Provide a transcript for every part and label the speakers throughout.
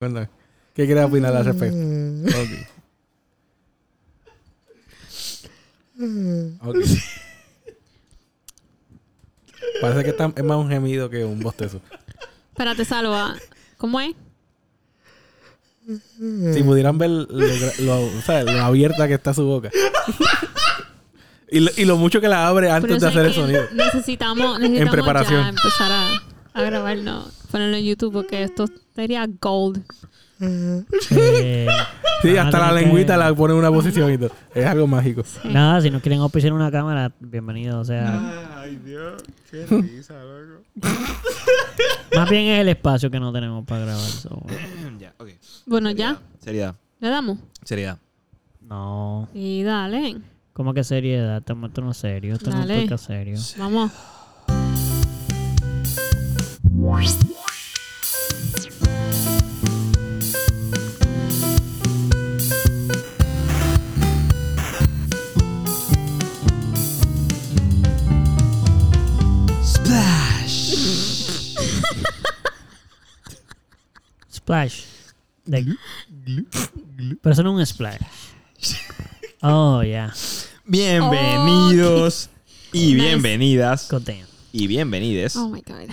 Speaker 1: ¿Verdad? ¿Qué quieres opinar al respecto? Ok. Ok. Parece que está- es más un gemido que un bostezo.
Speaker 2: Espérate, salva. ah. ¿Cómo es?
Speaker 1: Si pudieran ver lo, gra- lo- ¿sabes? lo abierta que está su boca. Y lo, y lo mucho que la abre
Speaker 2: Pero
Speaker 1: antes de
Speaker 2: ¿sabes
Speaker 1: hacer el
Speaker 2: qué?
Speaker 1: sonido.
Speaker 2: Necesitamos, necesitamos
Speaker 1: preparación.
Speaker 2: ya empezar a, a grabarlo, ponerlo en YouTube porque esto sería gold.
Speaker 3: Eh,
Speaker 1: Sí,
Speaker 3: van a
Speaker 1: hasta la
Speaker 3: tener que-
Speaker 1: lengüita la pone en una posición y todo. Es algo mágico.
Speaker 3: Nada, si no quieren auspiciar una cámara, bienvenido. O sea,
Speaker 4: Ay, Dios. Qué risa, loco.
Speaker 3: más bien es el espacio que no tenemos para grabar. so,
Speaker 4: ya, ok.
Speaker 2: Bueno, ya,
Speaker 4: Seriedad.
Speaker 2: le damos.
Speaker 4: Seriedad.
Speaker 3: No.
Speaker 2: Y dale,
Speaker 3: ¿Cómo que seriedad? Estamos esto no es serio. Esto no es
Speaker 2: Dale.
Speaker 3: un podcast serio.
Speaker 2: vamos.
Speaker 3: Splash. De- Pero eso no es un splash. Oh, ya.
Speaker 4: Bienvenidos y
Speaker 2: Nice.
Speaker 4: bienvenidas
Speaker 3: Content.
Speaker 4: y bienvenides
Speaker 2: Oh my god.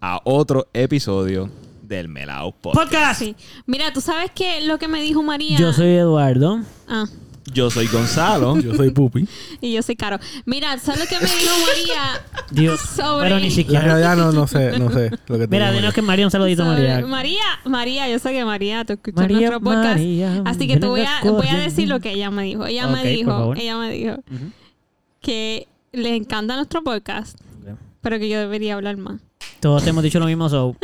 Speaker 4: a otro episodio del Melao Podcast.
Speaker 3: Podcast.
Speaker 2: Sí. Mira, tú sabes que lo que me dijo María.
Speaker 3: Yo soy Eduardo.
Speaker 2: Ah,
Speaker 4: Yo soy Gonzalo.
Speaker 1: Yo soy Pupi.
Speaker 2: y yo soy Caro. Mira, ¿sabes lo que me dijo María?
Speaker 3: Dios.
Speaker 2: Sobre-
Speaker 3: Pero ni
Speaker 1: La
Speaker 3: siquiera.
Speaker 1: realidad no, no sé, no sé lo que te
Speaker 3: Mira,
Speaker 1: digo,
Speaker 3: dinos que María, un saludito,
Speaker 2: Sobre-
Speaker 3: María.
Speaker 2: María, María, yo sé que María te escucha
Speaker 3: María,
Speaker 2: nuestro podcast.
Speaker 3: María,
Speaker 2: así que te
Speaker 3: venga
Speaker 2: voy a, voy a
Speaker 3: corriendo.
Speaker 2: decir lo que ella me dijo. Ella
Speaker 3: Ok,
Speaker 2: me
Speaker 3: por
Speaker 2: dijo,
Speaker 3: favor.
Speaker 2: ella me dijo que les encanta nuestro podcast, pero que yo debería hablar más.
Speaker 1: Este
Speaker 3: Todos te hemos dicho lo mismo, so.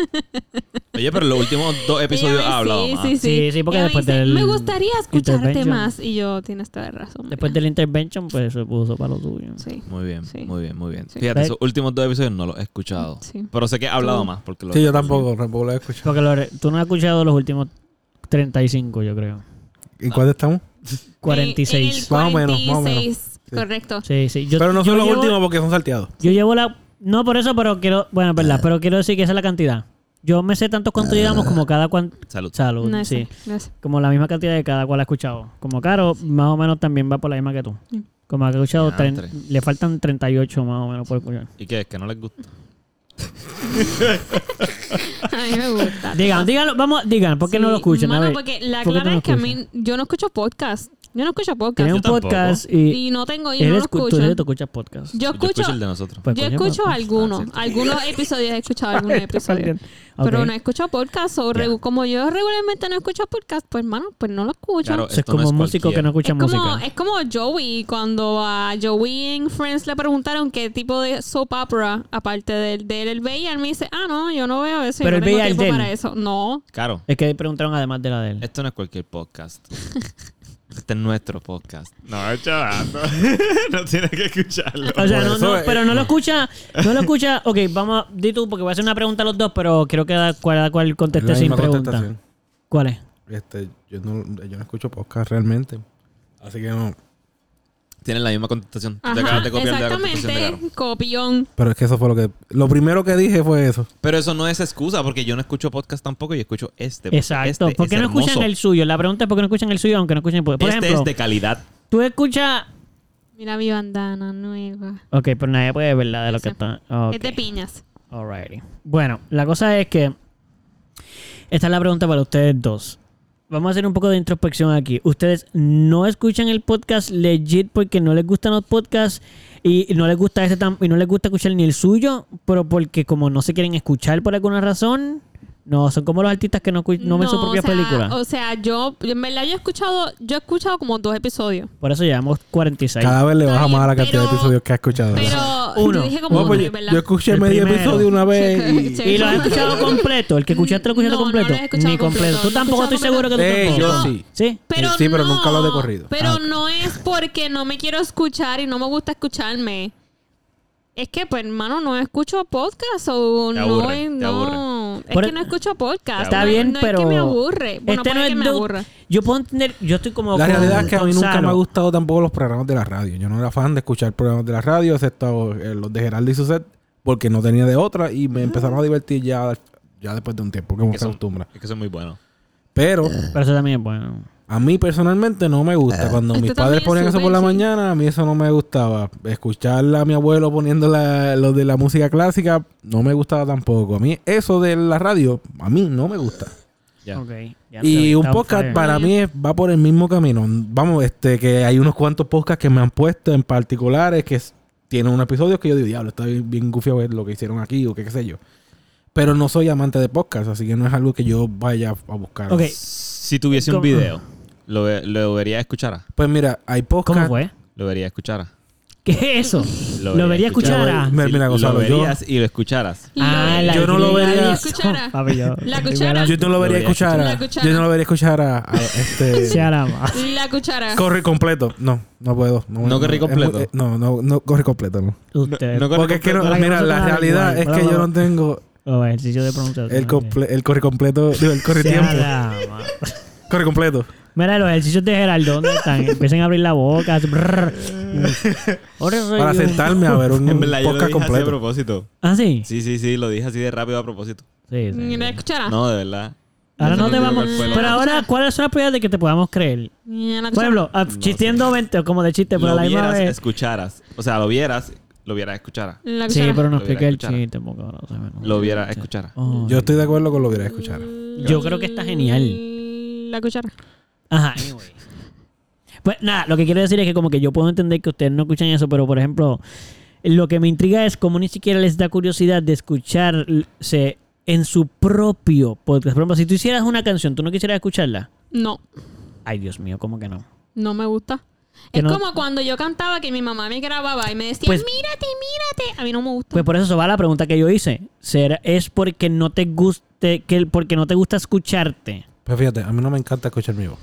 Speaker 4: Oye, pero los últimos dos episodios
Speaker 2: Ella me-
Speaker 4: ha hablado
Speaker 2: sí,
Speaker 4: más.
Speaker 2: sí, sí,
Speaker 3: Sí, sí, porque
Speaker 2: Ella me
Speaker 3: después
Speaker 2: dice,
Speaker 3: del
Speaker 2: Me gustaría escucharte
Speaker 3: intervention.
Speaker 2: más. Y yo, tienes toda la razón.
Speaker 3: Después
Speaker 2: María".
Speaker 3: del intervention, pues se puso para lo tuyo.
Speaker 2: Sí. Eh,
Speaker 4: Muy bien,
Speaker 2: Sí.
Speaker 4: muy bien, muy bien.
Speaker 2: Sí.
Speaker 4: Fíjate,
Speaker 3: Ve-
Speaker 4: esos últimos dos episodios no los he escuchado.
Speaker 2: Sí.
Speaker 4: Pero sé que ha hablado
Speaker 2: Tú-
Speaker 4: más. Porque lo-
Speaker 1: Sí, yo tampoco, tampoco lo he escuchado.
Speaker 3: Porque lo- tú no has escuchado los últimos 35, yo creo.
Speaker 1: ¿Y cuándo estamos?
Speaker 2: En el
Speaker 3: 46.
Speaker 1: Más o menos, más o
Speaker 2: 46, Correcto.
Speaker 3: Sí, sí. Yo,
Speaker 1: Pero no son
Speaker 3: yo
Speaker 1: los
Speaker 3: llevo-
Speaker 1: últimos porque son salteados.
Speaker 3: Yo llevo la. No por eso, pero quiero. Bueno, es
Speaker 1: Ah.
Speaker 3: verdad. Pero quiero decir que esa es la cantidad. Yo me sé tantos cuantos llevamos como cada cual.
Speaker 4: Salud.
Speaker 3: Salud,
Speaker 2: No sé,
Speaker 3: sí.
Speaker 2: no sé.
Speaker 3: Como la misma cantidad de cada cual ha escuchado. Como Caro, más o menos también va por la misma que tú.
Speaker 2: Mm.
Speaker 3: Como ha escuchado,
Speaker 4: Diantre.
Speaker 3: tren- le faltan 38 más o menos por escuchar.
Speaker 4: ¿Y qué? ¿Es que no les gusta?
Speaker 2: A mí me gusta.
Speaker 3: Digan, díganlo, vamos, digan, ¿por qué no
Speaker 2: Sí,
Speaker 3: lo escuchan? A
Speaker 2: mano,
Speaker 3: ver,
Speaker 2: porque la
Speaker 3: ¿por qué
Speaker 2: clara
Speaker 3: no lo
Speaker 2: es que a
Speaker 3: escuchan?
Speaker 2: mí yo no escucho podcast. Yo no escucho podcast.
Speaker 3: Tienen un
Speaker 4: Yo tampoco.
Speaker 3: podcast y,
Speaker 2: Y no tengo, y
Speaker 3: él
Speaker 2: no lo
Speaker 3: escu-
Speaker 2: escucho.
Speaker 3: tú eres- tú escuchas podcast.
Speaker 2: Yo escucho,
Speaker 4: el de nosotros.
Speaker 3: Pues,
Speaker 2: yo
Speaker 3: coño,
Speaker 2: escucho
Speaker 3: pues,
Speaker 2: algunos,
Speaker 4: ah, sí.
Speaker 2: algunos episodios he escuchado algunos
Speaker 3: Está
Speaker 2: episodios.
Speaker 3: bien. Ok.
Speaker 2: Pero no he escuchado podcast o regu- como yo regularmente no escucho podcast, pues hermano, pues no lo escucho.
Speaker 4: Claro,
Speaker 3: Eso es
Speaker 4: Esto no
Speaker 3: como
Speaker 4: es
Speaker 3: un músico que
Speaker 4: cualquiera.
Speaker 3: no escucha
Speaker 2: es como,
Speaker 3: música.
Speaker 2: Es como Joey, cuando a Joey en Friends le preguntaron qué tipo de soap opera, aparte del de él, él veía, él me dice, ah, no, yo no veo eso, yo no
Speaker 3: Pero él
Speaker 2: tengo
Speaker 3: veía el
Speaker 2: tiempo
Speaker 3: de él.
Speaker 2: para eso. No,
Speaker 4: Claro,
Speaker 3: Es que preguntaron además de la de él.
Speaker 4: esto no es cualquier podcast. Este es nuestro podcast. No, chaval. No, no tienes que escucharlo.
Speaker 3: O sea,
Speaker 1: Por
Speaker 3: no,
Speaker 1: eso
Speaker 3: no,
Speaker 1: es-
Speaker 3: pero no lo escucha, no lo escucha. Ok, vamos, a- di tú, porque voy a hacer una pregunta a los dos, pero quiero que cada cual, cada cual
Speaker 1: Es la
Speaker 3: conteste sin
Speaker 1: misma
Speaker 3: pregunta.
Speaker 1: contestación.
Speaker 3: ¿Cuál es?
Speaker 1: Este, yo, no, yo no escucho podcast realmente. Así que no.
Speaker 4: Tienen la misma contestación. Tú te
Speaker 2: Ajá,
Speaker 4: acabas de copiar de la contestación de Garo.
Speaker 2: exactamente, copión.
Speaker 1: Pero es que eso fue lo que. Lo primero que dije fue eso.
Speaker 4: Pero eso no es excusa, porque yo no escucho podcast tampoco y escucho este. porque
Speaker 3: Exacto.
Speaker 4: este
Speaker 3: ¿Por qué
Speaker 4: es
Speaker 3: no escuchan
Speaker 4: hermoso.
Speaker 3: el suyo? La pregunta es por qué no escuchan el suyo, aunque no escuchen. Por
Speaker 4: este
Speaker 3: ejemplo,
Speaker 4: es de calidad.
Speaker 3: tú escuchas.
Speaker 2: Mira mi bandana nueva.
Speaker 3: Ok, pero nadie puede ver la de lo que
Speaker 2: Exacto.
Speaker 3: está. Ah, ok.
Speaker 2: Es de piñas.
Speaker 3: Alrighty. Bueno, la cosa es que esta es la pregunta para ustedes dos. Vamos a hacer un poco de introspección aquí. Ustedes no escuchan el podcast legit porque no les gustan los podcasts y no les gusta este tam- y no les gusta escuchar ni el suyo, pero porque como no se quieren escuchar por alguna razón, no son como los artistas que no, escu- no ven sus propias
Speaker 2: o sea,
Speaker 3: películas.
Speaker 2: O sea, yo, en verdad, yo he escuchado, yo he escuchado como dos episodios.
Speaker 3: Por eso llevamos 46.
Speaker 1: Cada vez le
Speaker 2: Está
Speaker 1: baja
Speaker 2: bien,
Speaker 1: más a la cantidad de
Speaker 2: pero-
Speaker 1: episodios que ha escuchado.
Speaker 2: Pero
Speaker 3: Uno.
Speaker 2: yo dije como
Speaker 1: Ah. No, pues
Speaker 2: tres,
Speaker 1: yo,
Speaker 2: ¿verdad?
Speaker 1: yo escuché
Speaker 3: El
Speaker 1: medio
Speaker 3: primero.
Speaker 1: episodio una vez y.
Speaker 2: Sí.
Speaker 3: ¿Y lo has escuchado completo? ¿El que escuchaste lo escuchaste
Speaker 2: No, no lo he
Speaker 3: completo?
Speaker 2: escuchado
Speaker 3: ni completo.
Speaker 2: completo.
Speaker 3: Tú
Speaker 2: No lo he
Speaker 3: tampoco estoy
Speaker 2: escuchado
Speaker 3: seguro que tú
Speaker 1: completo. Eh, yo
Speaker 3: tampoco.
Speaker 1: sí.
Speaker 3: ¿Sí.
Speaker 2: Pero
Speaker 1: Sí, pero
Speaker 2: no,
Speaker 1: nunca lo de corrido.
Speaker 2: Pero
Speaker 3: Ah, ok.
Speaker 2: no es porque no me quiero escuchar y no me gusta escucharme. Es que, pues, hermano, no escucho podcast o
Speaker 4: Te
Speaker 2: no.
Speaker 4: aburre,
Speaker 2: es-
Speaker 4: te
Speaker 2: no. Es
Speaker 3: Por- e-
Speaker 2: que no escucho podcast.
Speaker 3: Está
Speaker 2: No es-
Speaker 3: bien,
Speaker 2: no
Speaker 3: pero.
Speaker 2: Es que me aburre. Bueno,
Speaker 3: este no
Speaker 2: puede
Speaker 3: es
Speaker 2: que me
Speaker 3: de-
Speaker 2: aburra.
Speaker 3: Yo puedo entender. Yo estoy como.
Speaker 1: La
Speaker 3: con
Speaker 1: realidad es que a mí nunca
Speaker 3: Gonzalo.
Speaker 1: me ha gustado tampoco los programas de la radio. Yo no era fan de escuchar programas de la radio, excepto eh, los de Geraldo y Suset, porque no tenía de otra y me empezaron a divertir ya, ya después de un tiempo, que uno
Speaker 4: Que
Speaker 1: se
Speaker 4: son-
Speaker 1: acostumbra.
Speaker 4: Es que son muy buenos.
Speaker 1: Pero
Speaker 3: Pero eso también es bueno.
Speaker 1: a mí personalmente no me gusta. Cuando
Speaker 2: Esto
Speaker 1: mis padres
Speaker 2: también
Speaker 1: ponían eso por la
Speaker 2: súper, sí.
Speaker 1: mañana, a mí eso no me gustaba. Escuchar a mi abuelo poniendo la, lo de la música clásica no me gustaba tampoco. A mí eso de la radio, a mí no me gusta.
Speaker 4: Ya.
Speaker 3: Ok. Ya
Speaker 1: Y
Speaker 3: está,
Speaker 1: un
Speaker 3: está
Speaker 1: podcast
Speaker 3: fire.
Speaker 1: para mí es- va por el mismo camino. Vamos, este, que hay unos cuantos podcasts que me han puesto en particulares que s- tienen unos episodios que yo digo, diablo, está bien, bien goofy a ver lo que hicieron aquí o qué, qué sé yo. Pero no soy amante de podcasts, así que no es algo que yo vaya a buscar.
Speaker 3: Ok.
Speaker 4: Si tuviese un
Speaker 3: ¿Cómo?
Speaker 4: video, lo, ve- lo vería escuchara.
Speaker 1: Pues mira, hay podcasts.
Speaker 3: ¿Cómo fue?
Speaker 4: Lo vería escuchara.
Speaker 3: ¿Qué es eso? Lo vería escuchara.
Speaker 1: Mira, mira, Gonzalo,
Speaker 4: lo
Speaker 1: yo-
Speaker 4: verías y lo escucharas.
Speaker 3: Ah,
Speaker 1: Yo no lo vería-
Speaker 2: Cuchara.
Speaker 3: Papi, yo-
Speaker 2: La cuchara.
Speaker 1: Yo no lo vería
Speaker 4: Lo vería
Speaker 1: escuchar a,
Speaker 2: escuchar. La cuchara.
Speaker 1: Yo no lo vería escuchar a, a
Speaker 3: Se
Speaker 1: este.
Speaker 3: hará más.
Speaker 2: La cuchara.
Speaker 1: corre completo. No, no puedo. No,
Speaker 4: ¿No corre
Speaker 1: es muy-
Speaker 4: completo?
Speaker 1: eh, no, no, no corre completo, no.
Speaker 3: Usted.
Speaker 4: No corre
Speaker 1: Porque es que no-
Speaker 3: completo.
Speaker 1: mira, la
Speaker 3: Nosotros
Speaker 1: realidad
Speaker 3: igual.
Speaker 1: es que
Speaker 3: Vamos,
Speaker 1: yo no
Speaker 3: vamos.
Speaker 1: tengo
Speaker 3: O ejercicio de pronunciación.
Speaker 1: el, comple- el corre completo, digo, el corre
Speaker 3: Se
Speaker 1: tiempo.
Speaker 3: hará más.
Speaker 1: Corre completo.
Speaker 3: Mira, los ejercicios de Geraldo, ¿dónde están? Empiecen a abrir la boca. así, brrr. Ahora soy
Speaker 1: Para
Speaker 3: yo.
Speaker 1: sentarme a ver un
Speaker 4: En verdad, yo lo
Speaker 1: podcast
Speaker 4: dije así a
Speaker 1: completo.
Speaker 4: propósito.
Speaker 3: ¿Ah, sí?
Speaker 4: Sí, sí, sí, lo dije así de rápido a propósito.
Speaker 3: Sí, sí.
Speaker 2: La cuchara.
Speaker 4: No, de verdad.
Speaker 3: Ahora
Speaker 4: Eso
Speaker 3: no te
Speaker 4: creo
Speaker 3: vamos.
Speaker 4: que fue lo-
Speaker 3: Pero ahora, ¿cuáles son las prioridades de que te podamos creer?
Speaker 2: La
Speaker 3: Por
Speaker 2: cuchara.
Speaker 3: ejemplo, ah, chisteando 20, como de chiste, pero a
Speaker 4: lo
Speaker 3: la misma
Speaker 4: vieras,
Speaker 3: vez.
Speaker 4: escucharas. O sea, lo vieras, lo vieras, escuchara.
Speaker 2: La
Speaker 3: Sí,
Speaker 2: cuchara.
Speaker 3: pero no
Speaker 4: Lo hubiera
Speaker 3: expliqué el
Speaker 4: escuchado.
Speaker 3: chiste, porque ahora no Oh, se me-
Speaker 4: Lo vieras, escuchara.
Speaker 3: Ay.
Speaker 1: Yo estoy de acuerdo con lo que hubiera escuchar.
Speaker 3: Yo creo que está genial.
Speaker 2: La cuchara.
Speaker 3: Ajá, anyway. Pues nada, lo que quiero decir es que como que yo puedo entender que ustedes no escuchan eso, pero por ejemplo, lo que me intriga es cómo ni siquiera les da curiosidad de escucharse en su propio podcast. Por ejemplo, si tú hicieras una canción, ¿tú no quisieras escucharla?
Speaker 2: No,
Speaker 3: Ay, Dios mío, ¿cómo que no?
Speaker 2: no me gusta.
Speaker 3: Que
Speaker 2: Es
Speaker 3: no-
Speaker 2: como cuando yo cantaba que mi mamá me grababa y me decía,
Speaker 3: Pues-
Speaker 2: mírate, mírate. A mí no me gusta.
Speaker 3: Pues por eso se va la pregunta que yo hice. ¿Será, ¿Es porque no te guste, que, porque no te gusta escucharte?
Speaker 1: Pues fíjate, a mí no me encanta escuchar mi voz.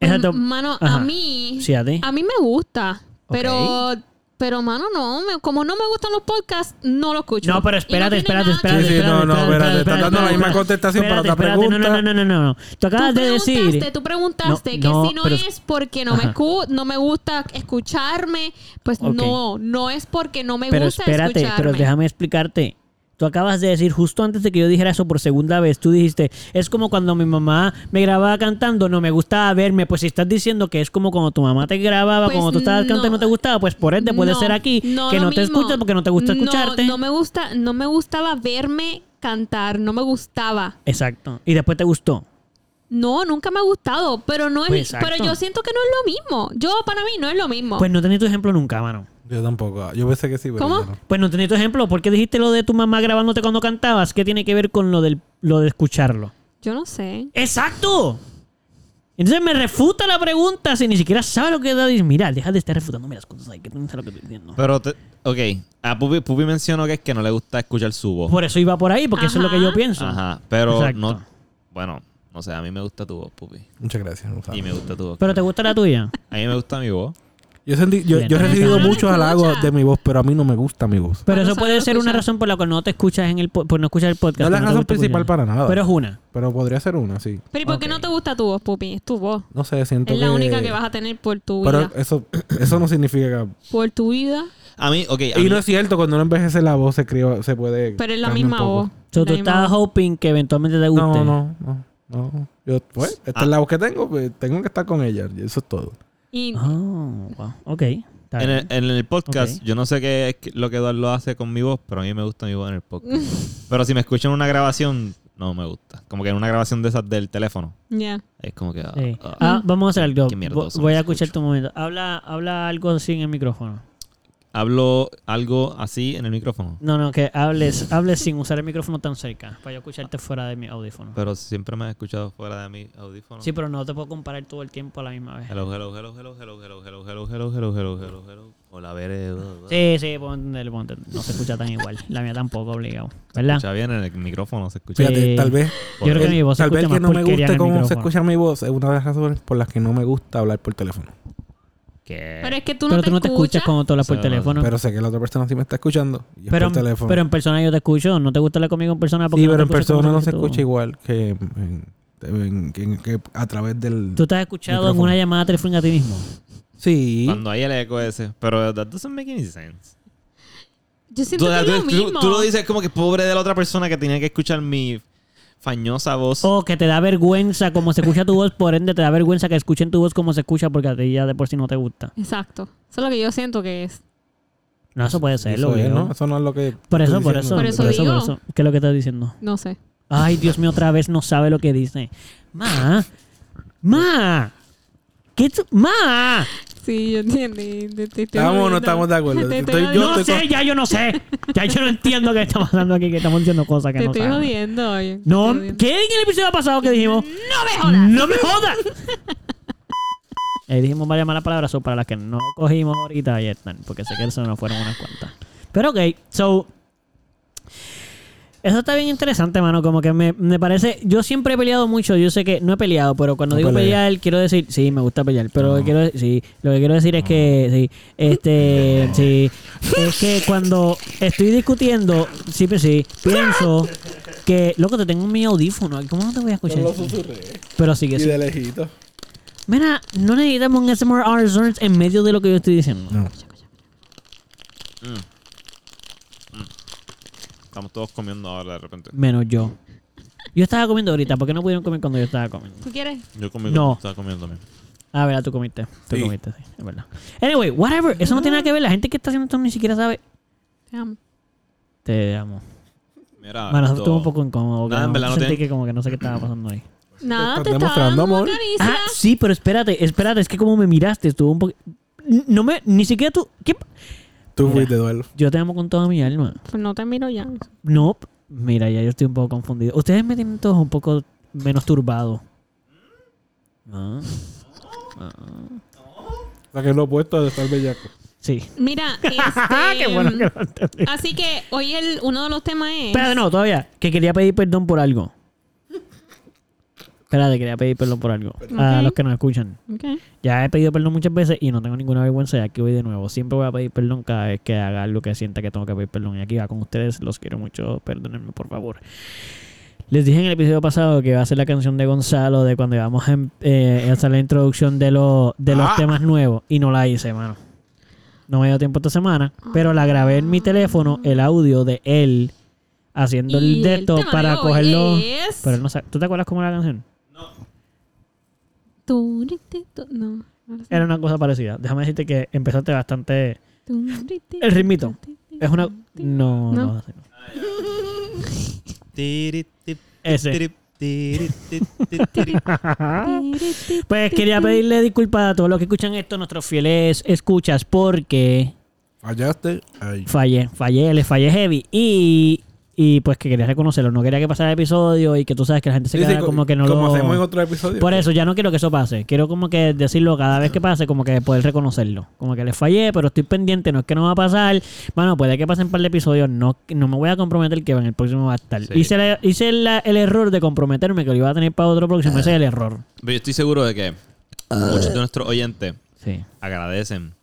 Speaker 2: Pues,
Speaker 3: Exacto.
Speaker 2: Mano,
Speaker 3: Ajá.
Speaker 2: a mí.
Speaker 3: Sí, a ti.
Speaker 2: A mí me gusta. Pero. Pero, mano, no. me- como no me gustan los podcasts, no los escucho.
Speaker 3: No, pero
Speaker 2: Y
Speaker 3: espérate,
Speaker 2: tiene
Speaker 3: espérate,
Speaker 2: nada
Speaker 3: espérate.
Speaker 1: Sí, sí,
Speaker 3: espérate,
Speaker 1: no, no,
Speaker 3: espérate,
Speaker 1: espérate,
Speaker 3: espérate,
Speaker 1: estás dando la
Speaker 3: espérate,
Speaker 1: misma contestación para
Speaker 3: espérate,
Speaker 1: otra
Speaker 3: espérate,
Speaker 1: pregunta.
Speaker 3: No, no, no, no, no, no. Tú
Speaker 2: Tú
Speaker 3: acabas de decir.
Speaker 2: preguntaste, tú preguntaste
Speaker 3: No,
Speaker 2: que
Speaker 3: no,
Speaker 2: si no
Speaker 3: pero-
Speaker 2: es porque no me
Speaker 3: Ajá.
Speaker 2: escu- no me gusta escucharme, pues
Speaker 3: Ok.
Speaker 2: no, no es porque no me
Speaker 3: Pero
Speaker 2: gusta
Speaker 3: espérate,
Speaker 2: escucharme.
Speaker 3: pero déjame explicarte. Tú acabas de decir, justo antes de que yo dijera eso por segunda vez, tú dijiste, es como cuando mi mamá me grababa cantando, no me gustaba verme. Pues si estás diciendo que es como cuando tu mamá te grababa,
Speaker 2: Pues
Speaker 3: cuando tú estabas
Speaker 2: no.
Speaker 3: cantando no te gustaba, pues por ende puede
Speaker 2: No,
Speaker 3: ser aquí que
Speaker 2: lo
Speaker 3: no te
Speaker 2: mismo.
Speaker 3: escuchas porque no te gusta
Speaker 2: No,
Speaker 3: escucharte.
Speaker 2: No, me gusta, no me gustaba verme cantar, no me gustaba.
Speaker 3: Exacto. Y después te gustó.
Speaker 2: No, nunca me ha gustado, pero no es,
Speaker 3: Pues exacto.
Speaker 2: pero yo siento que no es lo mismo. Yo para mí no es lo mismo.
Speaker 3: Pues no tenía tu ejemplo nunca, mano.
Speaker 1: Yo tampoco. Yo pensé que sí, pero
Speaker 2: ¿Cómo?
Speaker 1: yo no.
Speaker 3: Pues no tenía tu ejemplo. ¿Por qué dijiste lo de tu mamá grabándote cuando cantabas? ¿Qué tiene que ver con lo, del, lo de escucharlo?
Speaker 2: yo no sé.
Speaker 3: ¡Exacto! Entonces me refuta la pregunta si ni siquiera sabe lo que da. Dice, Mira, deja de estar refutándome las cosas. Hay que pensar lo que estoy diciendo.
Speaker 4: Pero, te- ok. A Pupi, Pupi mencionó que es que no le gusta escuchar su voz.
Speaker 3: Por eso iba por ahí, porque eso es lo que yo
Speaker 2: Ajá.
Speaker 3: pienso.
Speaker 4: Ajá. Pero
Speaker 3: Exacto.
Speaker 4: no. Bueno, no sé, a mí me gusta tu voz, Pupi.
Speaker 1: Muchas gracias. Gonzalo.
Speaker 4: Y me gusta tu voz.
Speaker 3: Pero te gusta la tuya.
Speaker 4: A mí me gusta mi voz.
Speaker 1: Yo, sentí- yo, yo he
Speaker 3: Pero
Speaker 1: recibido
Speaker 2: no lo
Speaker 1: muchos halagos
Speaker 2: escucha.
Speaker 1: de mi voz, pero a mí no me gusta mi voz.
Speaker 3: Pero
Speaker 2: Ah,
Speaker 3: eso
Speaker 2: no sabe
Speaker 3: puede
Speaker 2: lo
Speaker 3: ser una
Speaker 2: escuchar.
Speaker 3: razón por la cual no te escuchas en el po- por no escuchar el podcast.
Speaker 1: No es la
Speaker 3: por te
Speaker 1: razón
Speaker 3: gusta
Speaker 1: principal
Speaker 3: escuchar.
Speaker 1: para nada.
Speaker 3: Pero es una.
Speaker 1: Pero podría ser una, sí.
Speaker 2: Pero ¿y por qué
Speaker 3: Ok.
Speaker 2: no te gusta tu voz, Pupi? Es tu voz.
Speaker 1: No sé, siento
Speaker 2: Es
Speaker 1: que...
Speaker 2: la única que vas a tener por tu vida.
Speaker 1: Pero eso, eso no significa que...
Speaker 2: Por tu vida,
Speaker 4: A mí, ok. A
Speaker 1: Y
Speaker 4: mí,
Speaker 1: no es cierto, cuando uno envejece la voz se, cría- se puede...
Speaker 2: pero es la
Speaker 1: cambiar un
Speaker 2: misma
Speaker 1: poco.
Speaker 2: voz.
Speaker 3: So,
Speaker 2: la
Speaker 3: tú
Speaker 2: misma
Speaker 3: estabas
Speaker 2: voz.
Speaker 3: hoping que eventualmente te guste.
Speaker 1: No, no, no. no. Yo, pues, esta
Speaker 4: Ah.
Speaker 1: es la voz que tengo, pues, tengo que estar con ella. y Eso es todo.
Speaker 2: Y
Speaker 3: Ah, wow. Ok. Está
Speaker 4: en,
Speaker 3: bien.
Speaker 4: el, en el podcast,
Speaker 3: Ok.
Speaker 4: yo no sé qué es lo que Eduardo hace con mi voz, pero a mí me gusta mi voz en el podcast. pero si me escuchan en una grabación, no me gusta. Como que en una grabación de esas del teléfono.
Speaker 2: ya.
Speaker 4: Es como que. ah,
Speaker 3: Sí.
Speaker 4: ah,
Speaker 3: Ah, vamos a hacer algo.
Speaker 4: Qué mierdoso
Speaker 3: Vo- Voy a
Speaker 4: me
Speaker 3: escuchar
Speaker 4: escucho.
Speaker 3: tu momento. Habla, habla algo sin el micrófono.
Speaker 4: Hablo algo así en el micrófono.
Speaker 3: No, no, que hables, hables sin usar el micrófono tan cerca para yo escucharte fuera de mi audífono.
Speaker 4: Pero siempre me has escuchado fuera de mi audífono.
Speaker 3: Sí, pero no te puedo comparar todo el tiempo a la misma vez.
Speaker 4: Hello, hello, hello, hello, hello, hello, hello, hello, hello, hello, hello, hello, hello. Hola, Bere. Se
Speaker 3: Sí, sí, puedo entender, puedo entender. No se escucha tan igual. La mía tampoco, obligado. ¿Verdad?
Speaker 4: escucha bien en el micrófono, se escucha.
Speaker 3: Sí.
Speaker 1: Fíjate, tal vez...
Speaker 3: Yo creo que
Speaker 1: el-
Speaker 3: mi voz se
Speaker 1: tal vez
Speaker 3: escucha
Speaker 1: que
Speaker 3: más
Speaker 1: no me
Speaker 3: porquería
Speaker 1: guste
Speaker 3: en el
Speaker 1: cómo se
Speaker 3: micrófono.
Speaker 1: escucha mi voz es una de las razones por las que no me gusta hablar por teléfono.
Speaker 4: ¿Qué?
Speaker 2: Pero es que tú no,
Speaker 3: Pero
Speaker 2: te,
Speaker 3: tú no te escuchas cuando tú hablas por
Speaker 4: O sea,
Speaker 3: teléfono.
Speaker 1: Pero sé que la otra persona sí me está escuchando y es
Speaker 3: Pero,
Speaker 1: por teléfono.
Speaker 3: pero en persona yo te escucho. ¿No te gusta hablar conmigo en persona? Porque
Speaker 1: sí,
Speaker 3: no te
Speaker 1: pero en
Speaker 3: escucho como
Speaker 1: persona no
Speaker 3: hablas
Speaker 1: se
Speaker 3: tú.
Speaker 1: escucha igual que, en- en- que- que- que a través del...
Speaker 3: ¿Tú te has escuchado en
Speaker 1: Micrófono.
Speaker 3: una llamada telefónica a ti mismo?
Speaker 1: Sí.
Speaker 4: Cuando hay el eco ese. Pero that doesn't make any sense.
Speaker 2: Yo siento que es lo
Speaker 4: tú-
Speaker 2: mismo.
Speaker 4: tú lo dices como que pobre de la otra persona que tenía que escuchar mi, fañosa voz.
Speaker 2: Oh.
Speaker 3: O que te da vergüenza como se escucha tu voz, por ende te da vergüenza que escuchen tu voz como se escucha porque a ti ya de por sí no te gusta.
Speaker 2: Exacto. Eso es lo que yo siento que es.
Speaker 3: No, eso puede ser, lo
Speaker 1: eso, es,
Speaker 3: veo.
Speaker 1: ¿no? Eso no es lo que.
Speaker 3: Por eso,
Speaker 1: estoy
Speaker 3: por
Speaker 1: diciendo.
Speaker 3: eso, por
Speaker 2: Por eso
Speaker 3: eso, por
Speaker 2: digo.
Speaker 3: eso. ¿Qué es lo que estás diciendo?
Speaker 2: No sé.
Speaker 3: Ay, Dios mío, otra vez no sabe lo que dice. Ma, ma, ¿qué tu- ma?
Speaker 2: Sí, yo entendí. Te- te estoy
Speaker 1: Estamos o no
Speaker 2: jodiendo.
Speaker 1: estamos de acuerdo. Estoy
Speaker 2: Te estoy
Speaker 1: yo,
Speaker 2: jodiendo.
Speaker 3: No
Speaker 1: estoy
Speaker 3: sé, ya yo no sé. Ya yo no entiendo qué está pasando aquí, que estamos diciendo cosas que
Speaker 2: Te
Speaker 3: no
Speaker 2: estoy
Speaker 3: sabemos.
Speaker 2: jodiendo. oye. Te
Speaker 3: No,
Speaker 2: estoy Mm, jodiendo.
Speaker 3: ¿qué en el episodio pasado que dijimos?
Speaker 2: ¡No me jodas!
Speaker 3: ¡No me jodas! Eh, dijimos varias malas palabras so, para las que no cogimos ahorita ahí están, porque sé que se nos fueron unas cuantas. Pero ok, so. Eso está bien interesante, mano. Como que me, me parece. Yo siempre he peleado mucho. Yo sé que no he peleado, pero cuando
Speaker 1: No
Speaker 3: digo
Speaker 1: pelees.
Speaker 3: pelear, quiero decir. Sí, me gusta pelear, pero lo que
Speaker 1: No.
Speaker 3: quiero, sí, lo que quiero decir es que. Sí, este. Sí. Es que cuando estoy discutiendo, sí, pues sí, pienso que. Loco, te tengo mi audífono. ¿Cómo no te voy a escuchar?
Speaker 1: Yo lo susurré.
Speaker 3: Pero sí que
Speaker 1: Y
Speaker 3: sí.
Speaker 1: de lejito.
Speaker 3: Mira, no necesitamos un SMR Resorts en medio de lo que yo estoy diciendo.
Speaker 1: No.
Speaker 4: Estamos todos comiendo ahora de repente.
Speaker 3: Menos yo. Yo estaba comiendo ahorita, ¿por qué no pudieron comer cuando yo estaba comiendo?
Speaker 2: ¿Tú quieres?
Speaker 4: Yo comí
Speaker 3: No.
Speaker 4: estaba comiendo también.
Speaker 3: Ah, verdad, tú comiste. Tú
Speaker 1: Sí.
Speaker 3: comiste, sí, es verdad. Anyway, whatever. Eso no tiene nada que ver. La gente que está haciendo esto ni siquiera sabe.
Speaker 2: Te amo.
Speaker 3: Te amo.
Speaker 4: Mira,
Speaker 3: Bueno, eso
Speaker 4: esto-
Speaker 3: estuvo un poco incómodo. que
Speaker 4: Nada, en
Speaker 3: no-
Speaker 4: verdad Ah, no
Speaker 3: sentí
Speaker 4: tiene-
Speaker 3: que como que no sé qué estaba pasando ahí.
Speaker 2: Nada,
Speaker 1: estás
Speaker 2: te estaba
Speaker 1: demostrando
Speaker 2: dando una
Speaker 1: amor.
Speaker 2: caricia.
Speaker 3: Ah, sí, pero espérate, espérate. Es que como me miraste, estuvo un poco... No me... Ni siquiera tú... ¿Qué?
Speaker 1: Tú
Speaker 3: Mira.
Speaker 1: fuiste duelo.
Speaker 3: Yo te amo con toda mi alma.
Speaker 2: Pues no te miro ya.
Speaker 3: No, mira, ya yo estoy un poco confundido. Ustedes me tienen todos un poco menos turbados. Ah,
Speaker 1: O sea, que es lo opuesto de estar bellaco.
Speaker 3: sí.
Speaker 2: Mira, este,
Speaker 3: Qué bueno que lo entendí.
Speaker 2: Así que hoy el, uno de los temas es...
Speaker 3: Espérate, no, todavía. Que quería pedir perdón por algo. Espérate, quería pedir perdón por algo. A
Speaker 2: Ok.
Speaker 3: los que nos escuchan.
Speaker 2: Ok.
Speaker 3: Ya he pedido perdón muchas veces y no tengo ninguna vergüenza. Y aquí voy de nuevo. Siempre voy a pedir perdón cada vez que haga algo que sienta que tengo que pedir perdón. Y aquí va con ustedes. Los quiero mucho. Perdónenme, por favor. Les dije en el episodio pasado que va a ser la canción de Gonzalo de cuando íbamos a em- eh, a hacer la introducción de, los de los
Speaker 1: Ah.
Speaker 3: temas nuevos. Y no la hice, mano. No me dio tiempo esta semana. Pero la grabé en mi teléfono, el audio de él haciendo el
Speaker 2: Y el
Speaker 3: dedo
Speaker 2: tema
Speaker 3: para
Speaker 2: de hoy
Speaker 3: cogerlo.
Speaker 2: es-
Speaker 3: Pero él no sabe- ¿Tú te acuerdas cómo era la canción?
Speaker 2: Turiti, tu- No. no lo sé.
Speaker 3: Era una cosa parecida. Déjame decirte que empezaste bastante.
Speaker 2: Turiti,
Speaker 3: El ritmito.
Speaker 2: turiti,
Speaker 3: Es una.
Speaker 2: turiti.
Speaker 3: No, no.
Speaker 2: No.
Speaker 3: así no.
Speaker 4: Tiri, tip,
Speaker 3: Ese.
Speaker 4: tiri, tiri, tiri, tiri, tiri.
Speaker 2: Turiti,
Speaker 3: Pues quería pedirle disculpas a todos los que escuchan esto, nuestros fieles escuchas, porque
Speaker 1: Fallaste. Ay.
Speaker 3: fallé, fallé, les fallé heavy. Y, y pues que quería reconocerlo. No quería que pasara el episodio y que tú sabes que la gente se
Speaker 1: Sí, sí,
Speaker 3: queda
Speaker 1: co-
Speaker 3: como que no
Speaker 1: como
Speaker 3: lo.
Speaker 1: hacemos en otro episodio.
Speaker 3: Por eso, ya no quiero que eso pase. Quiero como que decirlo cada vez que pase, como que poder reconocerlo. Como que les fallé, pero estoy pendiente, no es que no va a pasar. Bueno, puede que pasen un par de episodios, no, no me voy a comprometer que en el próximo va a estar.
Speaker 4: Sí.
Speaker 3: Hice, la- hice la- el error de comprometerme que lo iba a tener para otro próximo, ese es el error.
Speaker 4: Pero yo estoy seguro de que muchos de nuestros oyentes
Speaker 3: Sí.
Speaker 4: agradecen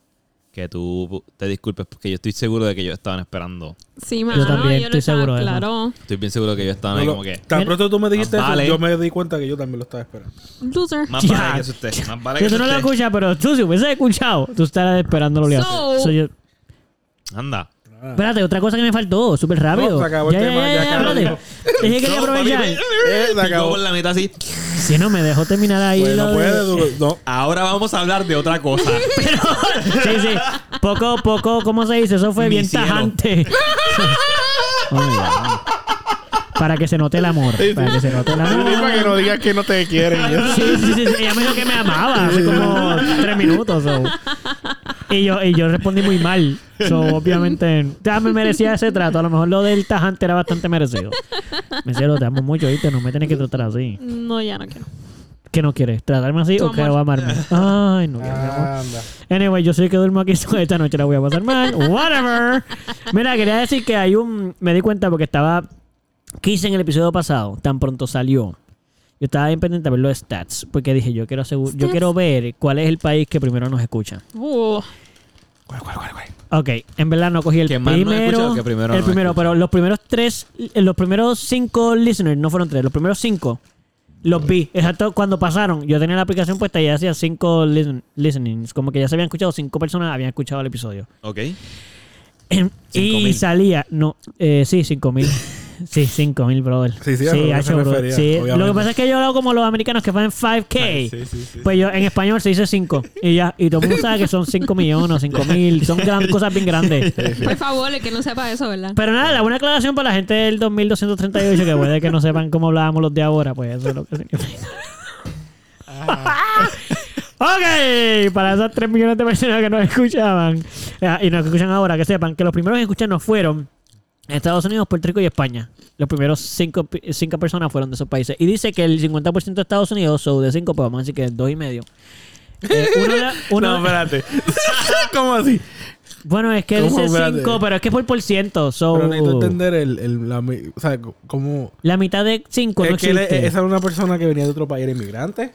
Speaker 4: que tú te disculpes porque yo estoy seguro de que ellos estaban esperando.
Speaker 2: Sí, mano, yo
Speaker 3: también
Speaker 2: lo
Speaker 3: estoy
Speaker 2: estaba-
Speaker 3: seguro de eso.
Speaker 2: Claro.
Speaker 4: Estoy bien seguro de que ellos estaban ahí
Speaker 1: Yo lo-
Speaker 4: como que...
Speaker 1: Tan
Speaker 3: Mira.
Speaker 1: pronto tú me dijiste
Speaker 4: Ah,
Speaker 1: eso,
Speaker 4: vale.
Speaker 1: yo me di cuenta que yo también lo estaba esperando.
Speaker 2: Loser.
Speaker 4: Más
Speaker 3: Ya.
Speaker 4: vale que es usted. Más vale que
Speaker 3: Que tú no lo
Speaker 4: usted.
Speaker 3: escuchas, pero tú si hubiese escuchado, tú estarás esperando lo
Speaker 2: So-
Speaker 4: Anda.
Speaker 3: Espérate, otra cosa que me faltó, súper rápido.
Speaker 1: No, Ah. Oh, se acabó el tema, ya acabó.
Speaker 3: espérate. Es que quería
Speaker 4: No, papi,
Speaker 3: aprovechar.
Speaker 4: eh,
Speaker 1: se
Speaker 4: picó
Speaker 1: acabó.
Speaker 4: por la mitad así.
Speaker 3: Si no, me dejó terminar ahí.
Speaker 1: Pues
Speaker 3: lo
Speaker 1: no
Speaker 3: de-
Speaker 1: puede, tú- no.
Speaker 4: Ahora vamos a hablar de otra cosa.
Speaker 3: Pero, sí, sí. Poco, poco, ¿cómo se dice? Eso fue
Speaker 4: Mi
Speaker 3: bien
Speaker 4: cielo.
Speaker 3: tajante. Muy bien. Para que se note el amor. Para que se note el amor.
Speaker 1: que no digas que no te quieren.
Speaker 3: Sí, sí, sí, sí. Ella me dijo que me amaba hace como tres minutos. so. Y, yo, y yo respondí muy mal. So, obviamente, ya me merecía ese trato. A lo mejor lo del tajante era bastante merecido. Me cielo, te amo mucho, ¿viste? No me tienes que tratar así.
Speaker 2: No, ya no quiero.
Speaker 3: ¿Qué no quieres? ¿Tratarme así
Speaker 2: Tu
Speaker 3: o que
Speaker 2: amor.
Speaker 3: va a amarme? Ay, no quiero mi amor.
Speaker 1: Anda.
Speaker 3: Anyway, yo sé que duermo aquí so esta noche la voy a pasar mal. Whatever. Mira, quería decir que hay un. Me di cuenta porque estaba. Quise en el episodio pasado, tan pronto salió. Yo estaba bien pendiente a ver los stats. Porque dije, yo quiero asegu- yo
Speaker 2: Stats.
Speaker 3: quiero ver cuál es el país que primero nos escucha.
Speaker 2: Uh,
Speaker 1: ¿Cuál, cuál, cuál, cuál?
Speaker 3: Ok, en verdad no cogí el
Speaker 4: Que más nos
Speaker 3: primero.
Speaker 4: escucha o que primero
Speaker 3: el
Speaker 4: nos
Speaker 3: primero,
Speaker 4: escucha.
Speaker 3: pero los primeros tres, los primeros cinco listeners, no fueron tres, los primeros cinco los vi. Exacto, cuando pasaron, yo tenía la aplicación puesta y ya hacía cinco listen- listenings. Como que ya se habían escuchado, cinco personas habían escuchado el episodio.
Speaker 4: ok.
Speaker 3: Em,
Speaker 4: Cinco
Speaker 3: y
Speaker 4: mil.
Speaker 3: salía, no, eh, sí, 5 mil. Sí, 5000, brother.
Speaker 1: Sí, sí, a lo que
Speaker 3: hacho,
Speaker 1: se
Speaker 3: bro.
Speaker 1: refería,
Speaker 3: Sí, Lo que
Speaker 1: obviamente.
Speaker 3: pasa es que yo lo hago como los americanos que pagan 5K.
Speaker 4: Sí, sí, sí.
Speaker 3: Pues yo, en español se dice 5 y ya, y todo el mundo sabe que son 5 millones, 5 mil, son gran- cosas bien grandes.
Speaker 2: Por favor, el que no sepa eso, ¿verdad?
Speaker 3: Pero nada, la buena aclaración para la gente del 2238 que puede que no sepan cómo hablábamos los de ahora, pues eso es lo que significa.
Speaker 1: Ah.
Speaker 3: ok, para esas 3 millones de personas que nos escuchaban eh, y nos escuchan ahora, que sepan que los primeros que escucharnos fueron Estados Unidos, Puerto Rico y España. Los primeros 5 cinco, cinco personas fueron de esos países. Y dice que el 50% de Estados Unidos, o de 5, pues vamos a decir que es 2,5. Eh, uno de- uno-
Speaker 1: No, espérate. ¿Cómo así?
Speaker 3: bueno, es que
Speaker 1: ¿Cómo?
Speaker 3: dice
Speaker 1: Espérate.
Speaker 3: 5, pero es que es por por ciento. So,
Speaker 1: Pero necesito entender el, el, la, mi- o sea, cómo...
Speaker 3: La mitad de 5 no
Speaker 1: Es que él-
Speaker 3: existe.
Speaker 1: esa era una persona que venía de otro país, era inmigrante.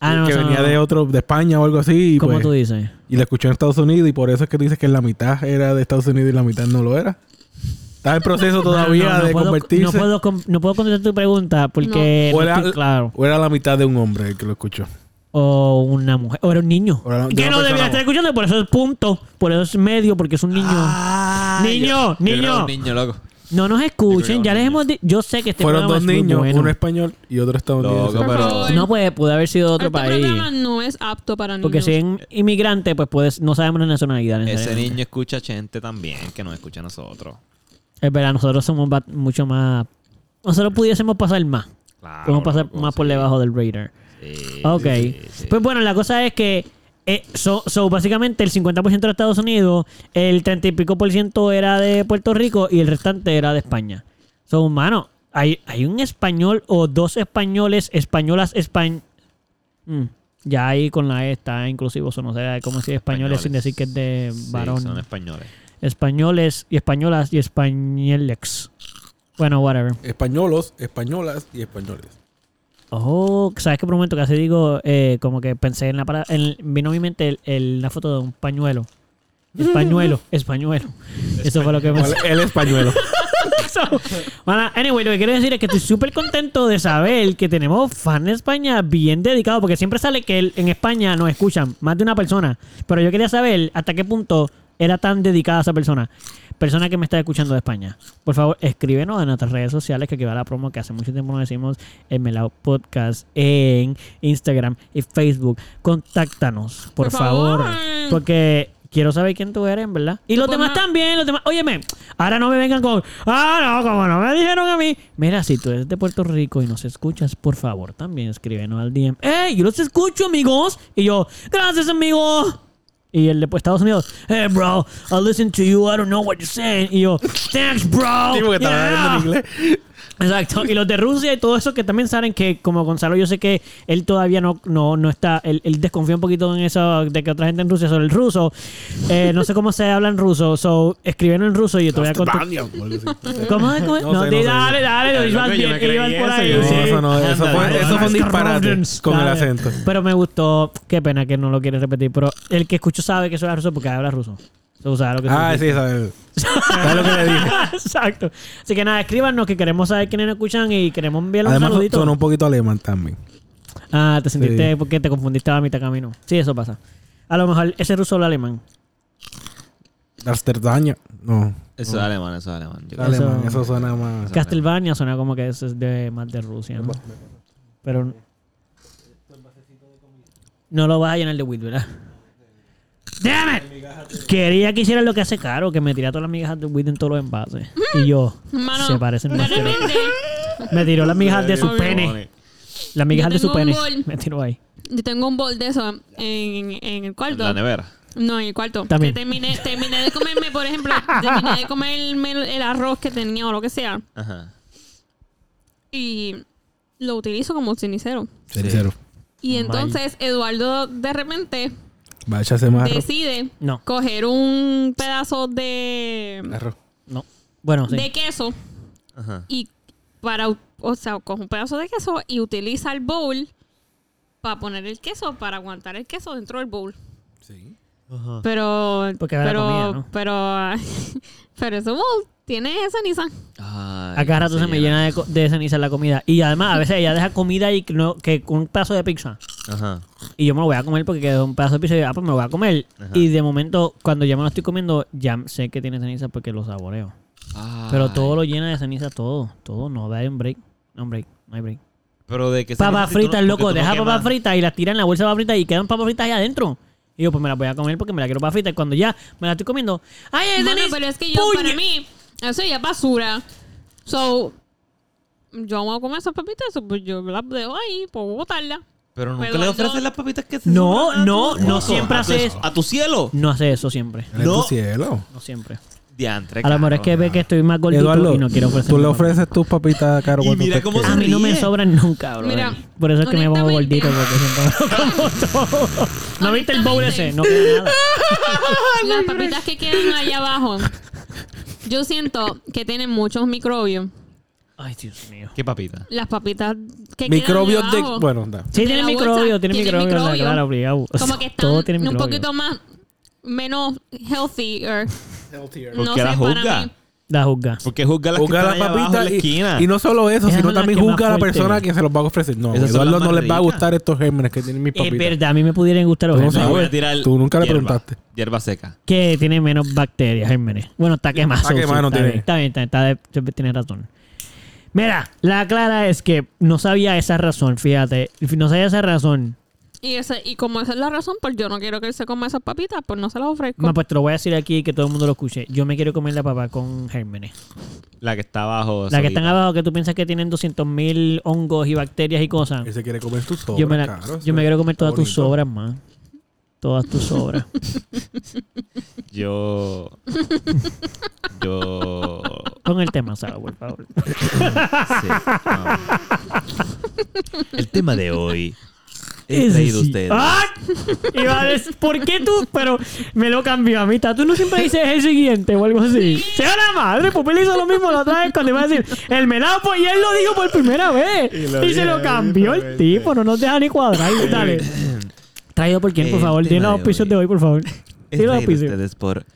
Speaker 3: ah, no,
Speaker 1: que
Speaker 3: eso
Speaker 1: venía
Speaker 3: no.
Speaker 1: de otro, de España o algo así. Y,
Speaker 3: ¿Cómo
Speaker 1: pues,
Speaker 3: tú dices? Ah,
Speaker 1: y la escuchó en Estados Unidos y por eso es que dices que la mitad era de Estados Unidos y la mitad no lo era. Está en proceso todavía
Speaker 3: No, no, no
Speaker 1: de
Speaker 3: puedo-
Speaker 1: convertirse.
Speaker 3: No puedo, com- no puedo contestar tu pregunta porque
Speaker 1: O
Speaker 3: no
Speaker 1: era-
Speaker 3: estoy claro. Este
Speaker 1: O era la mitad de un hombre el que lo escuchó.
Speaker 3: O una mujer. O era un niño.
Speaker 1: O era una- de
Speaker 3: que
Speaker 1: una
Speaker 3: no
Speaker 1: persona.
Speaker 3: debía estar escuchando, por eso es punto. Por eso es medio, porque es un niño.
Speaker 1: Ah.
Speaker 3: niño, niño.
Speaker 4: niño, loco.
Speaker 3: No nos
Speaker 4: Yo creo
Speaker 3: escuchen.
Speaker 4: que
Speaker 3: Ya
Speaker 4: era
Speaker 3: les
Speaker 4: un
Speaker 3: hemos dicho. Yo sé que este
Speaker 1: Fueron
Speaker 3: programa
Speaker 1: dos
Speaker 3: es muy
Speaker 1: niños,
Speaker 3: bueno.
Speaker 1: uno español y otro estadounidense.
Speaker 4: Loco, pero.
Speaker 2: favor.
Speaker 3: No puede, puede haber sido otro
Speaker 2: este
Speaker 3: país.
Speaker 2: programa no es apto para niños.
Speaker 3: Porque si es un inmigrante, pues puedes, no sabemos la nacionalidad.
Speaker 4: Ese
Speaker 3: necesariamente.
Speaker 4: niño escucha gente también que nos escucha a nosotros.
Speaker 3: Es verdad, nosotros somos ba- mucho más. Nosotros pudiésemos pasar más.
Speaker 4: Claro.
Speaker 3: Podemos pasar
Speaker 4: loco,
Speaker 3: más
Speaker 4: Ah, sí.
Speaker 3: por debajo del radar.
Speaker 4: Sí,
Speaker 3: Ok.
Speaker 4: Eh, sí, sí.
Speaker 3: Pues bueno, la cosa es que. eh, so, so, básicamente el 50% de Estados Unidos, el 30 y pico por ciento era de Puerto Rico y el restante era de España. Son mano, hay, hay un español o dos españoles, españolas, españ... Mm, ya ahí con la E está inclusivo, o no sé cómo decir españoles, sin decir que es de
Speaker 4: Sí,
Speaker 3: varón
Speaker 4: son españoles.
Speaker 3: españoles y españolas y españolex. Bueno, whatever.
Speaker 1: Españolos, españolas y españoles.
Speaker 3: Oh, ¿sabes qué? Por un momento casi digo, eh, como que pensé en la para en- vino a mi mente el- el- la foto de un pañuelo. Españuelo, españuelo. Eso fue lo que
Speaker 1: El,
Speaker 3: pensé.
Speaker 1: el españuelo.
Speaker 3: So, bueno, anyway, lo que quiero decir es que estoy súper contento de saber que tenemos fan de España bien dedicado, porque siempre sale que el- en España nos escuchan más de una persona, pero yo quería saber hasta qué punto era tan dedicada esa persona. Persona que me está escuchando de España. Por favor, escríbenos en nuestras redes sociales, que aquí va la promo que hace mucho tiempo no decimos en Melao Podcast, en Instagram y Facebook. Contáctanos, por,
Speaker 2: Por
Speaker 3: favor.
Speaker 2: favor.
Speaker 3: Porque quiero saber quién tú eres, ¿verdad? Y los
Speaker 2: Pues
Speaker 3: demás
Speaker 2: no-
Speaker 3: también, los demás. Óyeme, ahora no me vengan con. Ah, no, como no me dijeron a mí. Mira, si tú eres de Puerto Rico y nos escuchas, por favor, también escríbenos al DM. ¡Ey, yo los escucho, amigos! Y yo, ¡gracias, amigo! Y el de Estados Unidos, hey bro, I listen to you, I don't know what you're saying. Y yo, thanks bro.
Speaker 1: Sí, porque estaba
Speaker 3: Yeah."
Speaker 1: hablando en inglés.
Speaker 3: Exacto. Y los de Rusia y todo eso que también saben que, como Gonzalo, yo sé que él todavía no, no, no está. Él, él desconfía un poquito en eso de que otra gente en Rusia sobre el ruso. Eh, no sé cómo se habla en ruso. So, escriben en ruso y yo te voy a contar. ¿Cómo es? ¿Cómo es?
Speaker 1: No
Speaker 3: No,
Speaker 1: sé,
Speaker 3: di-
Speaker 1: no sé.
Speaker 3: dale, dale, lo
Speaker 4: Eh,
Speaker 3: ibas
Speaker 4: loco, yo
Speaker 3: bien,
Speaker 4: me creí
Speaker 3: ibas por
Speaker 4: eso,
Speaker 3: ahí.
Speaker 4: yo-
Speaker 1: No,
Speaker 3: sí.
Speaker 1: eso no, eso fue,
Speaker 4: Ándale,
Speaker 1: eso fue un
Speaker 3: Oscar
Speaker 1: disparate
Speaker 3: Robbins,
Speaker 1: con el
Speaker 3: dale.
Speaker 1: acento.
Speaker 3: Pero me gustó. Qué pena que no lo quieres repetir. Pero el que escucho sabe que eso era ruso porque habla ruso. So, sabe lo que
Speaker 1: Ah,
Speaker 3: significa.
Speaker 1: sí, sabes. ¿Sabes lo que le dije?
Speaker 3: Exacto. Así que nada, escríbanos que queremos saber quiénes nos escuchan y queremos enviarles un
Speaker 1: Además,
Speaker 3: saludito.
Speaker 1: sonó un poquito alemán también.
Speaker 3: Ah, te sentiste
Speaker 1: Sí.
Speaker 3: porque te confundiste a mitad camino. Sí, eso pasa. A lo mejor ese ruso o el alemán.
Speaker 1: Amsterdam. No.
Speaker 4: Eso es alemán, eso es alemán. Yo creo.
Speaker 1: Alemán, eso suena más.
Speaker 3: Castlevania suena como que eso es de más de Rusia, ¿no? Pero no lo vas a llenar de Will, ¿verdad? ¡Damn it! Quería que hicieran lo que hace Caro, que me tirara todas las migajas de Will en todos los envases. Y yo,
Speaker 2: Mano,
Speaker 3: se parecen más.
Speaker 2: de repente,
Speaker 3: Me tiró las migajas de su pene. Las migajas
Speaker 2: Yo
Speaker 3: de su
Speaker 2: tengo un
Speaker 3: pene.
Speaker 2: bol.
Speaker 3: Me tiró ahí.
Speaker 2: yo tengo un bol de eso en, en el
Speaker 4: En
Speaker 2: cuarto.
Speaker 4: La nevera.
Speaker 2: No, en el cuarto.
Speaker 3: También.
Speaker 2: Que terminé, terminé de comerme, por ejemplo, terminé de comerme el, el arroz que tenía o lo que sea.
Speaker 4: Ajá.
Speaker 2: Y lo utilizo como cenicero.
Speaker 1: Tercero.
Speaker 2: Y entonces Eduardo de repente
Speaker 1: Va a echarse más arroz.
Speaker 2: decide
Speaker 3: No.
Speaker 2: coger un pedazo de,
Speaker 1: Arroz.
Speaker 3: No. Bueno, sí.
Speaker 2: de queso
Speaker 4: Ajá.
Speaker 2: y para, o sea, coge un pedazo de queso y utiliza el bowl para poner el queso, para aguantar el queso dentro del bowl.
Speaker 1: Sí.
Speaker 2: Pero,
Speaker 3: Porque era
Speaker 2: pero,
Speaker 3: comida, ¿no?
Speaker 2: pero, pero ese bowl tiene ceniza.
Speaker 4: Ay,
Speaker 3: A cada rato se me llena de, co- de ceniza la comida. Y además, a veces ella deja comida y que no, que con un pedazo de pizza.
Speaker 4: Ajá.
Speaker 3: Y yo me lo voy a comer porque quedó un pedazo de pizza y yo, ah, pues me lo voy a comer.
Speaker 4: Ajá.
Speaker 3: Y de momento, cuando ya me lo estoy comiendo, ya sé que tiene ceniza porque lo saboreo. Pero
Speaker 4: Ay,
Speaker 3: todo lo llena de ceniza, todo. Todo. No va a haber un break. No, un break. No hay break.
Speaker 4: Pero de que
Speaker 3: Papas fritas, loco. Deja papas
Speaker 4: papá
Speaker 3: fritas y las tira en la bolsa de papas fritas y quedan papas fritas ahí adentro. Y yo, pues me las voy a comer porque me las quiero papas fritas. Y cuando ya me las estoy comiendo. ¡Ay, ay,
Speaker 2: Mano,
Speaker 3: Denise!
Speaker 2: pero es que yo, para mí, eso ya es basura. So, yo voy a comer esas papitas, so, pues yo las dejo ahí, puedo botarlas.
Speaker 4: Pero nunca
Speaker 2: Pero
Speaker 4: le
Speaker 2: no-
Speaker 4: ofreces las papitas que se
Speaker 3: No,
Speaker 4: sobran a
Speaker 3: no,
Speaker 4: tu-
Speaker 3: no
Speaker 4: a tu-
Speaker 3: siempre
Speaker 4: a tu-
Speaker 3: haces-
Speaker 4: A tu cielo.
Speaker 3: No hace eso siempre.
Speaker 1: En
Speaker 4: No.
Speaker 1: tu cielo.
Speaker 3: No siempre.
Speaker 4: Diantre.
Speaker 3: A lo mejor es que
Speaker 4: cabrón,
Speaker 3: ve que estoy más gordito
Speaker 1: Eduardo,
Speaker 3: y no quiero ofrecer.
Speaker 1: tú le
Speaker 3: mi papá.
Speaker 1: ofreces tus papitas caro
Speaker 4: Y
Speaker 1: cuando
Speaker 4: mira
Speaker 1: usted
Speaker 4: cómo
Speaker 1: quiera.
Speaker 3: A mí no me
Speaker 4: Ríe.
Speaker 3: sobran nunca, bro.
Speaker 2: Mira,
Speaker 3: Por eso es que me pongo
Speaker 2: honestamente-
Speaker 3: gordito, porque siempre me lo como todo. ¿No viste el bowl ese? No queda nada.
Speaker 2: Las papitas que quedan allá abajo, yo siento que tienen muchos microbios.
Speaker 3: Ay, Dios mío.
Speaker 4: ¿Qué papita?
Speaker 2: Las papitas que
Speaker 1: Microbios de.
Speaker 2: quedan abajo,
Speaker 1: Bueno, da.
Speaker 3: Sí,
Speaker 2: de
Speaker 3: tiene
Speaker 2: la
Speaker 3: microbios,
Speaker 2: bolsa,
Speaker 3: tiene
Speaker 2: tiene
Speaker 3: microbios,
Speaker 2: microbios.
Speaker 3: claro, obligado.
Speaker 2: como que están
Speaker 3: Todo tiene
Speaker 2: un
Speaker 3: microbios.
Speaker 2: poquito más, menos healthy.
Speaker 4: ¿Por
Speaker 2: No
Speaker 4: qué
Speaker 2: sé,
Speaker 4: la
Speaker 2: para
Speaker 4: juzga?
Speaker 2: mí.
Speaker 3: La juzga.
Speaker 4: Porque juzga las
Speaker 1: Juzga
Speaker 4: que
Speaker 1: a
Speaker 4: están
Speaker 1: la
Speaker 4: allá abajo en
Speaker 1: papita
Speaker 4: la
Speaker 1: y,
Speaker 4: esquina.
Speaker 1: y no solo eso,
Speaker 3: Esas
Speaker 1: sino
Speaker 3: son las
Speaker 1: también
Speaker 3: que más
Speaker 1: juzga a la
Speaker 3: fuerte.
Speaker 1: persona que se los va a ofrecer. No,
Speaker 4: Esas son
Speaker 1: Eduardo
Speaker 4: las más
Speaker 1: no les va a
Speaker 4: ricas.
Speaker 1: gustar estos gérmenes que tienen mis
Speaker 3: Es
Speaker 1: papitas.
Speaker 3: verdad, a mí me pudieran gustar los
Speaker 1: Tú no
Speaker 3: gérmenes.
Speaker 1: sabes.
Speaker 4: voy
Speaker 1: güey,
Speaker 4: a tirar
Speaker 1: tú nunca le
Speaker 4: hierba,
Speaker 1: preguntaste.
Speaker 4: Hierba seca.
Speaker 3: Que tiene menos bacterias, gérmenes. Bueno, está quemado.
Speaker 1: Está quemado, no
Speaker 3: está,
Speaker 1: tiene.
Speaker 3: bien, está bien, está bien, está bien, tienes razón. Mira, la clara es que no sabía esa razón, fíjate. No sabía esa razón.
Speaker 2: Y, ese, y como esa es la razón, pues yo no quiero que él se coma esas papitas, pues no se las ofrezco.
Speaker 3: Ma, pues te lo voy a decir aquí que todo el mundo lo escuche. Yo me quiero comer la papa con gérmenes.
Speaker 4: La que está abajo.
Speaker 3: La que
Speaker 4: solita.
Speaker 3: están abajo que tú piensas que tienen 200.000 hongos y bacterias y cosas.
Speaker 1: Él se quiere comer tus sobras.
Speaker 3: Yo me, la-
Speaker 1: caro,
Speaker 3: yo me quiero comer todas tus
Speaker 1: bonito.
Speaker 3: sobras, más. Todas tus sobras.
Speaker 4: Yo. Yo.
Speaker 3: Pon el tema, Sara, por favor.
Speaker 4: sí, no. El tema de hoy. He
Speaker 3: Ese
Speaker 4: traído a
Speaker 3: sí.
Speaker 4: ustedes.
Speaker 3: ¡Ah! Iba a decir, ¿por qué tú? Pero me lo cambió a mitad. Tú no siempre dices el siguiente o algo así. Se va la madre, Pupil hizo lo mismo la otra vez cuando iba a decir el melado, pues, y él lo dijo por primera vez.
Speaker 4: Y
Speaker 3: Y, se
Speaker 4: lo dije,
Speaker 3: lo cambió el
Speaker 4: obviamente.
Speaker 3: tipo, no nos deja ni cuadrar. Dale. Traído por quién, por
Speaker 4: El
Speaker 3: favor.
Speaker 4: Este tema
Speaker 3: Dile los
Speaker 4: de
Speaker 3: auspicios
Speaker 4: hoy.
Speaker 3: de hoy, por favor.
Speaker 4: He
Speaker 3: Dile los
Speaker 4: traído a
Speaker 3: auspicios.
Speaker 4: ustedes por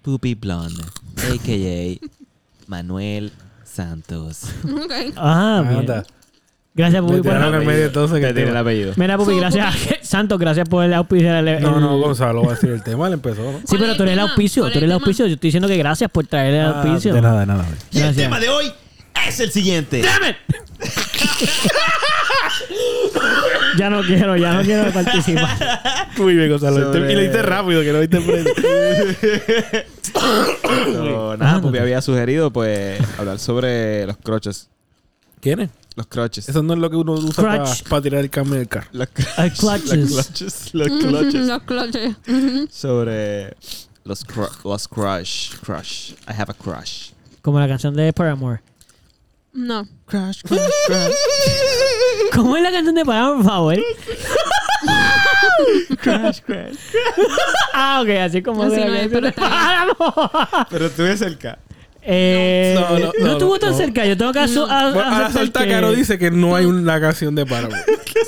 Speaker 4: Puppy Blonde, a.k.a. Manuel Santos.
Speaker 2: Ok.
Speaker 3: Ah, bien.
Speaker 1: Anda,
Speaker 3: Gracias, Pupi.
Speaker 1: te
Speaker 3: por-
Speaker 1: tiraron en medio entonces que te-
Speaker 4: apellido.
Speaker 3: Mira, Pupi, gracias. Santos, gracias por el auspicio. el- el-
Speaker 1: No, no, Gonzalo va a decir el tema, le empezó, ¿no?
Speaker 3: Sí, pero tú eres el
Speaker 2: ¿Cuál es el
Speaker 3: auspicio.
Speaker 2: tema?
Speaker 3: Tú
Speaker 2: ¿Cuál es
Speaker 3: eres el
Speaker 2: el
Speaker 3: auspicio. Yo estoy diciendo que gracias por traer el auspicio.
Speaker 1: Ah, de nada, de nada.
Speaker 4: Y el
Speaker 3: Gracias.
Speaker 4: tema de hoy es el siguiente.
Speaker 3: Ya no quiero, ya no quiero participar.
Speaker 1: Muy bien, Gonzalo.
Speaker 4: Sobre-
Speaker 1: Y lo hice rápido, que lo viste
Speaker 4: So,
Speaker 3: Ah,
Speaker 4: nada,
Speaker 3: no
Speaker 4: Pupi
Speaker 3: te-
Speaker 4: había sugerido pues hablar sobre los croches.
Speaker 1: ¿Quién es?
Speaker 4: Los croches.
Speaker 1: Eso no es lo que uno usa para
Speaker 3: Crutch.
Speaker 1: tirar el cambio del carro.
Speaker 4: Los
Speaker 3: Ay,
Speaker 4: croches.
Speaker 3: clutches.
Speaker 4: Los clutches. Los clutches.
Speaker 2: Los cloches.
Speaker 4: sobre los, cru- los crush. Crush. I have a crush.
Speaker 3: Como la canción de Paramore.
Speaker 2: No.
Speaker 4: Crush, crush, crush.
Speaker 3: ¿Cómo es la canción de Paramore, por favor?
Speaker 4: crush, crush.
Speaker 3: Ah, ok, así como
Speaker 2: Así
Speaker 3: de
Speaker 2: no
Speaker 3: la
Speaker 2: es,
Speaker 3: canción
Speaker 2: pero
Speaker 3: de
Speaker 2: está
Speaker 3: Paramore.
Speaker 4: Pero estuve cerca.
Speaker 3: Eh,
Speaker 1: No, no, no,
Speaker 3: estuvo tan
Speaker 1: no.
Speaker 3: cerca. Yo tengo que asu-
Speaker 1: Bueno, a
Speaker 3: a-
Speaker 1: la
Speaker 3: aceptar
Speaker 1: solta
Speaker 3: que-
Speaker 1: Caro dice que no hay una canción de páramo.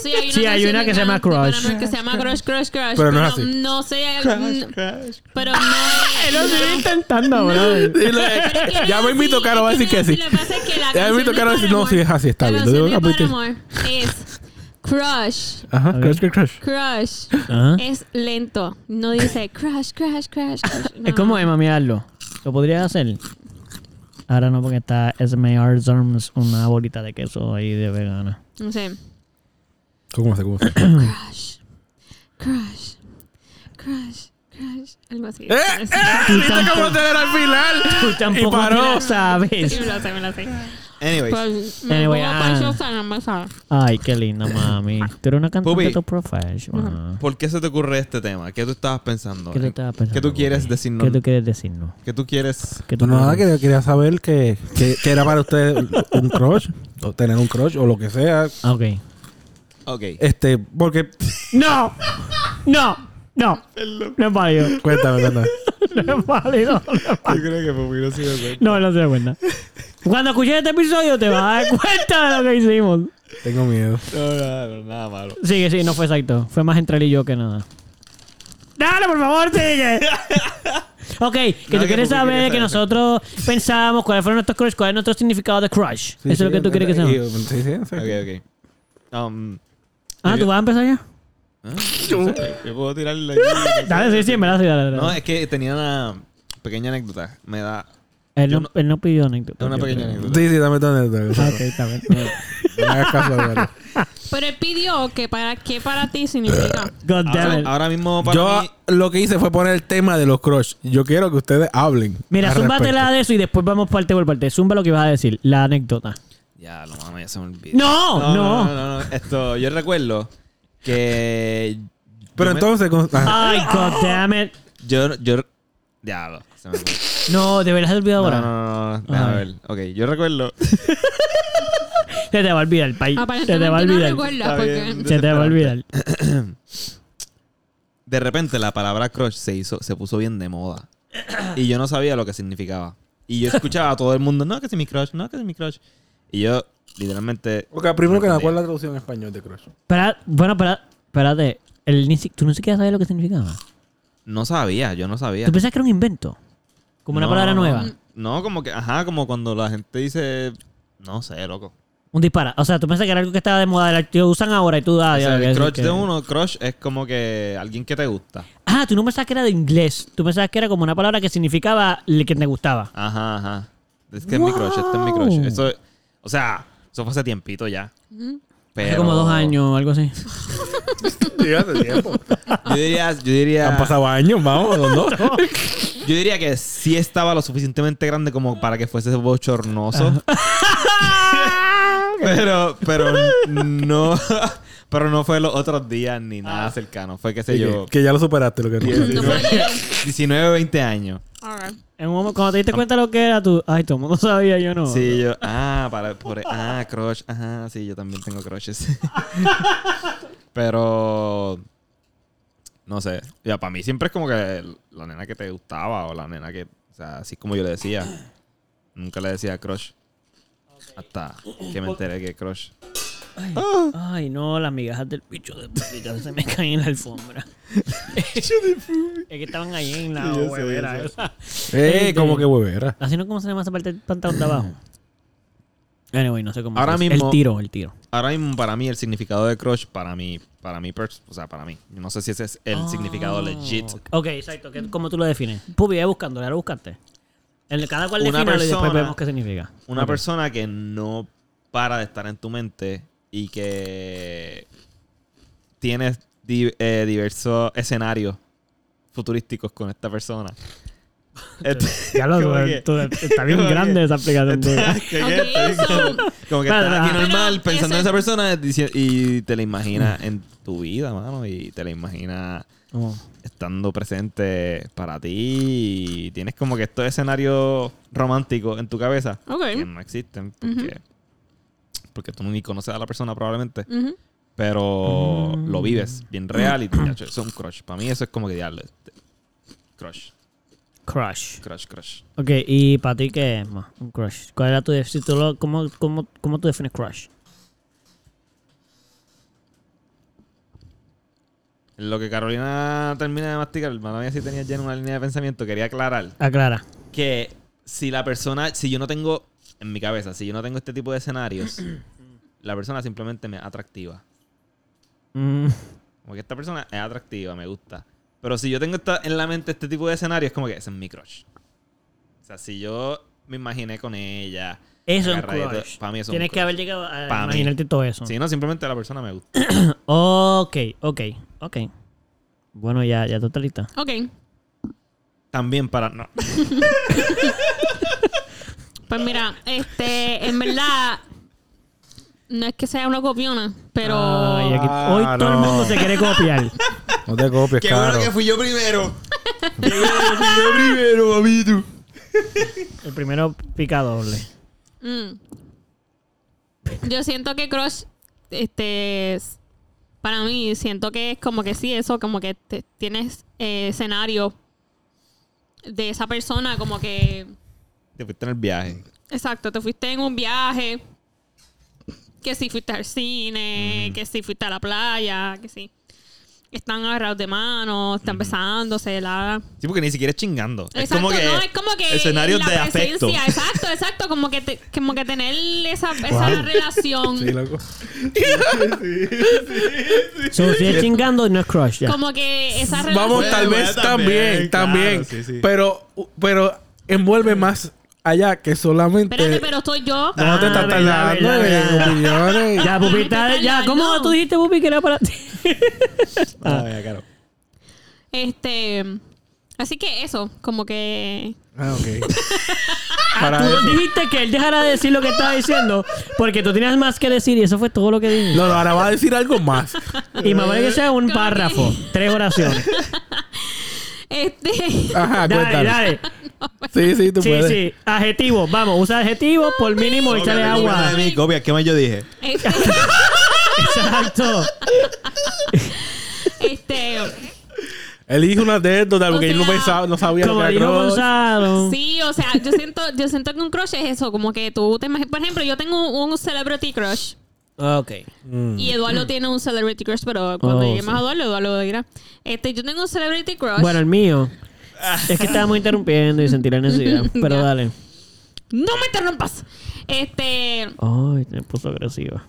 Speaker 2: Sí, hay una,
Speaker 3: Sí, hay
Speaker 2: canción
Speaker 3: una que se llama
Speaker 2: de Paramore
Speaker 3: Crush.
Speaker 2: Que se llama Crush, Crush, Crush.
Speaker 1: Pero no es así.
Speaker 2: No sé. mm,
Speaker 4: crush.
Speaker 2: Pero no.
Speaker 3: Él lo sigue
Speaker 2: no.
Speaker 3: intentando, bro.
Speaker 1: ya me invito, Caro va a decir que sí.
Speaker 2: Lo que pasa es que la
Speaker 1: Ya me invito,
Speaker 2: canción de
Speaker 1: Caro va a decir, no,
Speaker 2: Paramore-
Speaker 1: sí, es así, está
Speaker 2: la
Speaker 1: bien. Lo
Speaker 2: canción
Speaker 1: digo
Speaker 2: de
Speaker 1: rápido.
Speaker 2: Paramore es Crush,
Speaker 1: Ajá,
Speaker 3: ver.
Speaker 1: crush, crush, crush.
Speaker 2: Crush.
Speaker 3: Ajá.
Speaker 2: Es lento. No dice Crush, Crush, Crush. crush. No,
Speaker 3: Es como
Speaker 2: no.
Speaker 3: Emma, mirarlo. ¿Lo podrías hacer? Ahora no, porque está SMR Zorms, una bolita de queso ahí de vegana.
Speaker 2: No sé.
Speaker 1: ¿Cómo hace? ¿Cómo hace?
Speaker 2: Crush, Crush, Crush, Crush. Algo así.
Speaker 1: ¡Eh!
Speaker 2: Sí,
Speaker 1: ¿Viste cómo te era al
Speaker 3: Tú
Speaker 1: final?
Speaker 3: tampoco
Speaker 1: Y paró.
Speaker 3: te la sabes.
Speaker 2: me lo sé, me lo sé.
Speaker 4: Anyways.
Speaker 2: Pues, me
Speaker 3: Anyway,
Speaker 2: pongo
Speaker 3: ah.
Speaker 2: pachosa, no me sabe.
Speaker 3: Ay, qué linda, mami. Tú eres una cantante
Speaker 4: Pupi.
Speaker 3: top professional.
Speaker 4: ¿Por qué se te ocurre este tema? ¿Qué tú estabas pensando?
Speaker 3: ¿Qué tú estabas pensando?
Speaker 4: ¿Qué tú quieres
Speaker 3: Pupi?
Speaker 4: decirnos?
Speaker 3: ¿Qué tú quieres decirnos?
Speaker 4: ¿Qué tú quieres?
Speaker 3: ¿Qué tú
Speaker 1: No, nada,
Speaker 3: quieres?
Speaker 1: que quería saber que, que, que era para usted un crush, o tener un crush, o lo que sea.
Speaker 3: Ah, Ok.
Speaker 4: Ok.
Speaker 1: Este, porque.
Speaker 3: ¡No! ¡No! ¡No! No es válido.
Speaker 1: Cuéntame, cuéntame.
Speaker 3: No es válido.
Speaker 4: Yo creo que Pupi no se dio cuenta.
Speaker 3: No, no se da cuenta. Cuando escuches este episodio te vas a dar cuenta de lo que hicimos.
Speaker 1: Tengo miedo.
Speaker 4: No, no, no, nada malo.
Speaker 3: Sí, que sí, no fue exacto. Fue más entre él y yo que nada. Dale, por favor, sigue. ok, que
Speaker 4: No,
Speaker 3: tú
Speaker 4: que
Speaker 3: quieres
Speaker 4: tú
Speaker 3: saber que
Speaker 4: quieres saber.
Speaker 3: nosotros pensamos cuáles fueron nuestros crush, cuál es nuestro significado de crush. Eso es lo que tú quieres que sea.
Speaker 1: Sí, sí, sí. sí.
Speaker 4: Ok, ok. Um,
Speaker 3: Ah, ¿tú vas a empezar ya?
Speaker 4: ah, no sé, yo puedo tirarle. aquí.
Speaker 3: Dale, sí, sí, en verdad, sí, dale, dale.
Speaker 4: No, es que tenía una pequeña anécdota. Me da
Speaker 3: Él
Speaker 4: Yo
Speaker 3: no, él no pidió anécdota.
Speaker 4: Es una
Speaker 3: yo
Speaker 4: pequeña
Speaker 3: creo.
Speaker 4: anécdota.
Speaker 1: Sí, sí, dame tu
Speaker 3: Ah,
Speaker 1: anécdota.
Speaker 3: ok, está bien.
Speaker 1: No hagas caso, Álvaro.
Speaker 2: Pero él pidió que para qué para ti significa.
Speaker 3: God damn
Speaker 4: Ahora,
Speaker 3: it.
Speaker 4: ahora mismo para
Speaker 1: Yo
Speaker 4: mí...
Speaker 1: lo que hice fue poner el tema de los crush. Yo quiero que ustedes hablen.
Speaker 3: Mira,
Speaker 1: al
Speaker 3: zúmbate
Speaker 1: respecto.
Speaker 3: la de eso y después vamos parte por parte. Zumba lo que vas a decir, la anécdota.
Speaker 4: Ya, lo mano, ya se me olvidó.
Speaker 3: ¡No! Oh, ¡No!
Speaker 4: no, no, no, no. Esto, yo recuerdo que...
Speaker 1: Pero
Speaker 4: yo me-
Speaker 1: entonces... con- ajá.
Speaker 3: ¡Ay, god damn it! Yo,
Speaker 4: yo... Diablo, se me fue.
Speaker 3: No, te verás olvidado
Speaker 4: No,
Speaker 3: ahora.
Speaker 4: no, no, no, déjame
Speaker 3: Ay.
Speaker 4: ver. Ok, yo recuerdo...
Speaker 3: Se te va a olvidar, pay. Se te va a
Speaker 2: Aparentemente no
Speaker 3: olvidar.
Speaker 2: recuerda
Speaker 4: Está
Speaker 2: porque
Speaker 4: bien.
Speaker 3: Se te va a olvidar.
Speaker 4: De repente la palabra crush se hizo, se puso bien de moda. Y yo no sabía lo que significaba. Y yo escuchaba a todo el mundo, no, que si mi crush, no, que si mi crush. Y yo, literalmente...
Speaker 1: Ok, primero que nada, ¿cuál es la traducción en español de crush?
Speaker 3: Espera, bueno, espera, espérate. El, ni si- ¿Tú no siquiera sabías lo que significaba?
Speaker 4: No sabía, yo no sabía.
Speaker 3: ¿Tú pensabas que era un invento? Como una
Speaker 4: No,
Speaker 3: palabra
Speaker 4: no,
Speaker 3: nueva.
Speaker 4: No, como que, ajá, como cuando la gente dice, no sé, loco.
Speaker 3: Un dispara. O sea, tú pensabas que era algo que estaba de moda, era- que usan ahora y tú... Ah,
Speaker 4: O
Speaker 3: diablo,
Speaker 4: sea,
Speaker 3: que
Speaker 4: el
Speaker 3: es
Speaker 4: crush
Speaker 3: que-
Speaker 4: de uno, crush es como que alguien que te gusta.
Speaker 3: Ah, tú no pensabas que era de inglés. Tú pensabas que era como una palabra que significaba el que te gustaba.
Speaker 4: Ajá, ajá. Es que es mi crush, este es mi
Speaker 3: Wow.
Speaker 4: crush. Eso, o sea, eso fue hace tiempito ya. Pero...
Speaker 3: Hace como dos años o algo así.
Speaker 4: Yo diría, yo diría...
Speaker 1: Han pasado años, vamos, los dos.
Speaker 4: Yo diría que sí estaba lo suficientemente grande como para que fuese bochornoso. pero, pero no. Pero no fue los otros días ni nada cercano. Fue, qué sé
Speaker 1: Sí,
Speaker 4: yo,
Speaker 1: que, que ya lo superaste, lo que no.
Speaker 2: No fue
Speaker 4: 19,
Speaker 2: ayer.
Speaker 4: 19, 20 años.
Speaker 2: Alright.
Speaker 3: En un momento- cuando te diste cuenta lo que era tú... Ay, todo el mundo sabía, yo Oh, no.
Speaker 4: Sí, yo. Ah, para, por, ah, crush. Ajá, sí, yo también tengo crushes. pero. No sé. Ya, para mí siempre es como que la nena que te gustaba o la nena que. O sea, así como yo le decía. Nunca le decía crush. Hasta que me enteré que crush.
Speaker 3: Ay, no, las migajas del bicho de puta se me caen en la alfombra. es que estaban ahí en la
Speaker 4: Sí, yo sé,
Speaker 3: huevera.
Speaker 4: yo sé.
Speaker 3: esa.
Speaker 1: Eh, como que huevera.
Speaker 3: Así no como se llama esa parte del pantalón de abajo. Anyway, no sé cómo.
Speaker 4: Ahora
Speaker 3: se dice.
Speaker 4: mismo-
Speaker 3: El tiro, el tiro.
Speaker 4: Ahora mismo, para mí, el significado de crush, para mí, para mí, pers- o sea, para mí. Yo No sé si ese es el significado legit.
Speaker 3: Ah. Ok, exacto. que- ¿Cómo tú lo defines? Pupi, ve buscándolo, ya lo buscaste. El- Cada cual
Speaker 4: Una
Speaker 3: define y después
Speaker 4: persona-
Speaker 3: vemos qué significa.
Speaker 4: Una
Speaker 3: Ok.
Speaker 4: persona que no para de estar en tu mente y que tienes di- eh, diversos escenarios futurísticos con esta persona. Este-
Speaker 3: Ya lo
Speaker 4: como
Speaker 3: tú-
Speaker 4: que-
Speaker 3: tú- Está bien
Speaker 4: como que-
Speaker 3: grande esa aplicación.
Speaker 4: este-
Speaker 3: tuya.
Speaker 4: que- que
Speaker 2: Ok,
Speaker 4: está-
Speaker 2: eso-
Speaker 4: Como que
Speaker 3: Pero-
Speaker 4: estás aquí
Speaker 3: pero
Speaker 4: normal pensando
Speaker 2: ese-
Speaker 4: en esa persona dici- y te la imaginas en tu vida, mano, y te la imaginas
Speaker 3: Oh.
Speaker 4: estando presente para ti y tienes como que estos escenarios románticos en tu cabeza
Speaker 2: Ok.
Speaker 4: que no existen porque, porque tú ni conoces a la persona probablemente,
Speaker 2: Ujú.
Speaker 4: pero lo vives bien real y te- eso es un crush. Para mí eso es como que diablo. este, Crush,
Speaker 3: Crush.
Speaker 4: crush, crush.
Speaker 3: Ok, y para ti, ¿qué es más? Un crush. ¿Cuál era tu def- si tú lo- cómo, cómo, ¿Cómo tú defines crush?
Speaker 4: En Lo que Carolina termina de masticar, el hermano mío sí tenía llena una línea de pensamiento, quería aclarar
Speaker 3: Aclara.
Speaker 4: que si la persona, si yo no tengo, en mi cabeza, si yo no tengo este tipo de escenarios, la persona simplemente me es atractiva.
Speaker 3: Mm,
Speaker 4: Como que esta persona es atractiva, me gusta. Pero si yo tengo esta- en la mente este tipo de escenario, es como que ese es mi crush. O sea, si yo me imaginé con ella.
Speaker 3: Eso es un
Speaker 4: agarradito,
Speaker 3: crush.
Speaker 4: Para mí eso es un
Speaker 3: Tienes que
Speaker 4: crush.
Speaker 3: haber llegado a
Speaker 4: Pa' mí.
Speaker 3: imaginarte todo eso.
Speaker 4: Sí, no, simplemente la persona me gusta.
Speaker 3: Ok, ok, ok. Bueno, ya, ya tú estás lista.
Speaker 2: Ok.
Speaker 4: También para. No.
Speaker 2: Pues mira, este, en verdad, no es que sea una copiona, pero.
Speaker 3: Ay, aquí-
Speaker 1: Ah,
Speaker 3: hoy todo el
Speaker 1: no.
Speaker 3: mundo se quiere copiar.
Speaker 1: No te copies, caro.
Speaker 4: fui yo primero! ¡Qué bueno que fui yo primero, mamito!
Speaker 3: El primero pica doble.
Speaker 2: Mm. Yo siento que Crush, este, es- para mí, siento que es como que sí, eso, como que te- tienes eh, escenario de esa persona, como que,
Speaker 4: Te fuiste en el viaje.
Speaker 2: exacto, te fuiste en un viaje, que sí fuiste al cine, que sí fuiste a la playa, que sí. Están agarrados de manos, están besándose, la...
Speaker 4: Sí, porque ni siquiera es chingando. es
Speaker 2: Exacto,
Speaker 4: como que.
Speaker 2: no, es como que
Speaker 4: Escenarios
Speaker 2: la
Speaker 4: de afecto.
Speaker 2: presencia, Exacto, exacto, como que, te- como que tener esa, esa relación.
Speaker 1: Sí, loco.
Speaker 3: So, si es chingando, no es crush. Ya.
Speaker 2: Como que esa relación.
Speaker 1: Vamos, tal
Speaker 4: Bueno,
Speaker 1: vez también,
Speaker 4: también, claro,
Speaker 1: también.
Speaker 4: sí, sí.
Speaker 1: Pero, pero envuelve más allá que solamente.
Speaker 2: Espérate, pero soy yo.
Speaker 1: No te estás
Speaker 3: Ah, verdad,
Speaker 1: tardando eh.
Speaker 3: verdad,
Speaker 1: en
Speaker 3: verdad.
Speaker 1: opiniones.
Speaker 3: Ya, Pupi, está- ya, ¿cómo
Speaker 2: No.
Speaker 3: tú dijiste, Pupi, que era para ti?
Speaker 4: Ah, ya, claro.
Speaker 2: Este. Así que eso, como que.
Speaker 1: Ah, ok.
Speaker 3: Tú
Speaker 4: Ah,
Speaker 1: Para eso.
Speaker 3: dijiste que él dejara de decir lo que estaba diciendo porque tú tenías más que decir y eso fue todo lo que dijiste.
Speaker 1: No, no, ahora va a decir algo más.
Speaker 3: Y más vale que sea un
Speaker 2: Como que-
Speaker 3: párrafo, tres oraciones.
Speaker 2: Este.
Speaker 1: Ajá,
Speaker 3: Dale,
Speaker 1: Ah, cuéntalo.
Speaker 3: dale.
Speaker 1: Sí, sí, tú
Speaker 3: Sí,
Speaker 1: puedes.
Speaker 3: sí. Adjetivo. Vamos, usa adjetivo por mínimo échale
Speaker 4: Copia,
Speaker 3: agua.
Speaker 4: copia de mí, copia. ¿Qué más yo dije?
Speaker 2: Este.
Speaker 3: Exacto.
Speaker 2: este
Speaker 1: Él dijo una anécdota porque
Speaker 2: O
Speaker 1: él no,
Speaker 2: sea,
Speaker 1: pensaba, no sabía lo
Speaker 3: Como
Speaker 1: que
Speaker 3: dijo
Speaker 1: era Cross.
Speaker 3: Gonzalo.
Speaker 2: sí, o sea, yo siento, yo siento que un crush es eso, como que tú te imaginas. Por ejemplo, yo tengo un celebrity crush.
Speaker 3: Ok.
Speaker 4: Mm.
Speaker 2: Y Eduardo tiene un celebrity crush, pero cuando
Speaker 3: Oh,
Speaker 2: lleguemos
Speaker 3: sí.
Speaker 2: a Eduardo, Eduardo lo dirá. Este, yo tengo un celebrity crush.
Speaker 3: Bueno, el mío. Es que estábamos interrumpiendo y sentí la necesidad. Pero
Speaker 2: Ya.
Speaker 3: dale.
Speaker 2: ¡No me interrumpas! Este,
Speaker 3: Ay, me puso agresiva.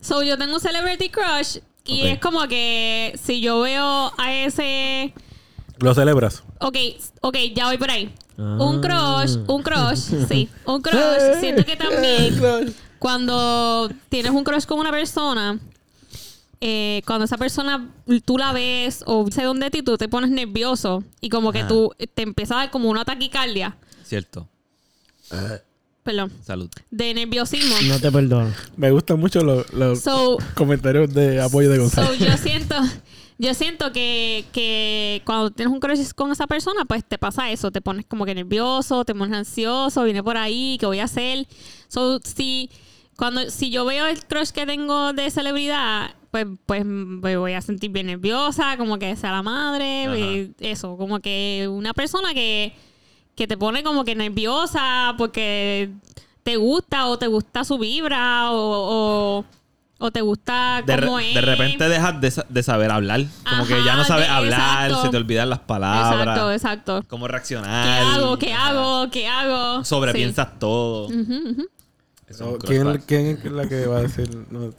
Speaker 2: so yo tengo un celebrity crush y
Speaker 4: Ok.
Speaker 2: es como que si yo veo a ese...
Speaker 1: Lo celebras.
Speaker 2: Ok, ok, ya voy por ahí.
Speaker 3: Ah.
Speaker 2: Un crush, un crush, sí. Un crush, siento que también...
Speaker 1: Eh,
Speaker 2: cuando tienes un crush con una persona, eh, cuando esa persona tú la ves o sé dónde ti, tú te pones nervioso y como que
Speaker 4: Ajá.
Speaker 2: tú te empieza a dar como una taquicardia,
Speaker 4: Cierto.
Speaker 2: perdón,
Speaker 4: Salud.
Speaker 2: de nerviosismo.
Speaker 3: No te perdono.
Speaker 1: Me gustan mucho los, los
Speaker 2: So,
Speaker 1: comentarios de apoyo de Gonzalo.
Speaker 2: so yo siento, yo siento que, que cuando tienes un crush con esa persona, pues te pasa eso, te pones como que nervioso, te pones ansioso, viene por ahí, ¿qué voy a hacer? So, si, cuando, si yo veo el crush que tengo de celebridad, pues, pues me voy a sentir bien nerviosa, como que sea la madre,
Speaker 4: Ajá.
Speaker 2: eh, eso, como que una persona que, que te pone como que nerviosa porque te gusta o te gusta su vibra o, o, o te gusta
Speaker 4: De, re-
Speaker 2: cómo es.
Speaker 4: de repente dejas de, sa- de saber hablar. Como que
Speaker 2: Ajá,
Speaker 4: ya no sabes
Speaker 2: de-
Speaker 4: hablar,
Speaker 2: exacto.
Speaker 4: se te olvidan las palabras.
Speaker 2: Exacto, exacto.
Speaker 4: Cómo
Speaker 2: ¿Qué
Speaker 4: reaccionar.
Speaker 2: hago? ¿Qué hago? ¿Qué hago?
Speaker 4: Ajá. Sobrepiensas todo. Eso es un
Speaker 1: Oh, ¿Quién,
Speaker 4: crossbar.
Speaker 1: ¿Quién es la que va a decir? No,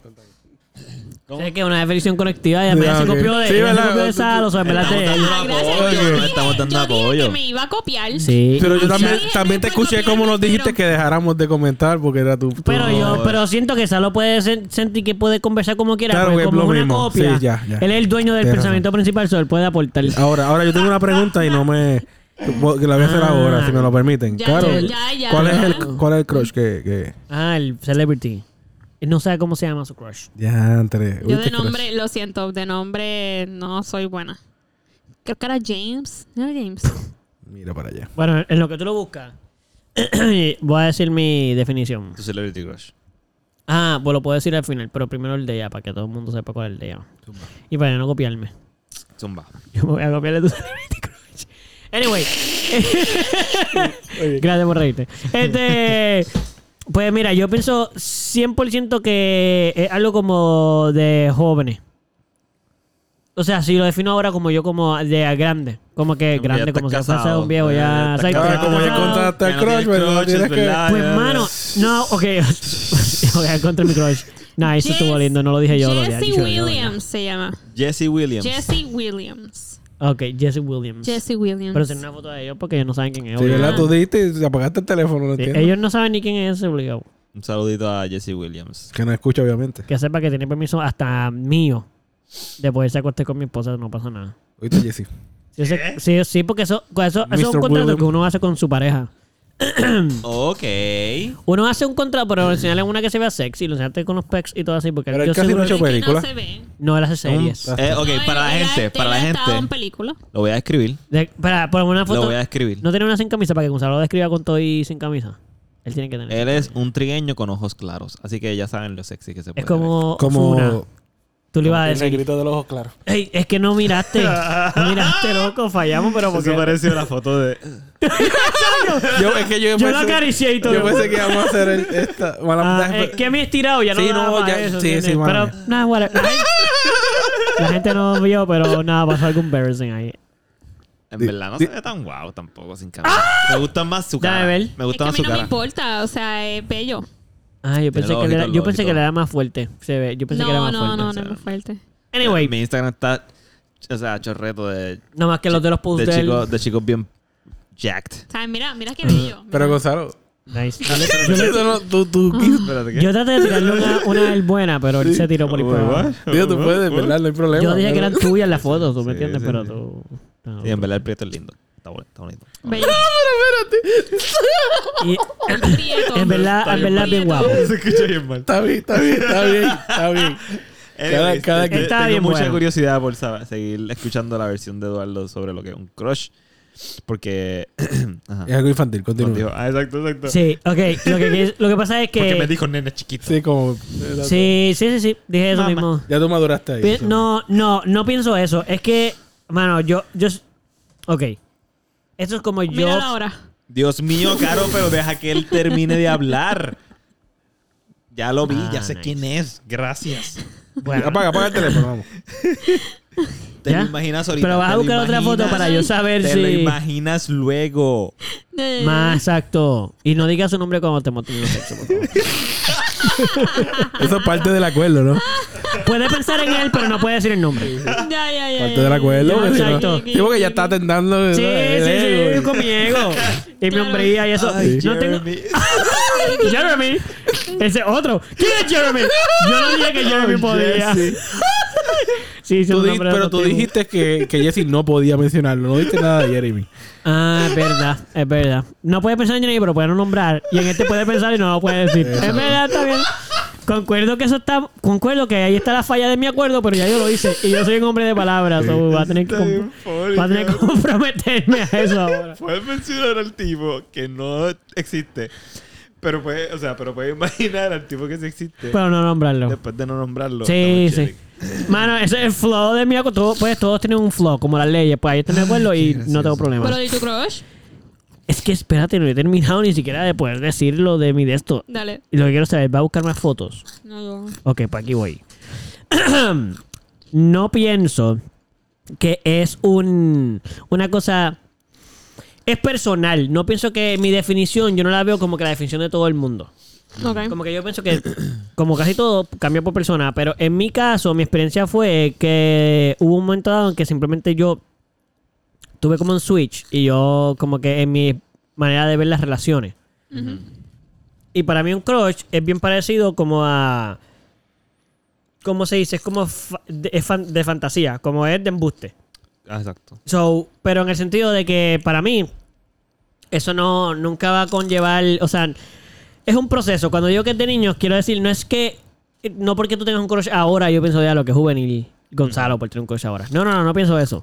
Speaker 4: ¿Cómo?
Speaker 3: Es que es una definición colectiva y además
Speaker 1: Ya,
Speaker 3: se
Speaker 1: ok.
Speaker 3: copió de
Speaker 1: Sí,
Speaker 3: ella se
Speaker 1: ¿verdad?
Speaker 3: copió de Salo, o sea, ¿verdad?
Speaker 4: Estamos
Speaker 3: de
Speaker 4: dando
Speaker 3: él.
Speaker 2: Ah,
Speaker 4: apoyo,
Speaker 2: gracias. Yo
Speaker 4: no
Speaker 2: dije-
Speaker 4: estamos dando
Speaker 2: yo dije
Speaker 4: apoyo.
Speaker 2: que me iba a copiar.
Speaker 3: Sí.
Speaker 1: Pero yo
Speaker 2: Sí.
Speaker 1: también,
Speaker 2: Sí,
Speaker 1: también te
Speaker 2: no fue
Speaker 1: escuché como nos dijiste
Speaker 2: copiando,
Speaker 1: que dejáramos de comentar porque era tu... tu-
Speaker 3: Pero yo,
Speaker 4: No.
Speaker 3: pero siento que Salo puede sen- sentir que puede conversar como quiera,
Speaker 1: Claro,
Speaker 3: porque
Speaker 1: es
Speaker 3: como
Speaker 1: lo
Speaker 3: es una
Speaker 1: mismo.
Speaker 3: copia,
Speaker 1: Sí, ya, ya.
Speaker 3: él es el dueño del
Speaker 1: Tienes Ah.
Speaker 3: pensamiento principal, so él puede aportar.
Speaker 1: Ahora, ahora yo tengo una pregunta y no me... Que la voy a hacer
Speaker 3: Ah.
Speaker 1: ahora, si me lo permiten.
Speaker 2: Ya,
Speaker 1: claro.
Speaker 2: ya, ya,
Speaker 1: ¿cuál,
Speaker 2: ya.
Speaker 1: Es el, ¿Cuál es el crush que...? que...
Speaker 3: Ah, el celebrity. Él no sabe cómo se llama su crush.
Speaker 1: Ya, entre...
Speaker 2: Yo de nombre, lo siento, de nombre no soy buena. Creo que era James. ¿No era James?
Speaker 1: Mira para allá.
Speaker 3: Bueno, en lo que tú lo buscas, voy a decir mi definición.
Speaker 4: Tu celebrity crush.
Speaker 3: Ah, pues lo puedo decir al final, pero primero el de ella, para que todo el mundo sepa cuál es el de ella. Y para no copiarme.
Speaker 4: Zumba.
Speaker 3: Yo me voy a copiar de tu celebrity crush. Anyway. Gracias por reírte. Este, pues mira, yo pienso 100% que es algo como de jóvenes. O sea, si lo defino ahora como yo, como de grande. Como que
Speaker 4: Ya
Speaker 3: grande,
Speaker 4: estás
Speaker 3: como se
Speaker 4: casado. Eh,
Speaker 3: pasa un viejo ya.
Speaker 4: estás
Speaker 3: ¿sabes?
Speaker 1: casado.
Speaker 3: Como
Speaker 1: Como le
Speaker 3: casado.
Speaker 1: contaste
Speaker 4: Ya
Speaker 1: al
Speaker 4: no
Speaker 1: crush,
Speaker 4: tienes
Speaker 1: pero no
Speaker 4: crushes,
Speaker 1: tienes que-
Speaker 4: ¿verdad?
Speaker 3: Pues
Speaker 4: Ya, ya.
Speaker 3: mano, no, ok. voy a contra mi crush. No, eso estuvo
Speaker 2: Jess-
Speaker 3: lindo, no lo dije yo. lo había
Speaker 2: Jesse
Speaker 3: dicho yo,
Speaker 2: Williams se llama.
Speaker 4: Jesse Williams.
Speaker 2: Jesse Williams.
Speaker 3: ¿verdad? Ok, Jesse Williams.
Speaker 2: Jesse Williams.
Speaker 3: Pero sin una foto de ellos porque ellos no saben quién es.
Speaker 1: Sí,
Speaker 3: obvio.
Speaker 1: ¿verdad? Tú dijiste y apagaste el teléfono, no
Speaker 3: Sí,
Speaker 1: entiendo.
Speaker 3: ellos no saben ni quién es ese obligado.
Speaker 4: Un saludito a Jesse Williams.
Speaker 1: Que no escucha, obviamente.
Speaker 3: Que sepa que tiene permiso hasta mío de poderse acostar con mi esposa, no pasa nada.
Speaker 1: Oíste, Jesse.
Speaker 3: Sí, eso- sí, sí, porque eso, eso, eso es
Speaker 1: Mr.
Speaker 3: un contrato
Speaker 1: William.
Speaker 3: que uno hace con su pareja.
Speaker 4: Ok.
Speaker 3: Uno hace un contrato, pero enseñarle una que se vea sexy, lo enseñaste con los pecs y todo así, porque
Speaker 1: Pero él
Speaker 3: yo
Speaker 1: casi
Speaker 3: seguro-
Speaker 1: no ha hecho
Speaker 2: Es que
Speaker 1: película.
Speaker 2: No se ve.
Speaker 3: No, él hace series.
Speaker 1: Un-
Speaker 4: Eh, ok,
Speaker 2: No,
Speaker 4: para la
Speaker 2: él- él
Speaker 4: gente,
Speaker 2: ha-
Speaker 4: para la
Speaker 2: él ha estado en
Speaker 4: gente.
Speaker 2: película.
Speaker 4: Lo voy a escribir.
Speaker 3: De- para, por una
Speaker 4: Lo
Speaker 3: foto.
Speaker 4: voy a escribir.
Speaker 3: No tiene una sin camisa para que Gonzalo lo describa con todo y sin camisa. Él tiene que tener.
Speaker 4: Él es un trigueño con ojos claros. Así que ya saben lo sexy que se puede.
Speaker 3: es como. Ozuna.
Speaker 1: Como...
Speaker 3: Tú le ibas a decir.
Speaker 1: grito de los ojos claros.
Speaker 3: "Ey, es que no miraste. No miraste, loco. Fallamos, pero porque.
Speaker 4: pareció la foto de.
Speaker 1: Yo, es que yo,
Speaker 3: Yo lo acaricié y todo.
Speaker 1: Yo pensé que íbamos a hacer el- esta. mala-
Speaker 3: Ah, es que me he estirado ya no
Speaker 1: Sí,
Speaker 3: daba
Speaker 1: no,
Speaker 3: para
Speaker 1: ya-
Speaker 3: eso,
Speaker 1: sí,
Speaker 3: ¿entiendes?
Speaker 1: sí, mala
Speaker 3: pero nada bueno, la, gente, la gente no vio pero nada pasó algo embarrassing ahí
Speaker 4: En
Speaker 1: Di-
Speaker 4: verdad no
Speaker 1: di-
Speaker 4: se ve tan guau tampoco sin camisa.
Speaker 3: ¡Ah!
Speaker 4: Me gusta más su
Speaker 3: Dame
Speaker 4: cara.
Speaker 3: ver.
Speaker 4: Me
Speaker 2: Es que
Speaker 4: gusta
Speaker 2: a
Speaker 4: más
Speaker 2: mí
Speaker 4: su
Speaker 2: no me
Speaker 4: cara.
Speaker 2: importa, o sea, es bello.
Speaker 3: ah yo
Speaker 4: Tiene
Speaker 3: pensé
Speaker 4: los
Speaker 3: que le era,
Speaker 4: ojitos,
Speaker 3: yo
Speaker 4: los
Speaker 3: pensé que
Speaker 4: ojitos.
Speaker 3: le era más fuerte se ve yo pensé que era
Speaker 2: No,
Speaker 3: más
Speaker 2: no,
Speaker 3: fuerte
Speaker 2: no,
Speaker 4: o
Speaker 2: no
Speaker 4: sea.
Speaker 2: es muy fuerte.
Speaker 3: anyway
Speaker 4: Mi Instagram está. O sea, chorreto de.
Speaker 3: no más que los de los posts
Speaker 4: de
Speaker 3: de él.
Speaker 4: chicos, de chicos bien. jacked.
Speaker 2: ¿Sabes? Mira, mira qué bello.
Speaker 1: Pero Gonzalo,
Speaker 3: Nice.
Speaker 1: eso no- tú, tú, tú-
Speaker 4: Espérate, ¿qué?
Speaker 3: Yo traté de tirarle una, una del buena, pero él se tiró por ahí
Speaker 4: Uy,
Speaker 3: por abajo.
Speaker 4: what?
Speaker 1: digo, tú puedes,
Speaker 4: Uy,
Speaker 1: ¿verdad? No hay problema.
Speaker 3: Yo dije que eran
Speaker 1: pero-
Speaker 3: tuyas las fotos, tú me
Speaker 4: Sí,
Speaker 3: entiendes,
Speaker 4: sí,
Speaker 3: pero
Speaker 4: sí.
Speaker 3: tú. no.
Speaker 4: Sí, en verdad el prieto es lindo. Está bueno, está bonito.
Speaker 2: Bello.
Speaker 3: Y-
Speaker 2: Prieto.
Speaker 3: en verdad, en verdad, bien guapo.
Speaker 4: Se escucha bien mal.
Speaker 1: Está bien, está bien, está bien, está bien. Cada- cada
Speaker 3: quien- Está
Speaker 4: tengo
Speaker 3: bien
Speaker 4: mucha
Speaker 3: bueno.
Speaker 4: curiosidad por saber- seguir escuchando la versión de Eduardo sobre lo que es un crush. Porque. Ajá.
Speaker 1: Es algo infantil, continúa.
Speaker 4: Dijo- ah, exacto, exacto.
Speaker 3: Sí, ok. Lo que, lo que pasa es
Speaker 4: Porque me
Speaker 3: que.
Speaker 4: dijo nena chiquita.
Speaker 1: Sí, como. eh,
Speaker 3: Sí, sí, sí, sí. Dije eso
Speaker 4: Mamá.
Speaker 3: mismo.
Speaker 1: Ya tú maduraste ahí.
Speaker 3: Pi-
Speaker 1: eso.
Speaker 3: No, no, no pienso eso. Es que, mano, yo, yo. Ok. Esto es como yo.
Speaker 2: Mira la hora.
Speaker 4: Dios mío, Caro, pero deja que él termine de hablar. Ya lo vi,
Speaker 3: Ah,
Speaker 4: ya sé
Speaker 3: nice.
Speaker 4: quién es. Gracias.
Speaker 3: Bueno,
Speaker 1: Apaga, apaga el teléfono, vamos.
Speaker 4: Te
Speaker 3: ¿Ya?
Speaker 4: lo imaginas ahorita.
Speaker 3: Pero vas
Speaker 4: te
Speaker 3: a
Speaker 4: lo
Speaker 3: buscar otra foto
Speaker 4: imaginas-
Speaker 3: para yo saber
Speaker 4: Te
Speaker 3: si.
Speaker 4: lo imaginas luego.
Speaker 2: Eh,
Speaker 3: Más exacto. Y no digas su nombre cuando te hemos tenido sexo, por favor.
Speaker 1: Eso es parte del acuerdo, ¿no?
Speaker 3: Puede pensar en él, pero no puede decir el nombre.
Speaker 2: Ya, ya, ya, ya.
Speaker 1: Parte del acuerdo.
Speaker 3: Ya,
Speaker 1: porque si no-
Speaker 3: exacto.
Speaker 1: Sí, porque ya está tentando. ¿no?
Speaker 3: Sí,
Speaker 1: El
Speaker 3: sí, sí,
Speaker 1: ego.
Speaker 3: con mi ego. Y mi
Speaker 2: Claro.
Speaker 3: hombría y eso.
Speaker 4: Ay,
Speaker 3: no tengo.
Speaker 4: Jeremy.
Speaker 3: Jeremy. Ese otro. ¿Quién es Jeremy? Yo no dije que Jeremy podía.
Speaker 4: Jesse.
Speaker 3: Sí, sí,
Speaker 1: Oh, Tú
Speaker 3: un
Speaker 1: di-
Speaker 3: nombre
Speaker 1: pero tú
Speaker 3: adoptivo.
Speaker 1: dijiste que, que Jesse no podía mencionarlo. No dijiste nada de Jeremy.
Speaker 3: Ah, es verdad, es verdad. No puede pensar en Jeremy, pero puede no nombrar. Y en este puede pensar y no lo puede decir. es verdad, está bien. Concuerdo que eso está. Concuerdo que ahí está la falla de mi acuerdo, pero ya yo lo hice. Y yo soy un hombre de palabras. so va, a tener que
Speaker 4: Está
Speaker 3: com-
Speaker 4: bien, pobre,
Speaker 3: va a tener que
Speaker 4: cabrón.
Speaker 3: comprometerme a eso ahora.
Speaker 4: Puedes mencionar al tipo que no existe. Pero puedes, o sea, pero puedes imaginar al tipo que sí existe.
Speaker 3: Pero no nombrarlo.
Speaker 4: Después de no nombrarlo.
Speaker 3: Sí,
Speaker 4: estamos
Speaker 3: sí. Mano, ese es el flow de mi acuerdo. Todo- pues todos tienen un flow, como las leyes. Pues ahí están de acuerdo y no tengo problema.
Speaker 2: Pero di tu crush.
Speaker 3: es que espérate, no he terminado ni siquiera de poder decir lo de mi de esto.
Speaker 2: Dale.
Speaker 3: Y lo que quiero saber, va a buscar más fotos.
Speaker 2: No, yo.
Speaker 3: Ok, pues aquí voy. no pienso que es un una cosa es personal. No pienso que mi definición, yo no la veo como que la definición de todo el mundo.
Speaker 2: Ok.
Speaker 3: Como que yo pienso que, como casi todo, cambia por persona. Pero en mi caso, mi experiencia fue que hubo un momento dado en que simplemente yo tuve como un switch y yo, como que en mi manera de ver las relaciones. Y para mí, un crush es bien parecido como a. ¿Cómo se dice? Es como fa- de, es fan- de fantasía, como es de embuste.
Speaker 4: claros. Ah, exacto.
Speaker 3: So, pero en el sentido de que para mí, eso no nunca va a conllevar. O sea, es un proceso. Cuando digo que es de niños, quiero decir, no es que. No porque tú tengas un crush ahora, yo pienso ya lo que es juvenil Gonzalo por tener un crush ahora. No, no, no, no pienso eso.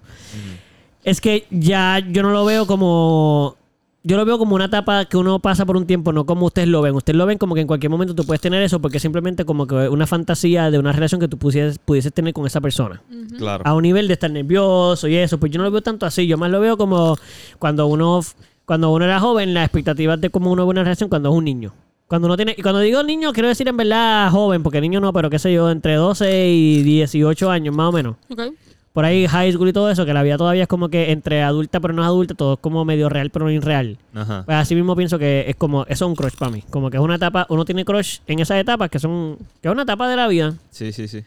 Speaker 3: Es que ya yo no lo veo como. Yo lo veo como una etapa que uno pasa por un tiempo, no como ustedes lo ven. Ustedes lo ven como que en cualquier momento tú puedes tener eso porque es simplemente como que una fantasía de una relación que tú pusieras- pudieses tener con esa persona
Speaker 4: Claro.
Speaker 3: a un nivel de estar nervioso y eso. Pues yo no lo veo tanto así. Yo más lo veo como cuando uno, cuando uno era joven, las expectativas de cómo uno ve una relación cuando es un niño. Cuando uno tiene, y cuando digo niño, quiero decir en verdad joven, porque niño no, pero qué sé yo, entre 12 y 18 años, más o menos.
Speaker 2: Ok.
Speaker 3: Por ahí high school y todo eso, que la vida todavía es como que entre adulta pero no es adulta, todo es como medio real pero no irreal.
Speaker 4: Ajá.
Speaker 3: Pues así mismo pienso que es como, eso es un crush para mí. Como que es una etapa, uno tiene crush en esas etapas que son, que es una etapa de la vida.
Speaker 4: Sí, sí, sí.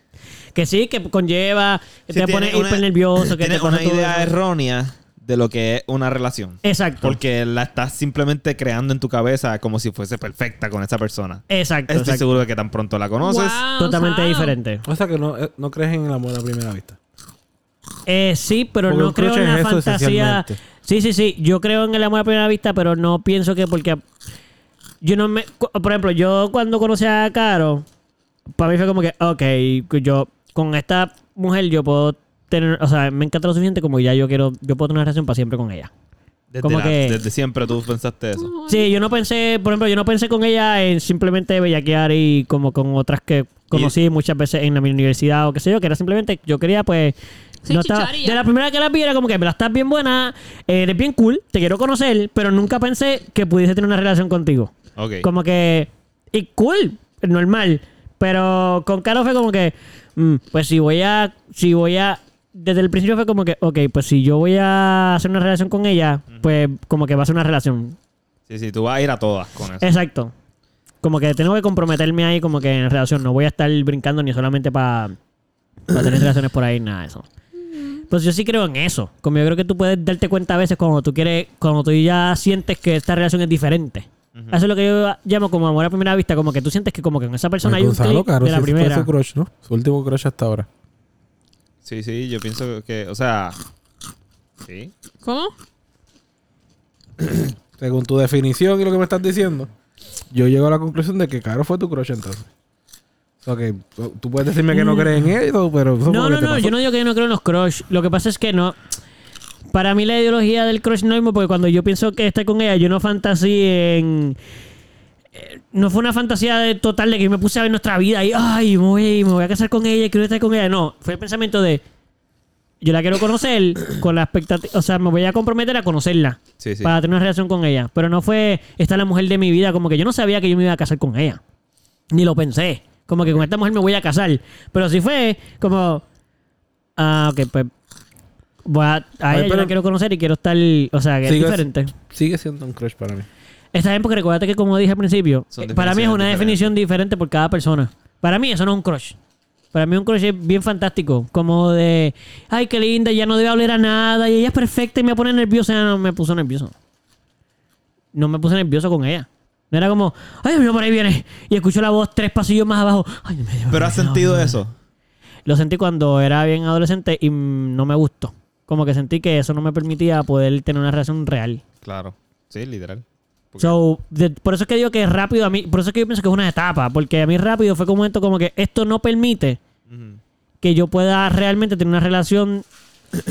Speaker 3: Que sí, que conlleva, que te pone hiper nervioso, que te
Speaker 4: Tienes
Speaker 3: pone
Speaker 4: una
Speaker 3: todo
Speaker 4: idea
Speaker 3: eso. Eh.
Speaker 4: errónea de lo que es una relación.
Speaker 3: Exacto.
Speaker 4: Porque la estás simplemente creando en tu cabeza como si fuese perfecta con esa persona.
Speaker 3: exacto,
Speaker 4: Estoy
Speaker 3: exacto.
Speaker 4: este seguro de que tan pronto la conoces.
Speaker 2: Wow,
Speaker 3: Totalmente
Speaker 2: wow.
Speaker 3: diferente.
Speaker 1: O sea que no, eh, no crees en el amor a primera vista.
Speaker 3: Eh, sí, pero
Speaker 1: Porque
Speaker 3: no
Speaker 1: un
Speaker 3: creo
Speaker 1: crush
Speaker 3: en
Speaker 1: es
Speaker 3: la
Speaker 1: eso,
Speaker 3: fantasía.
Speaker 1: esencialmente.
Speaker 3: Sí, sí, sí. Yo creo en el amor a primera vista, pero no pienso que porque. Yo no me. cu- Por ejemplo, yo cuando conocí a Caro, para mí fue como que, ok, que yo con esta mujer yo puedo tener. O sea, me encanta lo suficiente como ya yo quiero. Yo puedo tener una relación para siempre con ella.
Speaker 4: Desde,
Speaker 3: Como
Speaker 4: la-
Speaker 3: que-
Speaker 4: desde siempre tú pensaste eso.
Speaker 3: Sí, yo no pensé, por ejemplo, yo no pensé con ella en simplemente bellaquear y como con otras que conocí muchas veces en la mi universidad o qué sé yo, que era simplemente, yo quería pues...
Speaker 2: Sí,
Speaker 3: no estaba,
Speaker 2: chichar y ya.
Speaker 3: de la primera que la vi era como que, me la estás bien buena, eh, eres bien cool, te quiero conocer, pero nunca pensé que pudiese tener una relación contigo.
Speaker 4: Ok.
Speaker 3: Como que... Y cool, normal. Pero con Caro fue como que... mm, pues si voy a... Si voy a... Desde el principio fue como que, ok, pues si yo voy a hacer una relación con ella, pues como que va a ser una relación.
Speaker 4: Sí, sí, tú vas a ir a todas con eso.
Speaker 3: Exacto. Como que tengo que comprometerme ahí como que en relación. No voy a estar brincando ni solamente para tener relaciones por ahí, nada de eso. Pero Pues yo sí creo en eso. Como yo creo que tú puedes darte cuenta a veces cuando tú quieres, cuando tú ya sientes que esta relación es diferente. Eso es lo que yo llamo como amor a primera vista, como que tú sientes que como que en esa persona hay un
Speaker 1: Gonzalo,
Speaker 3: click
Speaker 1: claro,
Speaker 3: de la
Speaker 1: sí, fue
Speaker 3: primera.
Speaker 1: su crush, ¿no? Su último crush hasta ahora.
Speaker 4: Sí, sí, yo pienso que, o sea, sí.
Speaker 2: ¿Cómo?
Speaker 1: Según tu definición y lo que me estás diciendo, yo llego a la conclusión de que Caro fue tu crush entonces. O sea, que o- tú puedes decirme que no crees en eso, pero eso fue
Speaker 3: Mm. No,
Speaker 1: lo
Speaker 3: no,
Speaker 1: que te
Speaker 3: no,
Speaker 1: pasó.
Speaker 3: yo no digo que yo no creo en los crush. Lo que pasa es que no. Para mí la ideología del crush no es mismo, porque cuando yo pienso que está con ella, yo no fantasía en. eh, No fue una fantasía de- total de que yo me puse a ver nuestra vida y, ay, me voy, me voy a casar con ella, quiero estar con ella. No, fue el pensamiento de, yo la quiero conocer con la expectativa, o sea, me voy a comprometer a conocerla
Speaker 4: Sí, sí.
Speaker 3: para tener una relación con ella. Pero no fue, esta es la mujer de mi vida, como que yo no sabía que yo me iba a casar con ella. Ni lo pensé. Como que con esta mujer me voy a casar. Pero sí fue como, ah, ok, pues voy a, a
Speaker 1: Ay,
Speaker 3: ella yo
Speaker 1: pero-
Speaker 3: la quiero conocer y quiero estar, o sea, que es
Speaker 1: Sigas-
Speaker 3: diferente.
Speaker 1: Sigue siendo un crush para mí.
Speaker 3: Está bien porque recuérdate que como dije al principio,
Speaker 4: Son
Speaker 3: eh, para mí es una
Speaker 4: definiciones
Speaker 3: definición diferente por cada persona. Para mí eso no es un crush. Para mí un crush es bien fantástico, como de, ay, qué linda, ya no debe hablar a nada, y ella es perfecta y me pone nervioso, Ya no me puso nervioso. No me puse nervioso con ella. No era como, ay, mira, por ahí viene, y escucho la voz tres pasillos más abajo. Ay, Dios mío,
Speaker 4: Pero has
Speaker 3: no,
Speaker 4: sentido
Speaker 3: Ah,
Speaker 4: e-,
Speaker 3: no.
Speaker 4: eso.
Speaker 3: Lo sentí cuando era bien adolescente y mm, no me gustó. Como que sentí que eso no me permitía poder tener una relación real.
Speaker 4: Claro. Sí, literal. Porque-
Speaker 3: So, de- por eso es que digo que rápido a mí, por eso es que yo pienso que es una etapa, porque a mí rápido fue como momento como que esto no permite
Speaker 4: Ujú.
Speaker 3: que yo pueda realmente tener una relación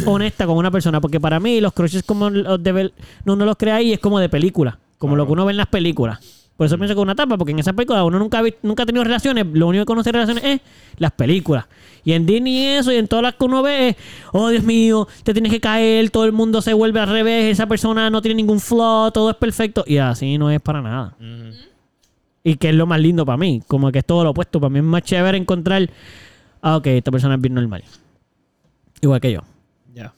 Speaker 3: honesta con una persona, porque para mí los crushes como los de vel- no uno los crea ahí es como de película, como lo que uno ve en las películas. Por eso pienso que es una etapa, porque en esas películas uno nunca ha, vi- nunca ha tenido relaciones, lo único que conoce de relaciones es las películas. Y en Disney y eso, y en todas las que uno ve es, oh Dios mío, te tienes que caer, todo el mundo se vuelve al revés, esa persona no tiene ningún flaw, todo es perfecto, y así no es para nada.
Speaker 4: Ujú.
Speaker 3: Y que es lo más lindo para mí. Como que es todo lo opuesto. Para mí es más chévere encontrar. Ah, ok, esta persona es bien normal. Igual que yo.
Speaker 4: Ya.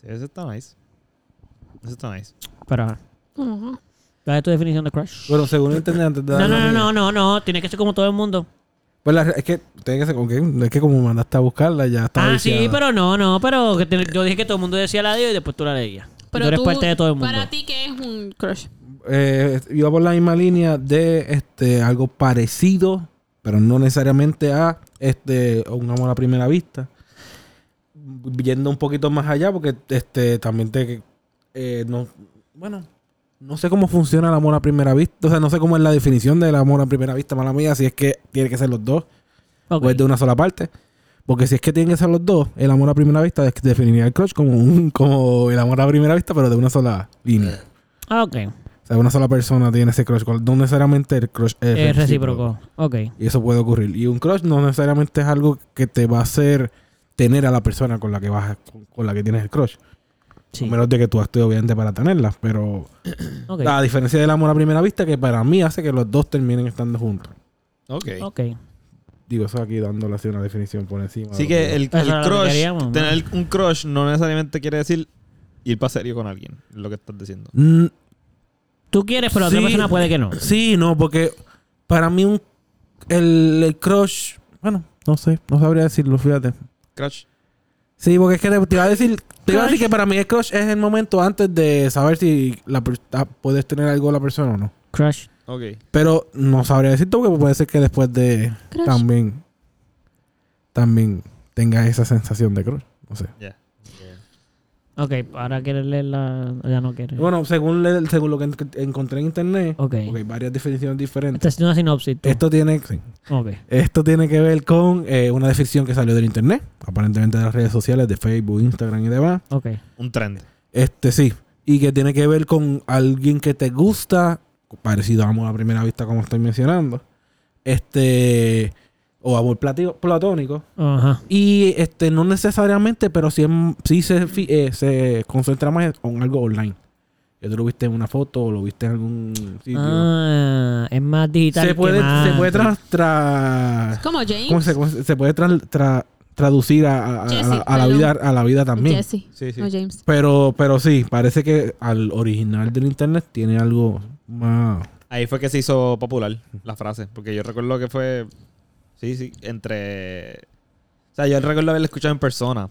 Speaker 4: Sí, eso está nice. Eso está nice.
Speaker 3: Pero ajá.
Speaker 2: Ujú.
Speaker 3: ¿Cuál es tu definición de crush?
Speaker 1: Bueno, según yo entendí antes de
Speaker 3: No,
Speaker 1: dar la
Speaker 3: no, no,
Speaker 1: mía.
Speaker 3: no, no, no. Tiene que ser como todo el mundo.
Speaker 1: Pues la- es que tiene que ser con quién. Es que como mandaste a buscarla, ya está.
Speaker 3: ah, sí,
Speaker 1: viciada.
Speaker 3: pero no, no. Pero que tiene- yo dije que todo el mundo decía la de ellos y después tú la leías. tú eres parte de todo el mundo.
Speaker 2: Para ti, ¿qué es un crush?
Speaker 1: Eh, iba por la misma línea de este algo parecido, pero no necesariamente a este un amor a primera vista. Yendo un poquito más allá, porque este también te eh, no, bueno, no sé cómo funciona el amor a primera vista. O sea, no sé cómo es la definición del amor a primera vista, mala mía, si es que tiene que ser los dos,
Speaker 3: Ok.
Speaker 1: o es Pues de una sola parte. Porque si es que tienen que ser los dos, el amor a primera vista es- definiría el crush como un, como el amor a primera vista, pero de una sola línea.
Speaker 3: Ah, ok.
Speaker 1: O sea, una sola persona tiene ese crush. cual- No necesariamente el crush es,
Speaker 3: Es recíproco. Ok.
Speaker 1: Y eso puede ocurrir. Y un crush no necesariamente es algo que te va a hacer tener a la persona con la que vas a- con, con la que tienes el crush.
Speaker 3: Sí.
Speaker 1: A menos de que tú actúes obviamente para tenerla. Pero
Speaker 3: Ok.
Speaker 1: a diferencia del amor a primera vista, que para mí hace que los dos terminen estando juntos.
Speaker 4: Ok.
Speaker 3: Ok.
Speaker 1: Digo, eso aquí dándole así una definición por encima.
Speaker 4: Así que el,
Speaker 3: Eso era Pues
Speaker 4: el
Speaker 3: lo que
Speaker 4: crush,
Speaker 3: queríamos, ¿no?
Speaker 4: tener un crush no necesariamente quiere decir ir para serio con alguien, es lo que estás diciendo.
Speaker 1: Mm,
Speaker 3: Tú quieres, pero la otra
Speaker 1: Sí.
Speaker 3: persona puede que no.
Speaker 1: Sí, no, porque para mí un, el, el crush... Bueno, no sé. No sabría decirlo, fíjate.
Speaker 4: Crush.
Speaker 1: Sí, porque es que te, te iba a decir, te iba a decir que para mí el crush es el momento antes de saber si la per- ah, puedes tener algo con la persona o no.
Speaker 3: Crush.
Speaker 4: Ok.
Speaker 1: Pero no sabría decirte porque puede ser que después de
Speaker 2: Crush.
Speaker 1: también también tengas esa sensación de crush, no sé.
Speaker 4: Ya.
Speaker 3: Ok. Ahora quieres leer la. Ya no quieres.
Speaker 1: Bueno, según le- según lo que en- que encontré en internet,
Speaker 3: Ok.
Speaker 1: porque hay varias definiciones diferentes.
Speaker 3: Esta es una sinopsis. tú.
Speaker 1: Esto tiene sí.
Speaker 3: Ok.
Speaker 1: Esto tiene que ver con eh, una definición que salió del internet, aparentemente de las redes sociales, de Facebook, Instagram y demás.
Speaker 3: Ok.
Speaker 4: Un trend.
Speaker 1: Este sí. Y que tiene que ver con alguien que te gusta, parecido a amor a primera vista como estoy mencionando. Este o amor plati- platónico
Speaker 3: Ajá.
Speaker 1: y este no necesariamente, pero sí, en- sí se, fi- eh, se concentra más en algo online. Que tú lo viste en una foto o lo viste en algún sitio.
Speaker 3: Ah, es más digital.
Speaker 1: se
Speaker 3: que
Speaker 1: puede
Speaker 3: más-
Speaker 1: se puede tras- tras-
Speaker 2: ¿Cómo James?
Speaker 1: ¿cómo se, cómo se- se puede tras- tra- traducir a, a- a- a la, a la
Speaker 2: Jesse,
Speaker 1: vida a la vida también.
Speaker 2: Jesse.
Speaker 4: Sí, sí.
Speaker 2: No James.
Speaker 1: Pero, pero sí, parece que al original del internet tiene algo más.
Speaker 4: Ahí fue que se hizo popular la frase, porque yo recuerdo que fue, sí, sí, entre... O sea, yo recuerdo haberla escuchado en persona,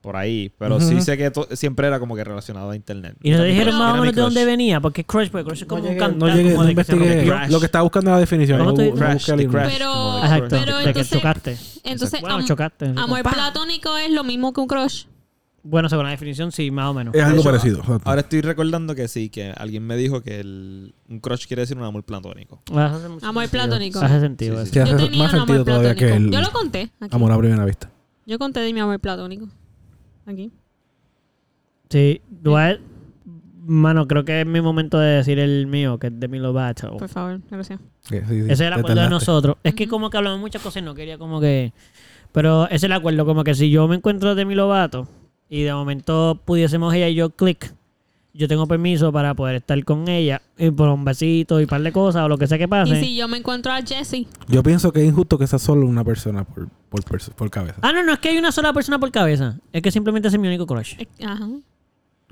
Speaker 4: por ahí. Pero sí sé que to- siempre era como que relacionado a internet.
Speaker 3: Y nos
Speaker 4: Era mi
Speaker 3: dijeron
Speaker 4: crush,
Speaker 3: más o
Speaker 4: era mi
Speaker 3: menos de
Speaker 4: crush.
Speaker 3: dónde venía, porque Crush, porque Crush es como
Speaker 1: no
Speaker 3: un
Speaker 1: llegué,
Speaker 3: cantante
Speaker 1: no llegué,
Speaker 3: como
Speaker 1: no
Speaker 3: de que se
Speaker 1: investigué.
Speaker 3: rompió.
Speaker 1: Lo que estaba buscando era la definición.
Speaker 3: ¿Cómo
Speaker 1: no
Speaker 3: tú
Speaker 1: bu-
Speaker 3: dices?
Speaker 1: no
Speaker 4: Crash,
Speaker 1: busqué el
Speaker 4: the
Speaker 1: libro.
Speaker 4: crash.
Speaker 2: Pero,
Speaker 4: Ajá,
Speaker 3: Exacto,
Speaker 2: pero
Speaker 3: de que
Speaker 2: entonces,
Speaker 3: chocaste.
Speaker 2: entonces
Speaker 3: Bueno,
Speaker 2: am-
Speaker 3: chocaste.
Speaker 2: amor
Speaker 3: Pa.
Speaker 2: platónico es lo mismo que un crush.
Speaker 3: Bueno, según la definición, sí, más o menos.
Speaker 1: Es
Speaker 4: De
Speaker 1: algo
Speaker 4: hecho,
Speaker 1: parecido. exacto.
Speaker 4: Ahora estoy recordando que sí, que alguien me dijo que el, un crush quiere decir un amor platónico.
Speaker 3: Hace mucho
Speaker 2: Amor
Speaker 3: sentido.
Speaker 2: platónico.
Speaker 3: Hace sentido
Speaker 4: Sí, sí,
Speaker 3: eso.
Speaker 1: Que
Speaker 2: Yo
Speaker 1: hace
Speaker 2: tenía
Speaker 1: más
Speaker 2: un amor
Speaker 1: sentido todavía que
Speaker 2: platónico.
Speaker 1: el
Speaker 2: Yo lo conté. Aquí.
Speaker 1: amor a primera vista.
Speaker 2: Yo conté de mi amor platónico. Aquí.
Speaker 3: Sí, igual, mano, creo que es mi momento de decir el mío, que es de Milo Battle.
Speaker 2: Por favor, gracias.
Speaker 1: Sí, sí, sí,
Speaker 3: Ese es
Speaker 1: te
Speaker 3: el acuerdo de
Speaker 1: tardaste.
Speaker 3: nosotros. Es que
Speaker 2: Ujú.
Speaker 3: como que hablamos muchas cosas y no quería como que... Pero ese es el acuerdo, como que si yo me encuentro de mi lobato y de momento pudiésemos ella y yo clic, yo tengo permiso para poder estar con ella y por un besito y par de cosas o lo que sea que
Speaker 2: Y
Speaker 3: pase.
Speaker 2: si yo me encuentro a Jesse,
Speaker 1: Yo pienso que es injusto que sea solo una persona por, por, perso- por cabeza.
Speaker 3: Ah, no, no, es que hay una sola persona por cabeza. Es que simplemente ese es mi único crush.
Speaker 2: eh, ajá.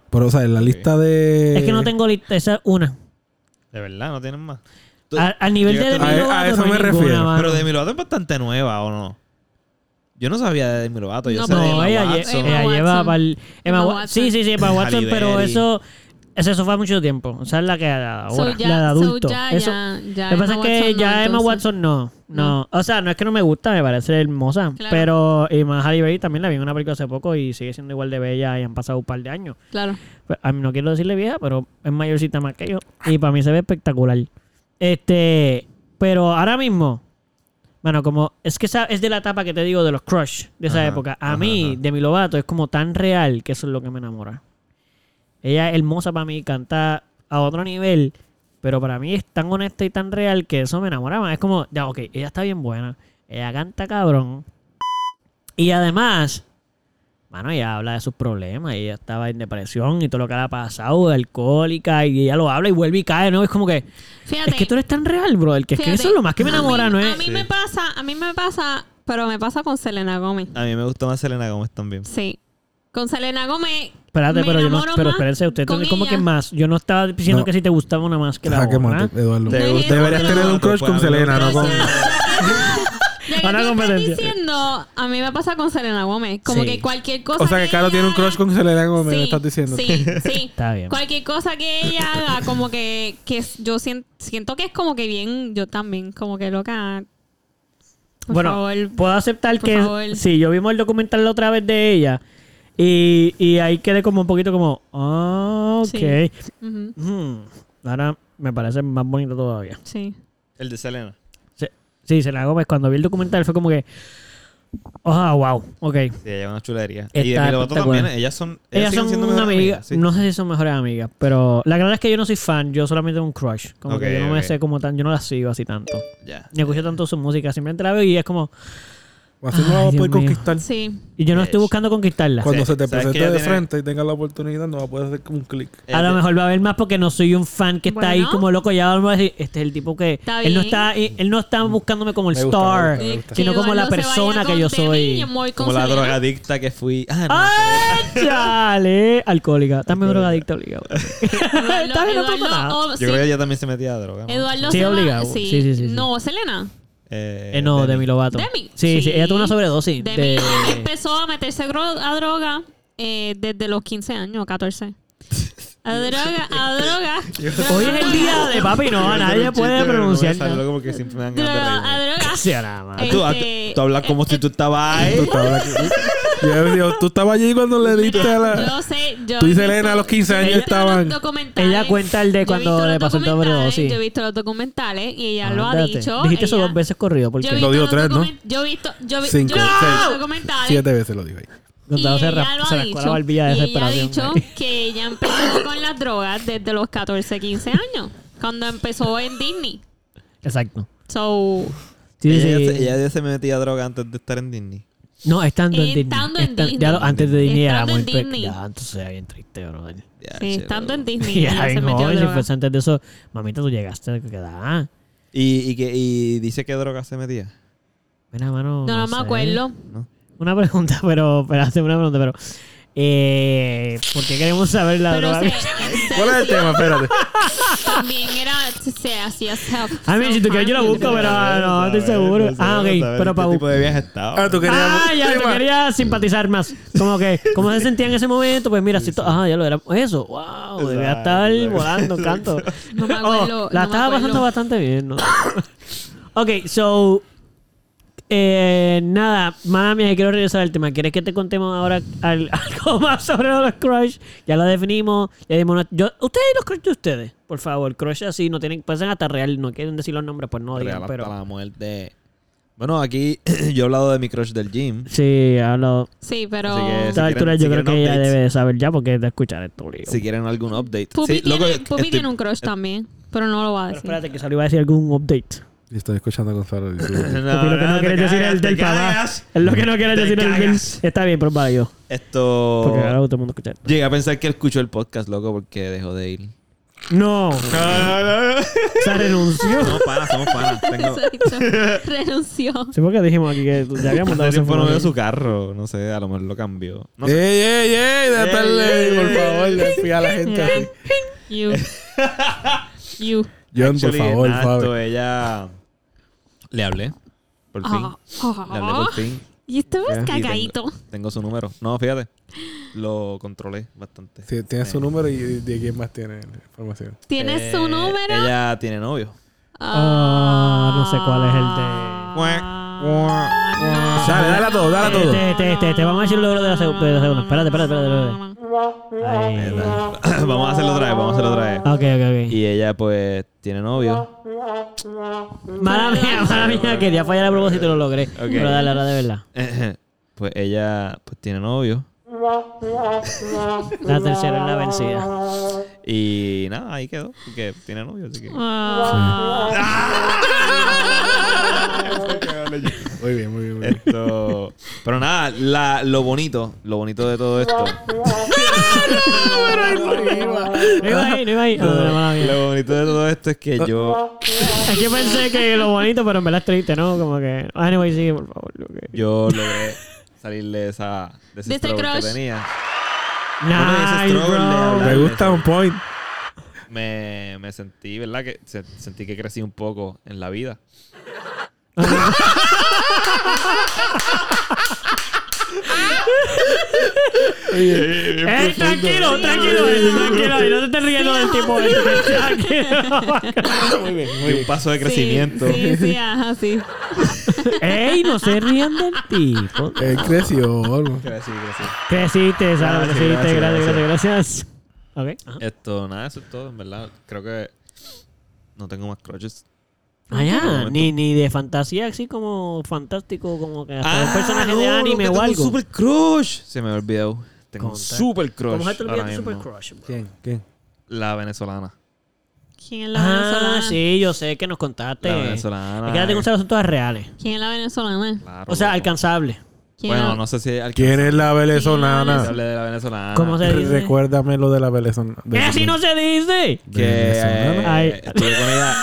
Speaker 1: Pero, o sea, en la lista de.
Speaker 3: Es que no tengo lista, esa es una.
Speaker 4: De verdad, no tienen más. Tú-
Speaker 3: A- Al nivel de
Speaker 4: Llegaste
Speaker 3: Demi
Speaker 1: a- a
Speaker 3: Lovato
Speaker 1: eso
Speaker 3: no hay
Speaker 1: me
Speaker 3: ninguna,
Speaker 1: refiero.
Speaker 3: Ah, mano.
Speaker 4: Pero Demi Lovato es bastante nueva, ¿o no? Yo no sabía de Demi Lovato. Yo
Speaker 2: No,
Speaker 4: sé de
Speaker 3: No,
Speaker 4: Emma
Speaker 3: ella, eh, lle-
Speaker 4: Watson.
Speaker 2: Emma
Speaker 3: ella lleva
Speaker 2: Watson.
Speaker 3: pa'l- Emma
Speaker 2: Emma
Speaker 3: Wa-
Speaker 2: Watson.
Speaker 3: Sí, sí, sí, Emma Watson,
Speaker 4: Halle
Speaker 3: pero
Speaker 4: Berry.
Speaker 3: eso, eso, eso fue mucho tiempo. O sea, es la que da ahora,
Speaker 2: So, ya-
Speaker 3: la de
Speaker 2: so,
Speaker 3: adulto.
Speaker 2: ya-
Speaker 3: Eso-
Speaker 2: ya- ya
Speaker 3: Lo que pasa
Speaker 2: Emma
Speaker 3: es que
Speaker 2: Watson no,
Speaker 3: ya Emma
Speaker 2: entonces.
Speaker 3: Watson no, no. O sea, no es que no me gusta, me parece hermosa.
Speaker 2: Claro.
Speaker 3: Pero, y más Halle Berry también la vi en una película hace poco y sigue siendo igual de bella y han pasado un par de años.
Speaker 2: Claro.
Speaker 3: Pues, A mí no quiero decirle vieja, pero es mayorcita más que yo. Y para mí se ve espectacular. Este, pero ahora mismo, bueno, como es que esa es de la etapa que te digo de los crush de esa
Speaker 4: Ajá,
Speaker 3: época. A
Speaker 4: ajá,
Speaker 3: mí,
Speaker 4: ajá.
Speaker 3: de mi Lovato, es como tan real que eso es lo que me enamora. Ella es hermosa para mí, canta a otro nivel, pero para mí es tan honesta y tan real que eso me enamora más. Es como, ya, ok, ella está bien buena, ella canta cabrón. Y además, Mano, ella habla de sus problemas. Ella estaba en depresión y todo lo que le ha pasado, alcohólica, y ella lo habla y vuelve y cae, ¿no? Es como que.
Speaker 2: Fíjate.
Speaker 3: Es que tú eres tan real, bro. El que, es que
Speaker 2: fíjate,
Speaker 3: eso es lo más que me
Speaker 2: a mí-
Speaker 3: enamora, ¿no es?
Speaker 2: A mí
Speaker 4: Sí.
Speaker 2: me pasa, a mí me pasa, pero me pasa con Selena Gómez.
Speaker 4: A mí me gusta más Selena Gómez también.
Speaker 2: Sí. Con Selena Gómez.
Speaker 3: Espérate,
Speaker 2: me
Speaker 3: pero yo no.
Speaker 2: enamoro
Speaker 3: Pero
Speaker 2: más
Speaker 3: espérense, usted
Speaker 2: con
Speaker 3: tiene como que
Speaker 2: ella.
Speaker 3: más. Yo no estaba diciendo
Speaker 1: No.
Speaker 3: que si te gustaba una más que la
Speaker 1: Ah, qué
Speaker 3: otra.
Speaker 1: mate, Eduardo.
Speaker 4: ¿Te
Speaker 2: No,
Speaker 4: gusta
Speaker 1: Deberías
Speaker 4: Demi
Speaker 1: tener un
Speaker 4: Lovato?
Speaker 1: crush con
Speaker 4: Pues, a mí me
Speaker 1: Selena, no
Speaker 4: gusta
Speaker 2: O
Speaker 1: con.
Speaker 2: sea, ya que
Speaker 3: Ahora
Speaker 2: tú estás
Speaker 3: competencia.
Speaker 2: diciendo, a mí me pasa con Selena Gómez. Como
Speaker 3: Sí.
Speaker 2: que cualquier cosa.
Speaker 1: O sea, que Caro
Speaker 2: ella
Speaker 1: tiene un crush
Speaker 2: haga-
Speaker 1: con Selena, como me
Speaker 2: Sí,
Speaker 1: estás diciendo.
Speaker 2: Sí, sí.
Speaker 3: Está bien.
Speaker 2: Cualquier cosa que ella haga, como que, que es- yo sien- siento que es como que bien, yo también, como que loca. Por
Speaker 3: bueno,
Speaker 2: favor.
Speaker 3: puedo aceptar
Speaker 2: Por
Speaker 3: que.
Speaker 2: favor.
Speaker 3: Sí, yo vimos el documental la otra vez de ella. Y, y ahí quedé como un poquito como. Ah, ok.
Speaker 2: Sí. Ujú,
Speaker 3: Hmm, Ahora me parece más bonito todavía.
Speaker 2: sí.
Speaker 4: El de Selena.
Speaker 3: Se- Sí, Selena Gómez, cuando vi el documental fue como que. Ah, wow. Ok.
Speaker 4: Sí, ella es una chulería. y
Speaker 3: Está
Speaker 4: Demi Lovato también.
Speaker 3: espectacular.
Speaker 4: Ellas son.
Speaker 3: Ellas
Speaker 4: siguen
Speaker 3: son
Speaker 4: siendo
Speaker 3: una amiga.
Speaker 4: mejores amigas, sí.
Speaker 3: No sé si son mejores amigas, pero la verdad es que yo no soy fan, yo solamente tengo un crush. Como
Speaker 4: Ok,
Speaker 3: que yo no me
Speaker 4: ok.
Speaker 3: sé como tan, yo no la sigo así tanto.
Speaker 4: Ya.
Speaker 3: Ni escucho tanto su música, simplemente la veo y es como.
Speaker 1: Así no
Speaker 3: Ay,
Speaker 1: vas a
Speaker 3: Dios
Speaker 1: poder
Speaker 3: mío.
Speaker 1: conquistar.
Speaker 2: Sí.
Speaker 3: Y yo no estoy
Speaker 4: Ech.
Speaker 3: buscando conquistarla.
Speaker 1: Cuando
Speaker 4: Sí,
Speaker 1: se te
Speaker 4: sabes que
Speaker 1: presente
Speaker 4: ella
Speaker 1: de
Speaker 4: tiene-
Speaker 1: frente y tengas la oportunidad, no vas a poder hacer como un clic.
Speaker 4: Eh,
Speaker 3: A lo mejor va a haber más porque no soy un fan que está ahí
Speaker 2: Bueno.
Speaker 3: como loco. Ya vamos a decir, este es el tipo que.
Speaker 2: Está
Speaker 3: él no
Speaker 2: bien.
Speaker 3: está, él no está buscándome como el
Speaker 1: Me gusta, me
Speaker 3: star.
Speaker 1: gusta, me gusta.
Speaker 3: Sino
Speaker 2: Que
Speaker 3: como la
Speaker 2: Eduardo se vaya
Speaker 3: persona que
Speaker 2: con
Speaker 3: yo
Speaker 2: Demi
Speaker 3: soy.
Speaker 2: y voy con
Speaker 4: Como la
Speaker 2: Selena.
Speaker 4: drogadicta que fui. Ah, no.
Speaker 3: ¡Ay, chale! Alcohólica. También drogadicta obligado.
Speaker 2: Eduardo-
Speaker 3: Está bien, no pasa
Speaker 2: Eduardo-
Speaker 3: nada.
Speaker 2: oh,
Speaker 4: Yo creo que ella también se metía a droga. ¿no?
Speaker 2: Eduardo
Speaker 3: Sí,
Speaker 2: se va-
Speaker 3: obligado.
Speaker 2: sí.
Speaker 3: Sí, sí, sí, sí.
Speaker 2: No, Selena.
Speaker 4: Eh,
Speaker 3: Eh, no, Demi Lovato.
Speaker 2: Demi.
Speaker 3: Sí, sí, ella tuvo una sobredosis.
Speaker 2: Demi
Speaker 3: de-
Speaker 2: empezó a meterse gro- a droga eh, desde los 15 años, 14. A droga, a droga.
Speaker 3: Hoy es el día de papi, no,
Speaker 4: Iba a hacer
Speaker 3: nadie
Speaker 4: un chiste,
Speaker 3: puede
Speaker 4: pero no voy a
Speaker 3: pronunciar
Speaker 4: hacerlo
Speaker 3: nada.
Speaker 4: porque siempre me dan
Speaker 2: Dro-
Speaker 4: ganas de
Speaker 2: a
Speaker 4: reírme.
Speaker 2: droga.
Speaker 3: Sí, a la madre.
Speaker 2: Eh,
Speaker 4: Tú,
Speaker 2: Este-
Speaker 4: tú hablas como si tú estabas
Speaker 3: eh,
Speaker 1: Tú
Speaker 4: ahí.
Speaker 1: estabas aquí. Yo digo, tú estabas allí cuando le diste a la.
Speaker 2: Yo sé, yo
Speaker 1: Tú y
Speaker 2: he
Speaker 1: Selena
Speaker 2: visto-
Speaker 1: a los 15 años
Speaker 2: yo he visto
Speaker 1: estaban-
Speaker 2: los documentales.
Speaker 3: Ella cuenta el de
Speaker 2: Yo he
Speaker 3: cuando
Speaker 2: visto
Speaker 3: le
Speaker 2: los
Speaker 3: pasó el
Speaker 2: documentales,
Speaker 3: sobredosis.
Speaker 2: Yo he visto los documentales y ella lo ha
Speaker 3: Ándate.
Speaker 2: dicho.
Speaker 3: Ah, Dijiste eso
Speaker 2: ella-
Speaker 3: dos veces corrido
Speaker 2: Yo
Speaker 3: porque
Speaker 2: he
Speaker 1: Lo
Speaker 2: visto
Speaker 1: dijo
Speaker 2: los
Speaker 1: tres, ¿no?
Speaker 2: document- Yo he visto, yo, vi-
Speaker 1: Cinco,
Speaker 2: yo he visto
Speaker 1: seis,
Speaker 2: los documentales.
Speaker 1: Siete veces lo dijo ahí.
Speaker 3: Gonzalo
Speaker 2: y
Speaker 3: se,
Speaker 2: ella
Speaker 3: ra-
Speaker 2: lo
Speaker 3: se
Speaker 2: ha
Speaker 3: rascó
Speaker 2: dicho.
Speaker 3: la barbilla de
Speaker 2: y ella ha
Speaker 3: desesperación.
Speaker 2: dicho que ella empezó con las drogas desde los 14, 15 años. Cuando empezó en Disney.
Speaker 3: Exacto.
Speaker 2: So,
Speaker 3: Sí, sí,
Speaker 4: Ella,
Speaker 3: sí.
Speaker 4: se- ella se metía a droga antes de estar en Disney.
Speaker 3: No, estando en Disney.
Speaker 2: Estando en
Speaker 3: Estan-
Speaker 2: Disney.
Speaker 3: ya lo- antes de Disney era
Speaker 2: Estando
Speaker 3: muy
Speaker 2: en
Speaker 3: pe-
Speaker 2: Disney.
Speaker 3: Ya, entonces era bien triste, bro.
Speaker 4: Ya,
Speaker 2: sí,
Speaker 4: che,
Speaker 2: estando
Speaker 4: loco.
Speaker 2: en Disney,
Speaker 3: Ya,
Speaker 2: ella se
Speaker 3: bien
Speaker 2: metió a
Speaker 3: joven, si
Speaker 2: droga.
Speaker 3: fuese antes de eso, mamita, tú llegaste a quedar.
Speaker 4: Y, y, que, y dice qué droga se metía.
Speaker 3: Mira, mano.
Speaker 2: No, no me
Speaker 3: sé.
Speaker 2: acuerdo.
Speaker 4: ¿no?
Speaker 3: Una pregunta, pero. Espérate, una pregunta, pero. Eh, porque queremos saber la
Speaker 2: Pero
Speaker 3: droga.
Speaker 2: se,
Speaker 1: ¿Cuál es el
Speaker 2: se-
Speaker 1: tema? Espérate.
Speaker 2: también era, se hacía self
Speaker 3: A mí, si tú quieres, yo la busco, pero no, estoy seguro. Ah, ok, pero para
Speaker 4: ¿Qué tipo
Speaker 3: buscar.
Speaker 4: de viaje estaba?
Speaker 1: Ah, tú querías.
Speaker 3: Ah, ya, yo
Speaker 1: tema.
Speaker 3: quería simpatizar más. Como que, ¿cómo se sentía en ese momento? Pues mira, si to- ah, ya lo era. Eso, wow, debía
Speaker 4: Exacto,
Speaker 3: estar
Speaker 4: exacto.
Speaker 3: volando, canto.
Speaker 2: No me
Speaker 3: Oh,
Speaker 2: acuerdo.
Speaker 3: la
Speaker 2: no me
Speaker 3: estaba
Speaker 2: acuerdo.
Speaker 3: pasando bastante bien, ¿no? ok, so. Eh, nada, mala mía, quiero regresar al tema. ¿Quieres que te contemos ahora al- algo más sobre los crush? Ya lo definimos. Ya dimos una- yo- ustedes y los crush de ustedes, por favor. Crush así, no tienen. Pasan hasta real, no quieren decir los nombres, pues no
Speaker 4: Real
Speaker 3: digan,
Speaker 4: hasta
Speaker 3: pero.
Speaker 4: la muerte. Bueno, aquí yo he hablado de mi crush del gym.
Speaker 3: Sí, ha hablado.
Speaker 2: Sí, pero.
Speaker 4: Así que-
Speaker 3: A
Speaker 4: Si
Speaker 3: esta
Speaker 4: quieren-
Speaker 3: altura
Speaker 4: si
Speaker 3: yo creo
Speaker 4: quieren
Speaker 3: que ella
Speaker 4: updates.
Speaker 3: debe saber ya porque es de escuchar esto. obligado.
Speaker 4: Si quieren algún update.
Speaker 2: Pupi,
Speaker 4: Sí,
Speaker 2: tiene,
Speaker 4: loco, eh,
Speaker 2: Pupi
Speaker 4: estoy-
Speaker 2: tiene un crush también, pero no lo va a
Speaker 3: Pero
Speaker 2: decir.
Speaker 3: espérate, que solo iba a decir algún update.
Speaker 1: Y Estoy escuchando a Gonzalo. y su-
Speaker 3: Porque lo que no
Speaker 4: te
Speaker 3: quieres decir es
Speaker 4: cagas,
Speaker 3: el del
Speaker 4: te
Speaker 3: papá.
Speaker 4: cagas.
Speaker 3: Es lo que no quieres
Speaker 4: Te
Speaker 3: decir el del.
Speaker 4: cagas. Oh.
Speaker 3: Está bien, pero para yo.
Speaker 4: Esto.
Speaker 3: Porque ahora todo el mundo escucha esto.
Speaker 4: Llegué a pensar que él escuchó el podcast, loco, porque dejó de ir.
Speaker 3: No, se renunció.
Speaker 4: Somos panas, somos panas. Tengo.
Speaker 2: Exacto. Renunció.
Speaker 3: Sí, porque dijimos aquí que ya habíamos dado
Speaker 4: Hace
Speaker 3: esa
Speaker 4: tiempo no veo
Speaker 3: información.
Speaker 4: su carro. No sé, a lo mejor lo cambió. No
Speaker 1: ¡Ey,
Speaker 4: sé.
Speaker 1: ey, ey!
Speaker 4: Ey,
Speaker 1: ¡Dátale!
Speaker 4: ey,
Speaker 1: Por
Speaker 4: ey.
Speaker 1: favor, le fui a la gente así.
Speaker 2: You. You.
Speaker 1: John, por
Speaker 4: Actually,
Speaker 1: favor,
Speaker 4: nada, esto,
Speaker 1: Fabi.
Speaker 4: ella. Le hablé. Por fin.
Speaker 2: Ah,
Speaker 4: Le hablé
Speaker 2: ah.
Speaker 4: por fin.
Speaker 2: Y estabas
Speaker 1: Ya.
Speaker 4: Y
Speaker 2: cagadito.
Speaker 4: Tengo, tengo su número. No, fíjate. Lo controlé bastante.
Speaker 1: Sí, Tiene su número y de quién más tiene información.
Speaker 2: ¿Tienes
Speaker 4: Eh,
Speaker 2: su número?
Speaker 4: Ella tiene novio.
Speaker 3: Ah, no sé cuál es el de-
Speaker 2: de.
Speaker 1: Dale, dale a todo, dale a todo.
Speaker 3: Este, este, este, este, vamos a decir el logro de la seg- de la segunda. Espérate, espérate, espérate,
Speaker 4: Eh,
Speaker 3: espérate. Ahí.
Speaker 4: vamos a hacerlo otra vez, vamos a hacerlo otra vez.
Speaker 3: Ok, ok,
Speaker 4: Y ella, pues, tiene novio.
Speaker 3: ok. Mala mía, mala mía, quería fallar a propósito y lo logré. Pero dale, ahora de verdad.
Speaker 4: Pues ella, pues, tiene novio.
Speaker 3: La tercera es la vencida.
Speaker 4: Y nada, ahí quedó, porque tiene novio, así que...
Speaker 2: Ah.
Speaker 1: Muy bien, muy bien, muy bien.
Speaker 4: Esto... Pero nada, la- lo bonito, lo bonito de todo esto...
Speaker 3: No iba ahí, no iba ahí. Ah, bueno, mala mía.
Speaker 4: lo bonito de todo esto es que yo,
Speaker 3: Es que pensé que lo bonito, pero en verdad es triste, ¿no? Como que. Anyway, sigue, por favor. ok.
Speaker 4: yo logré salirle de esa... De ese
Speaker 2: De ese
Speaker 4: struggle que
Speaker 2: crush.
Speaker 4: tenía. ese
Speaker 3: Nice,
Speaker 4: struggle le
Speaker 3: bro.
Speaker 4: habla.
Speaker 1: Me gusta un point.
Speaker 4: Me, me sentí, ¿verdad? Que se- sentí que crecí un poco en la vida.
Speaker 3: ¡Ey, Eh, tranquilo, tranquilo, ey, tranquilo! ey, No te estés riendo del tipo este, tranquilo.
Speaker 1: Muy bien,
Speaker 4: Di un paso de crecimiento.
Speaker 2: Sí, sí, sí, ajá, sí.
Speaker 3: ¡Ey, no se rían del tipo!
Speaker 1: Él creció. hermano.
Speaker 4: Crecí, crecí.
Speaker 3: Creciste, ¿sabes?
Speaker 4: Gracias,
Speaker 3: Creciste, gracias,
Speaker 4: gracias,
Speaker 3: gracias, gracias. Ok. ajá.
Speaker 4: Esto, nada, eso es todo, en verdad. Creo que no tengo más crushes.
Speaker 3: Ah, ya. Ni, ni de fantasía, así como fantástico, como que hasta Ah, un personaje de
Speaker 4: Ah, no,
Speaker 3: anime
Speaker 4: loco,
Speaker 3: o
Speaker 4: tengo un
Speaker 3: algo.
Speaker 4: super crush. Se me olvidó. Tengo un
Speaker 3: Contra-
Speaker 4: super crush.
Speaker 3: ¿Cómo se te olvida
Speaker 4: ahora
Speaker 3: tu
Speaker 4: mismo.
Speaker 3: super crush, bro?
Speaker 1: ¿Quién? ¿Quién?
Speaker 4: La venezolana.
Speaker 2: ¿Quién es la
Speaker 3: Ah,
Speaker 2: venezolana?
Speaker 3: sí, yo sé que nos contaste.
Speaker 4: La venezolana.
Speaker 3: Es que ahora son todas reales.
Speaker 2: ¿Quién es la venezolana?
Speaker 4: Claro,
Speaker 3: O sea,
Speaker 4: loco.
Speaker 3: alcanzable.
Speaker 2: ¿Quién
Speaker 4: Bueno,
Speaker 2: la-
Speaker 4: no sé si alcanzable.
Speaker 1: ¿Quién es la
Speaker 4: Se
Speaker 1: venezolana?
Speaker 4: hable de la venezolana.
Speaker 3: ¿Cómo se dice?
Speaker 1: Recuérdame lo de la venezolana.
Speaker 3: ¡Que así no se dice!
Speaker 4: Que eh,
Speaker 1: Venezolana.
Speaker 3: Ay.
Speaker 4: estuve con ella.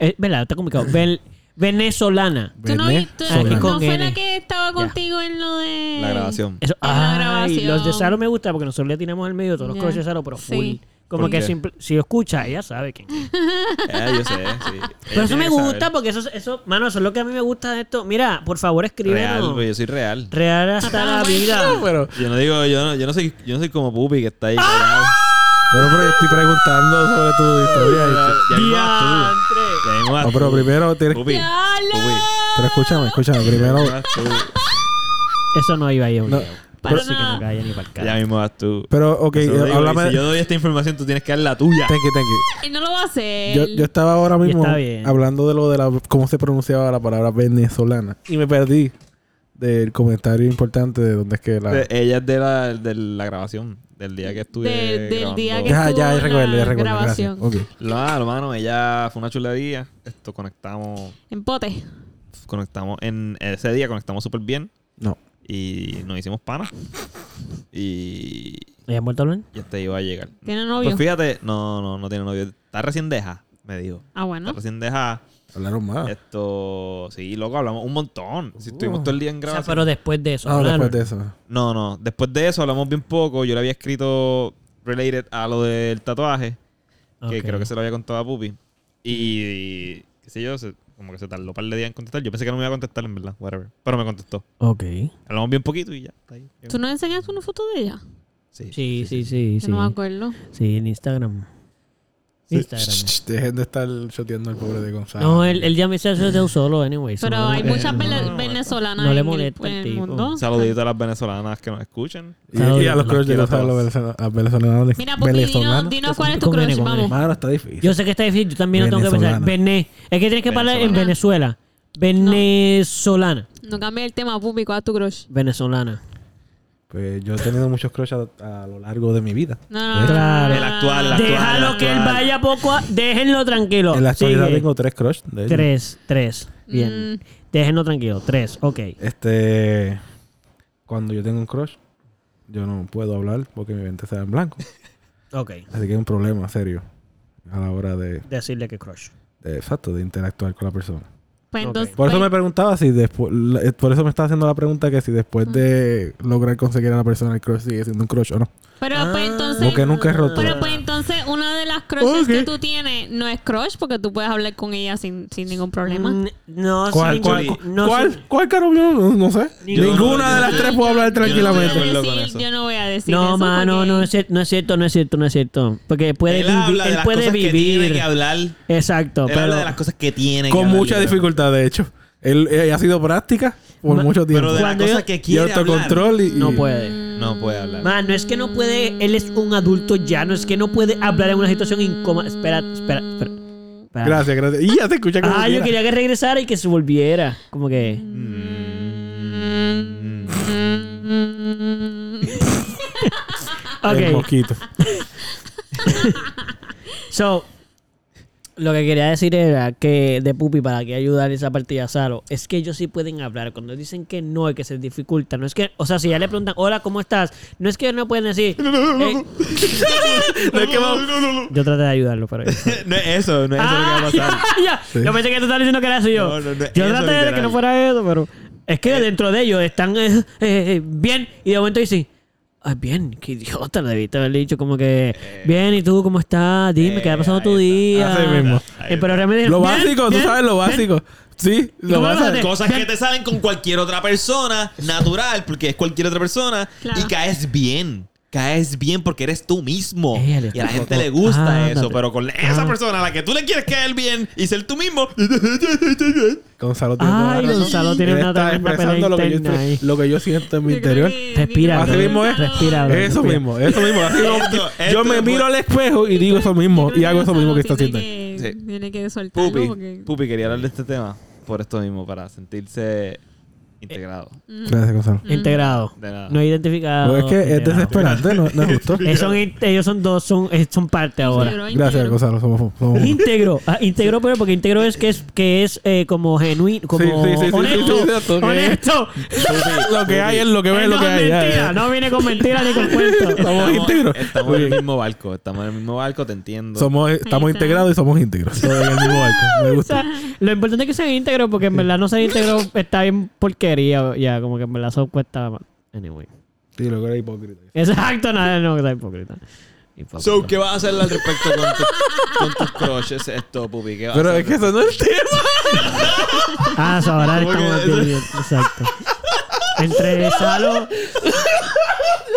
Speaker 3: Eh, ¿Verdad? Está complicado. Ven- venezolana.
Speaker 2: ¿Tú no, vi- tú-
Speaker 3: Venezolana.
Speaker 2: no
Speaker 3: Aquí con
Speaker 2: fue
Speaker 3: N.
Speaker 2: la que estaba contigo en lo de.
Speaker 4: La grabación.
Speaker 3: Eso,
Speaker 2: En la
Speaker 3: ay,
Speaker 2: grabación.
Speaker 3: los de Saro me gusta porque nosotros le tiramos al medio todos los
Speaker 2: Ya.
Speaker 3: coches de Saro, pero
Speaker 2: Sí.
Speaker 3: full. Como
Speaker 4: ¿Por
Speaker 3: que
Speaker 4: qué?
Speaker 3: simple- si escucha, ella sabe quién. es.
Speaker 4: Eh, yo sé, sí. Ella
Speaker 3: Pero eso
Speaker 4: tiene
Speaker 3: me
Speaker 4: que
Speaker 3: gusta pues,
Speaker 4: saber.
Speaker 3: porque eso, eso, mano, eso es lo que a mí me gusta de esto. Mira, por favor,
Speaker 4: Real,
Speaker 3: escríbenos.
Speaker 4: porque
Speaker 3: Real,
Speaker 4: yo soy real.
Speaker 3: hasta la vida.
Speaker 1: Pero,
Speaker 4: Yo no digo, yo no, yo no soy, yo no soy como Pupi que está ahí callado.
Speaker 1: pero, pero yo estoy preguntando sobre tu historia.
Speaker 4: Ya mismo vas tú.
Speaker 3: Diantre.
Speaker 4: Ya mismo vas
Speaker 1: No, pero
Speaker 4: tú.
Speaker 1: primero tienes
Speaker 4: Pupi.
Speaker 2: ¡Diablo!
Speaker 4: Pupi.
Speaker 1: Pero escúchame, escúchame. Primero.
Speaker 4: Ya mismo vas tú.
Speaker 3: Eso no iba a ir.
Speaker 1: No,
Speaker 3: obligado.
Speaker 2: pero-
Speaker 3: Así que no calla ni para el
Speaker 4: Ya mismo vas tú.
Speaker 1: Pero, ok,
Speaker 4: Eso digo,
Speaker 1: háblame.
Speaker 4: y Si yo doy esta información, tú tienes que dar la tuya.
Speaker 1: Thank you, thank you.
Speaker 2: Él no lo va a hacer.
Speaker 1: Yo, yo estaba ahora
Speaker 3: Y
Speaker 1: mismo
Speaker 3: está bien.
Speaker 1: hablando de lo de la, cómo se pronunciaba la palabra venezolana. Y me perdí del comentario importante de dónde es que la.
Speaker 4: De- Ella es de la, de la grabación, del día que estuve.
Speaker 2: Del- del día
Speaker 4: grabando.
Speaker 2: que-
Speaker 1: ya, ya, ya
Speaker 2: estuvo
Speaker 1: recuerdo, ya
Speaker 2: la
Speaker 1: recuerdo. Gracias.
Speaker 2: grabación.
Speaker 1: Ok.
Speaker 4: No, hermano, ella fue una chulería. Esto conectamos.
Speaker 2: En pote.
Speaker 4: Conectamos. En ese día conectamos súper bien.
Speaker 1: No.
Speaker 4: Y nos hicimos panas. Y.
Speaker 3: ¿Ya muerto Luis?
Speaker 4: Y este iba a llegar.
Speaker 2: ¿Tiene
Speaker 4: Pues
Speaker 2: novio?
Speaker 4: fíjate, no, no, no tiene novio. Está recién deja, me dijo.
Speaker 2: Ah,
Speaker 4: Está
Speaker 2: bueno.
Speaker 4: recién deja.
Speaker 1: Hablaron más.
Speaker 4: Esto, sí, loco, hablamos un montón. Si estuvimos todo el día en
Speaker 3: O sea,
Speaker 4: grabación.
Speaker 3: pero después de eso.
Speaker 1: Ah,
Speaker 3: claro.
Speaker 1: después de eso.
Speaker 4: No, no. Después de eso hablamos bien poco. Yo le había escrito related a lo del tatuaje,
Speaker 3: Ok.
Speaker 4: que creo que se lo había contado a Pupi. Y, y qué sé yo, se- como que se tardó un par de días en contestar. Yo pensé que no me iba a contestar, en verdad, whatever. Pero me contestó.
Speaker 3: Ok.
Speaker 4: Hablamos bien poquito y ya. está ahí.
Speaker 2: ¿Tú no enseñaste una foto de ella?
Speaker 4: Sí.
Speaker 3: Sí, sí, sí,
Speaker 2: Yo
Speaker 3: sí.
Speaker 2: no me acuerdo.
Speaker 3: Sí, en Instagram. Instagram.
Speaker 1: Dejen de estar shoteando al pobre de Gonzalo.
Speaker 3: No, él, él ya me se hace de un solo, anyway. so
Speaker 2: Pero
Speaker 3: no le
Speaker 2: hay
Speaker 3: molesta.
Speaker 1: Eh,
Speaker 2: muchas
Speaker 4: no,
Speaker 2: vele-
Speaker 4: no,
Speaker 2: venezolanas
Speaker 3: no le
Speaker 2: en el-
Speaker 3: molesta
Speaker 2: en
Speaker 3: el
Speaker 2: el,
Speaker 3: tipo.
Speaker 2: mundo.
Speaker 4: Saludito a las venezolanas que nos escuchan.
Speaker 1: Y, y a los
Speaker 3: Los
Speaker 1: crush de
Speaker 4: quiero a
Speaker 1: Gonzalo
Speaker 4: todos.
Speaker 1: venezolano- a venezolanos.
Speaker 2: Mira, Pupi, dinos,
Speaker 1: venezolanos.
Speaker 2: dinos cuál es tu
Speaker 3: Con
Speaker 2: crush,
Speaker 3: N, con
Speaker 2: vamos.
Speaker 1: Mano, está difícil.
Speaker 3: Yo sé que está difícil, yo también lo tengo que pensar.
Speaker 1: Venezolana.
Speaker 3: Vené. Es que tienes que parar en Venezuela. Venezolana.
Speaker 2: No cambié el tema, Pupi, ¿cuál es tu crush?
Speaker 3: Venezolana.
Speaker 1: Pues yo he tenido muchos crush a, a lo largo de mi vida.
Speaker 2: No, no, no, no, no,
Speaker 3: Claro.
Speaker 4: El
Speaker 2: no, no,
Speaker 4: actual,
Speaker 2: no, no,
Speaker 4: el
Speaker 2: no, no,
Speaker 3: Déjalo
Speaker 4: actual.
Speaker 3: que él vaya poco a... Déjenlo tranquilo.
Speaker 1: En la actualidad
Speaker 3: Sigue.
Speaker 1: tengo eh, tres crush. de ellos.
Speaker 3: Tres, tres. Bien.
Speaker 2: Mm.
Speaker 3: Déjenlo tranquilo. Tres, ok.
Speaker 1: Este. Cuando yo tengo un crush, yo no puedo hablar porque mi mente se va en blanco.
Speaker 3: Ok.
Speaker 1: Así que es un problema serio a la hora de,
Speaker 3: Decirle que crush.
Speaker 1: de- exacto, de interactuar con la persona.
Speaker 2: Pues entonces,
Speaker 1: Por eso
Speaker 2: pues,
Speaker 1: me preguntaba si después. la- eh, Por eso me estaba haciendo la pregunta que si después de lograr conseguir a la persona el crush sigue siendo un crush o no.
Speaker 2: pero
Speaker 3: Ah,
Speaker 2: pues entonces,
Speaker 1: Ah. Porque nunca es roto.
Speaker 2: pero pues entonces una de las crushes
Speaker 1: Ok.
Speaker 2: que tú tienes no es crush porque tú puedes hablar con ella sin, sin ningún problema.
Speaker 3: Mm, No,
Speaker 1: ¿Cuál,
Speaker 3: sí,
Speaker 1: cuál,
Speaker 3: no,
Speaker 1: cuál,
Speaker 3: no, sí.
Speaker 1: cuál, cuál, Caro? Yo no, no sé.
Speaker 4: Yo no-
Speaker 1: Ninguna de
Speaker 4: yo no
Speaker 1: las
Speaker 4: estoy-
Speaker 1: tres puedo hablar
Speaker 4: yo no estoy de
Speaker 1: tranquilamente.
Speaker 4: acuerdo con
Speaker 2: Yo no voy a decir- Yo no voy a decir
Speaker 4: eso.
Speaker 3: No,
Speaker 2: eso
Speaker 3: mano,
Speaker 2: porque-
Speaker 3: no es, cier- no es cierto, no es cierto, no es cierto. Porque puede
Speaker 4: Él
Speaker 3: vivir.
Speaker 4: habla de
Speaker 3: Él
Speaker 4: las
Speaker 3: puede
Speaker 4: cosas que tiene
Speaker 3: vivir.
Speaker 4: que hablar. Él
Speaker 3: Exacto, pero.
Speaker 4: habla de las cosas que tiene que
Speaker 1: Con
Speaker 4: hablar,
Speaker 1: mucha
Speaker 4: yo creo.
Speaker 1: dificultad, de hecho. Él, eh, ha sido práctica por
Speaker 3: Ma-
Speaker 1: mucho tiempo.
Speaker 4: Pero de las
Speaker 3: Cuando
Speaker 4: cosas
Speaker 3: yo-
Speaker 4: que
Speaker 1: y
Speaker 4: quiere hablar.
Speaker 1: autocontrol y, y-
Speaker 3: No puede.
Speaker 4: No puede hablar.
Speaker 3: Man, no es que no puede. Él es un adulto ya. No es que no puede hablar en una situación incómoda. Espera, espera, espera. espera.
Speaker 1: Gracias, gracias. Y ya te escuché como
Speaker 3: Ah, yo
Speaker 1: quiera.
Speaker 3: quería que regresara y que se volviera. Como que.
Speaker 4: Mm.
Speaker 1: El
Speaker 3: Ok.
Speaker 1: mosquito.
Speaker 3: So, lo que quería decir era que de Pupi, para que ayudar esa partida a Saro, es que ellos sí pueden hablar. Cuando dicen que no, es que se dificulta. No es que, o sea, si ya le preguntan, hola, ¿cómo estás? No es que ellos no pueden decir. "Hey".
Speaker 4: No es que vamos-
Speaker 3: Yo traté de ayudarlo, pero.
Speaker 4: No es eso, no es eso lo
Speaker 3: Ah,
Speaker 4: que va a pasar.
Speaker 3: ya, ya. Yo pensé que tú estabas diciendo que era eso y yo.
Speaker 4: No, no, no,
Speaker 3: yo
Speaker 4: eso
Speaker 3: traté de que
Speaker 4: literal.
Speaker 3: no fuera eso, pero. Es que dentro de ellos están eh, eh, bien y de momento dicen. Ay, bien, qué idiota, le debiste haber dicho como que...
Speaker 1: Eh.
Speaker 3: bien, ¿y tú cómo estás? Dime, ¿qué ha
Speaker 4: eh,
Speaker 3: pasado
Speaker 4: ahí
Speaker 3: tu
Speaker 4: está.
Speaker 3: día?
Speaker 1: Así mismo.
Speaker 3: Eh, pero realmente...
Speaker 1: Lo
Speaker 3: bien,
Speaker 1: básico, tú
Speaker 3: bien,
Speaker 1: sabes lo
Speaker 3: bien.
Speaker 1: básico. Sí, lo
Speaker 3: cómo lo
Speaker 1: básico.
Speaker 3: haces?
Speaker 4: Cosas que te salen con cualquier otra persona, natural, porque es cualquier otra persona,
Speaker 2: Claro.
Speaker 4: y caes bien. Caes bien porque eres tú mismo.
Speaker 3: Él,
Speaker 4: y a la gente
Speaker 3: loco.
Speaker 4: le gusta
Speaker 3: Ándate.
Speaker 4: eso, pero con esa persona a la que tú le quieres caer bien y ser tú mismo.
Speaker 1: Gonzalo tiene toda la
Speaker 3: Ay,
Speaker 1: razón.
Speaker 3: Gonzalo tiene
Speaker 1: Él
Speaker 3: una
Speaker 1: está
Speaker 3: tremenda pelea
Speaker 1: expresando lo que, yo
Speaker 3: interna
Speaker 1: estoy-
Speaker 3: ahí.
Speaker 1: lo que yo siento en mi
Speaker 2: Yo creo
Speaker 1: interior.
Speaker 2: que-
Speaker 3: Respira,
Speaker 1: Así mismo es.
Speaker 3: respira. bro,
Speaker 1: Eso
Speaker 3: respira.
Speaker 1: mismo, eso mismo. Así mismo.
Speaker 4: Esto,
Speaker 1: yo
Speaker 4: esto
Speaker 1: me
Speaker 4: es
Speaker 1: miro
Speaker 4: bueno.
Speaker 1: al espejo y digo eso mismo. Y hago eso mismo que está
Speaker 2: Gonzalo
Speaker 1: haciendo.
Speaker 2: tiene que-
Speaker 4: Sí.
Speaker 2: Tiene que soltarlo
Speaker 4: Pupi,
Speaker 2: porque-
Speaker 4: Pupi quería hablar de este tema por esto mismo, para sentirse integrado.
Speaker 1: Gracias, Gonzalo.
Speaker 3: Mm. Integrado.
Speaker 4: De nada.
Speaker 3: No identificado.
Speaker 1: Pues es que es
Speaker 3: integrado.
Speaker 1: desesperante, no, no es justo.
Speaker 3: Eh, son in- ellos son dos, son, eh, son parte ahora.
Speaker 2: Integró,
Speaker 1: Gracias,
Speaker 2: integró.
Speaker 1: Gonzalo. Somos. somos
Speaker 3: Íntegro. Ah, íntegro, pero porque íntegro es que es, que es eh, como genuino, como
Speaker 1: sí, sí, sí,
Speaker 3: honesto.
Speaker 1: sí, sí, exacto, que-
Speaker 3: honesto.
Speaker 1: lo que hay es lo que
Speaker 3: Eh,
Speaker 1: ve, es
Speaker 3: no
Speaker 1: lo que
Speaker 3: es
Speaker 1: hay. ya,
Speaker 3: mentira,
Speaker 1: ya.
Speaker 3: No viene con mentiras ni con cuentos.
Speaker 1: Somos íntegros.
Speaker 4: estamos en el mismo barco, estamos en el mismo barco, te entiendo.
Speaker 1: Somos, estamos
Speaker 2: está.
Speaker 1: integrados y somos íntegros. Todos en el mismo barco. Me
Speaker 3: O
Speaker 1: gusta.
Speaker 3: sea, lo importante es que sea íntegro, porque en verdad no ser íntegro está bien porquería. Ya, como que en verdad eso cuesta más. Anyway.
Speaker 1: Sí, lo que era hipócrita.
Speaker 3: Exacto, nada, no, que está hipócrita. Hipócrita.
Speaker 4: So, ¿qué vas a hacer al respecto con, tu- con tus crushes? Esto, Pupi, ¿qué vas
Speaker 1: Pero
Speaker 4: a hacer?
Speaker 1: es que eso no es el tema.
Speaker 3: Ah, so, ahora
Speaker 4: ¿Cómo
Speaker 3: estamos
Speaker 4: que-
Speaker 3: dividiendo. Exacto. Entre Salo.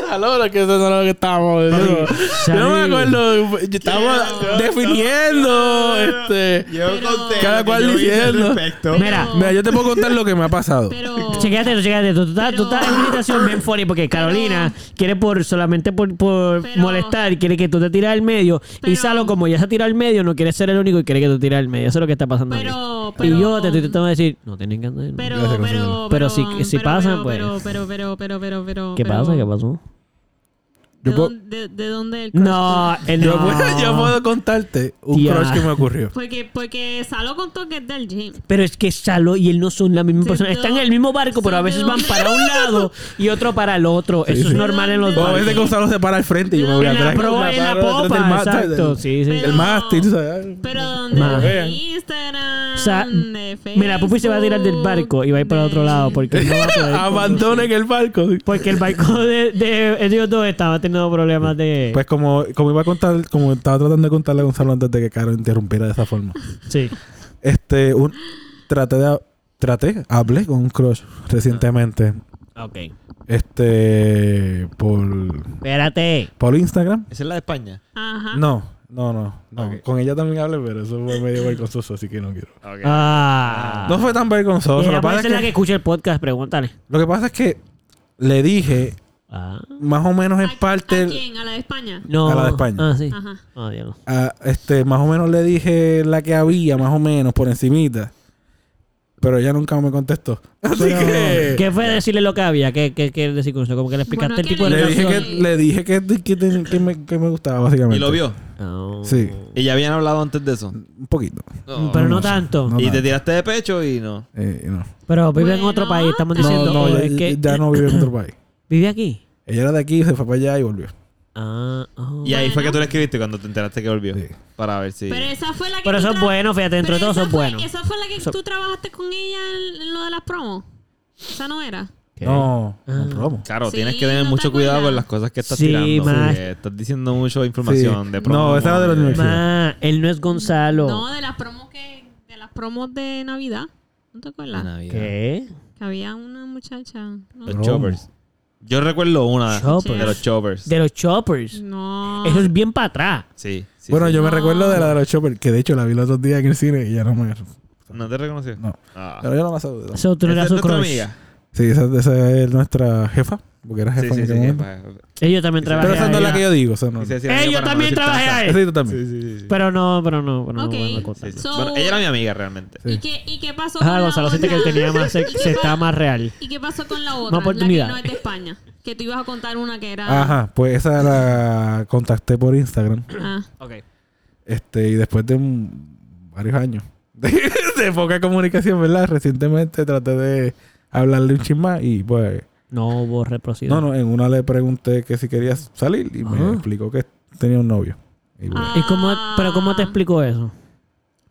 Speaker 1: A la hora que eso no es lo que estábamos diciendo. Yo no me
Speaker 3: Sali.
Speaker 1: acuerdo. Yo- Estábamos
Speaker 4: Quiero-
Speaker 1: definiendo. Este.
Speaker 4: Yo
Speaker 2: Pero-
Speaker 4: conté
Speaker 1: Cada
Speaker 4: lo que
Speaker 1: cual
Speaker 4: yo hice al
Speaker 1: diciendo.
Speaker 4: respecto.
Speaker 3: Mira,
Speaker 1: Mira, yo te puedo contar lo que me ha pasado.
Speaker 2: Pero...
Speaker 3: Chequéate, esto, chequéate. esto. Tú, estás, tú estás en una situación bien funny porque Carolina quiere por solamente por, por
Speaker 2: Pero-
Speaker 3: molestar, quiere que tú te tires al medio. y
Speaker 2: Pero-
Speaker 3: Salo, como ya se tira al medio, no quiere ser el único y quiere que tú tires al medio. Eso es lo que está pasando. aquí.
Speaker 2: Pero, pero,
Speaker 3: y yo te estoy tratando de decir, no tienen que andar.
Speaker 2: pero,
Speaker 1: Gracias,
Speaker 2: pero,
Speaker 1: Gonzalo.
Speaker 3: Pero si- si
Speaker 2: pero,
Speaker 3: pasan, pues.
Speaker 2: Pero, pero, pero, pero, pero, pero,
Speaker 3: ¿Qué
Speaker 2: pero-
Speaker 3: pasa? ¿Qué pasó?
Speaker 2: ¿De,
Speaker 1: Yo puedo-
Speaker 2: dónde, de, de dónde el crush
Speaker 3: No,
Speaker 2: tuyo?
Speaker 3: él
Speaker 1: Yo,
Speaker 3: no.
Speaker 1: puedo, yo puedo contarte un
Speaker 3: Tía.
Speaker 1: crush que me ocurrió.
Speaker 2: Porque, porque Salo contó que es del gym.
Speaker 3: Pero es que Salo y él no son la misma
Speaker 2: Sí,
Speaker 3: persona.
Speaker 2: no.
Speaker 3: Están en el mismo barco, pero a
Speaker 2: Sí,
Speaker 3: veces
Speaker 2: no.
Speaker 3: van para un lado y otro para el otro. Eso es
Speaker 1: sí.
Speaker 3: normal en los
Speaker 1: O a veces
Speaker 3: barcos.
Speaker 1: Gonzalo se para al frente y yo me voy
Speaker 2: En la
Speaker 1: atrás.
Speaker 3: pro- en la
Speaker 1: Me paro detrás del
Speaker 3: popa,
Speaker 1: mástil,
Speaker 3: exacto,
Speaker 1: del-
Speaker 3: sí, sí.
Speaker 1: Del
Speaker 2: Pero-
Speaker 1: mástil, ¿sabes?
Speaker 2: Pero donde
Speaker 3: Ma.
Speaker 2: de Instagram,
Speaker 3: O sea,
Speaker 2: de Facebook.
Speaker 3: Mira, Pupi se va a tirar del barco y va a ir para
Speaker 2: de-
Speaker 3: otro lado porque no va a poder.
Speaker 1: Abandonen el barco.
Speaker 3: Porque el barco de, de ellos dos estaba teniendo problemas de.
Speaker 1: Pues como, como iba a contar, como estaba tratando de contarle a Gonzalo antes de que Caro interrumpiera de esa forma.
Speaker 3: sí.
Speaker 1: Este, un, traté de traté, hablé con un crush recientemente.
Speaker 3: Ok.
Speaker 1: Este por
Speaker 3: Espérate.
Speaker 1: por Instagram.
Speaker 4: Esa es la de España.
Speaker 2: Ajá.
Speaker 1: No, no, no. no.
Speaker 4: Ok.
Speaker 1: Con ella también hablé, pero eso fue medio vergonzoso, así que no quiero.
Speaker 3: Ah.
Speaker 1: No fue tan vergonzoso. Lo
Speaker 3: Ella
Speaker 1: que,
Speaker 3: puede
Speaker 1: pasa
Speaker 3: ser
Speaker 1: es
Speaker 3: pues, la que
Speaker 1: que,
Speaker 3: escucha el podcast, pregúntale.
Speaker 1: lo que pasa es que le dije,
Speaker 3: Ah.
Speaker 1: más o menos
Speaker 2: ¿A,
Speaker 1: en parte,
Speaker 2: ¿A quién? ¿A la de España?
Speaker 3: No.
Speaker 1: A la de España.
Speaker 3: Ah, sí.
Speaker 2: Ajá.
Speaker 3: Ah, diablo.
Speaker 1: a- este, más o menos le dije la que había, más o menos, por encimita. Pero ella nunca me contestó. Así
Speaker 3: Pero,
Speaker 1: que...
Speaker 3: ¿Qué fue decirle lo que había? ¿Qué, qué, qué decir con eso? Como que le explicaste
Speaker 2: Bueno,
Speaker 3: el tipo de
Speaker 1: Le
Speaker 2: Pero
Speaker 1: dije,
Speaker 3: relación.
Speaker 1: que,
Speaker 2: sí.
Speaker 1: le dije que, que te- que me, que me gustaba, básicamente.
Speaker 4: Y lo vio.
Speaker 3: Ah.
Speaker 1: Sí.
Speaker 4: Y ya habían hablado antes de eso.
Speaker 1: Un poquito.
Speaker 3: Pero no
Speaker 1: sé,
Speaker 3: tanto.
Speaker 1: no
Speaker 4: y te
Speaker 1: tanto.
Speaker 4: tiraste de pecho y no.
Speaker 1: Eh, no.
Speaker 3: Pero vive en
Speaker 2: Bueno,
Speaker 3: otro país, estamos
Speaker 2: No,
Speaker 3: diciendo.
Speaker 1: No, no,
Speaker 3: oh,
Speaker 1: ya,
Speaker 3: es que
Speaker 1: ya no vive en otro país.
Speaker 3: vive aquí.
Speaker 1: Ella era de aquí, se fue para allá y volvió.
Speaker 3: Ah, oh.
Speaker 4: Y ahí fue
Speaker 2: Bueno.
Speaker 4: que tú le escribiste cuando te enteraste que volvió.
Speaker 1: Sí.
Speaker 4: Para ver si.
Speaker 2: Pero esa fue la que.
Speaker 3: Pero
Speaker 2: tú
Speaker 3: eso es
Speaker 2: tra-
Speaker 3: bueno, fíjate, dentro de
Speaker 2: Pero
Speaker 3: todo eso
Speaker 2: esa
Speaker 3: es
Speaker 2: fue-
Speaker 3: bueno.
Speaker 2: Esa fue la que
Speaker 3: Eso-
Speaker 2: tú trabajaste con ella en, en lo de las promos. Esa no era.
Speaker 3: Ok.
Speaker 1: No,
Speaker 3: Ah.
Speaker 1: no probo.
Speaker 4: Claro,
Speaker 2: Sí,
Speaker 4: tienes que tener
Speaker 2: no te
Speaker 4: mucho cuidado
Speaker 2: acuerdas.
Speaker 4: con las cosas que estás
Speaker 3: Sí,
Speaker 4: tirando.
Speaker 3: man.
Speaker 4: porque Estás diciendo mucha información
Speaker 1: Sí.
Speaker 4: de pronto.
Speaker 1: No, esa era de la universidad.
Speaker 3: Ma, él no es Gonzalo.
Speaker 2: No, de las promos que. De las promos de Navidad. ¿No te acuerdas?
Speaker 3: ¿Qué?
Speaker 2: Que había una muchacha. No.
Speaker 4: Los choppers. Yo recuerdo una
Speaker 3: Choppers.
Speaker 4: de los choppers.
Speaker 3: De los choppers.
Speaker 2: No.
Speaker 3: Eso es bien para atrás.
Speaker 4: Sí, sí.
Speaker 1: bueno,
Speaker 4: sí.
Speaker 1: yo me
Speaker 3: Ah.
Speaker 2: No.
Speaker 1: recuerdo de la de los Chopper, que de hecho la vi los otros días en el cine y ya no me.
Speaker 4: ¿No te reconoció?
Speaker 1: No.
Speaker 4: Ah.
Speaker 1: Pero yo no la saludé.
Speaker 3: Eso tú no
Speaker 4: Esa
Speaker 3: eras
Speaker 4: es
Speaker 3: su
Speaker 4: nuestra
Speaker 3: crush.
Speaker 4: amiga.
Speaker 1: Sí, esa, esa es nuestra jefa, porque era jefa
Speaker 4: Sí,
Speaker 1: en
Speaker 4: sí,
Speaker 1: aquel
Speaker 4: sí.
Speaker 1: momento.
Speaker 3: Ellos también
Speaker 4: Sí, sí.
Speaker 3: trabajan.
Speaker 1: Pero esa no es la que yo digo. Esa Ah, no.
Speaker 4: Y se
Speaker 1: Sí,
Speaker 4: decía amiga
Speaker 3: ¡Eh, yo
Speaker 4: para no
Speaker 3: también
Speaker 4: decir
Speaker 3: trabajé
Speaker 4: tanta.
Speaker 3: ahí!
Speaker 1: tú también.
Speaker 4: Sí, sí,
Speaker 2: Pues,
Speaker 4: sí.
Speaker 3: Pero no, pero no, pero no.
Speaker 2: Ok.
Speaker 3: bueno,
Speaker 4: Sí,
Speaker 3: contar.
Speaker 4: sí.
Speaker 2: So-
Speaker 4: Bueno, ella era mi amiga realmente.
Speaker 2: ¿Y qué, ¿Y qué pasó
Speaker 3: Ah,
Speaker 2: la
Speaker 3: Gonzalo siente que él
Speaker 2: otra?
Speaker 3: tenía más. pues, Se, se estaba más real.
Speaker 2: ¿Y qué pasó con la otra?
Speaker 3: oportunidad.
Speaker 2: La que no es de España. Que tú ibas a contar una que era.
Speaker 1: Ajá, pues esa la contacté por Instagram.
Speaker 2: Ah,
Speaker 3: Ok.
Speaker 1: Este, y después de un- varios años de, de poca comunicación, ¿verdad? Recientemente traté de hablarle un chismá y pues...
Speaker 3: No hubo reprocidad.
Speaker 1: No, no, en una le pregunté que si quería salir y
Speaker 4: Ah.
Speaker 3: Ajá.
Speaker 1: me explicó que tenía un novio. Y, pues,
Speaker 2: Ah.
Speaker 3: ¿Y cómo, pero cómo te explicó eso?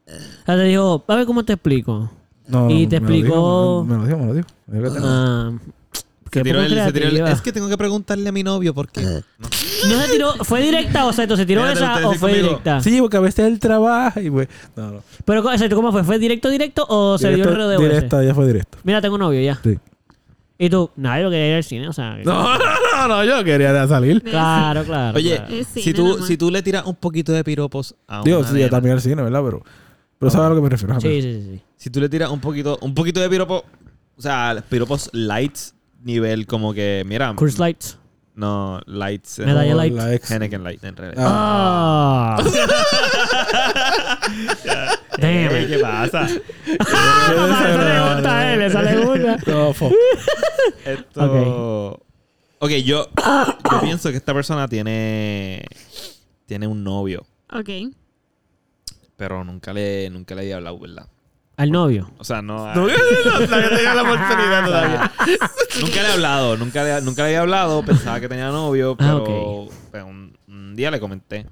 Speaker 3: O sea, te dijo, a ver cómo te explico.
Speaker 1: no, no,
Speaker 3: ¿y te
Speaker 1: me lo dijo,
Speaker 3: explicó?
Speaker 1: me lo dijo, me lo dijo. Me dijo que tenía-
Speaker 3: Ah,
Speaker 4: Se
Speaker 3: qué
Speaker 4: tiró
Speaker 3: poco
Speaker 4: el- se tiró el-
Speaker 3: creativa.
Speaker 4: Es que tengo que preguntarle a mi novio por qué.
Speaker 3: No se tiró, fue directa, o sea, ¿se tiró
Speaker 4: Mira, ¿te gusta
Speaker 3: esa o
Speaker 4: decir
Speaker 3: fue
Speaker 4: conmigo?
Speaker 3: directa?
Speaker 1: Sí, porque a veces él trabaja y pues... No, no.
Speaker 3: Pero, o sea, ¿cómo fue? ¿Fue directo, directo o se dio el
Speaker 1: Directo-
Speaker 3: rodeo
Speaker 4: pues,
Speaker 3: ese?
Speaker 1: directa, ya fue directa.
Speaker 3: Mira, tengo novio ya.
Speaker 1: Sí.
Speaker 3: Y tú, nadie lo quería ir al cine, o sea. que-
Speaker 1: No, no, no, no, yo quería salir.
Speaker 2: de-
Speaker 3: Claro, claro.
Speaker 4: Oye,
Speaker 3: claro.
Speaker 2: Eh, Es
Speaker 4: si
Speaker 2: cine
Speaker 4: tú,
Speaker 2: nomás.
Speaker 4: si tú le tiras un poquito de piropos a
Speaker 1: Digo,
Speaker 4: una
Speaker 1: sí,
Speaker 4: nena,
Speaker 1: yo también al cine, ¿verdad? Pero, pero sabes a lo que me refiero. ajá,
Speaker 3: Sí, sí, sí. sí.
Speaker 4: Si tú le tiras un poquito, un poquito de piropo, o sea, piropos lights, nivel como que, mira,
Speaker 3: Curse Lights.
Speaker 4: no, lights, eh,
Speaker 3: Me da-
Speaker 1: pero-
Speaker 3: Medalla Light.
Speaker 1: La ex-
Speaker 4: Heineken light, en realidad.
Speaker 1: Ah.
Speaker 3: Ah. Damn Ah.
Speaker 4: Ey,
Speaker 3: it.
Speaker 4: ¿Qué pasa?
Speaker 3: Ah, papá, esa le gusta a él, esa le gusta.
Speaker 1: No, fuck.
Speaker 4: Esto. Ok, yo, yo pienso que esta persona tiene, tiene un novio,
Speaker 2: Ok.
Speaker 4: pero nunca le, nunca le había hablado, ¿verdad?
Speaker 3: Al novio.
Speaker 4: O sea, no.
Speaker 1: No, no, no, no tenía la oportunidad todavía.
Speaker 4: Nunca le he hablado, nunca le, nunca le había hablado, pensaba que tenía novio, pero,
Speaker 3: ok.
Speaker 4: pero un, un día le comenté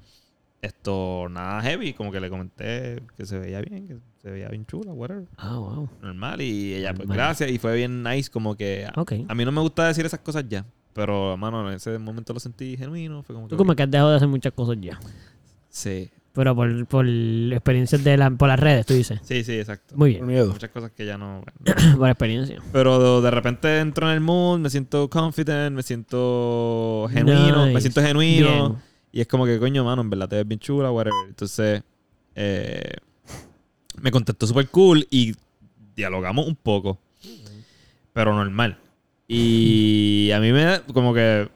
Speaker 4: esto, nada heavy, como que le comenté que se veía bien, que se veía bien chula, whatever,
Speaker 3: Ah, wow.
Speaker 4: normal, y ella, pues
Speaker 3: Normal.
Speaker 4: gracias, y fue bien nice, como que a,
Speaker 3: Ok.
Speaker 4: a mí no me gusta decir esas cosas ya, pero hermano, en ese momento lo sentí genuino, fue como que...
Speaker 3: Tú como que has dejado de hacer muchas cosas ya.
Speaker 4: Sí,
Speaker 3: Pero por, por experiencias de la, por las redes, tú dices.
Speaker 4: sí, sí, exacto.
Speaker 3: Muy
Speaker 1: Por
Speaker 3: bien.
Speaker 1: miedo.
Speaker 4: Muchas cosas que ya no...
Speaker 3: por experiencia.
Speaker 4: Pero de, de repente entro en el mood, me siento confident, me siento genuino,
Speaker 3: Nice.
Speaker 4: me siento genuino.
Speaker 3: Bien.
Speaker 4: Y es como que, coño, mano, en verdad te ves bien chula, whatever. Entonces, eh, me contestó súper cool y dialogamos un poco. Pero normal. Y a mí me da como que...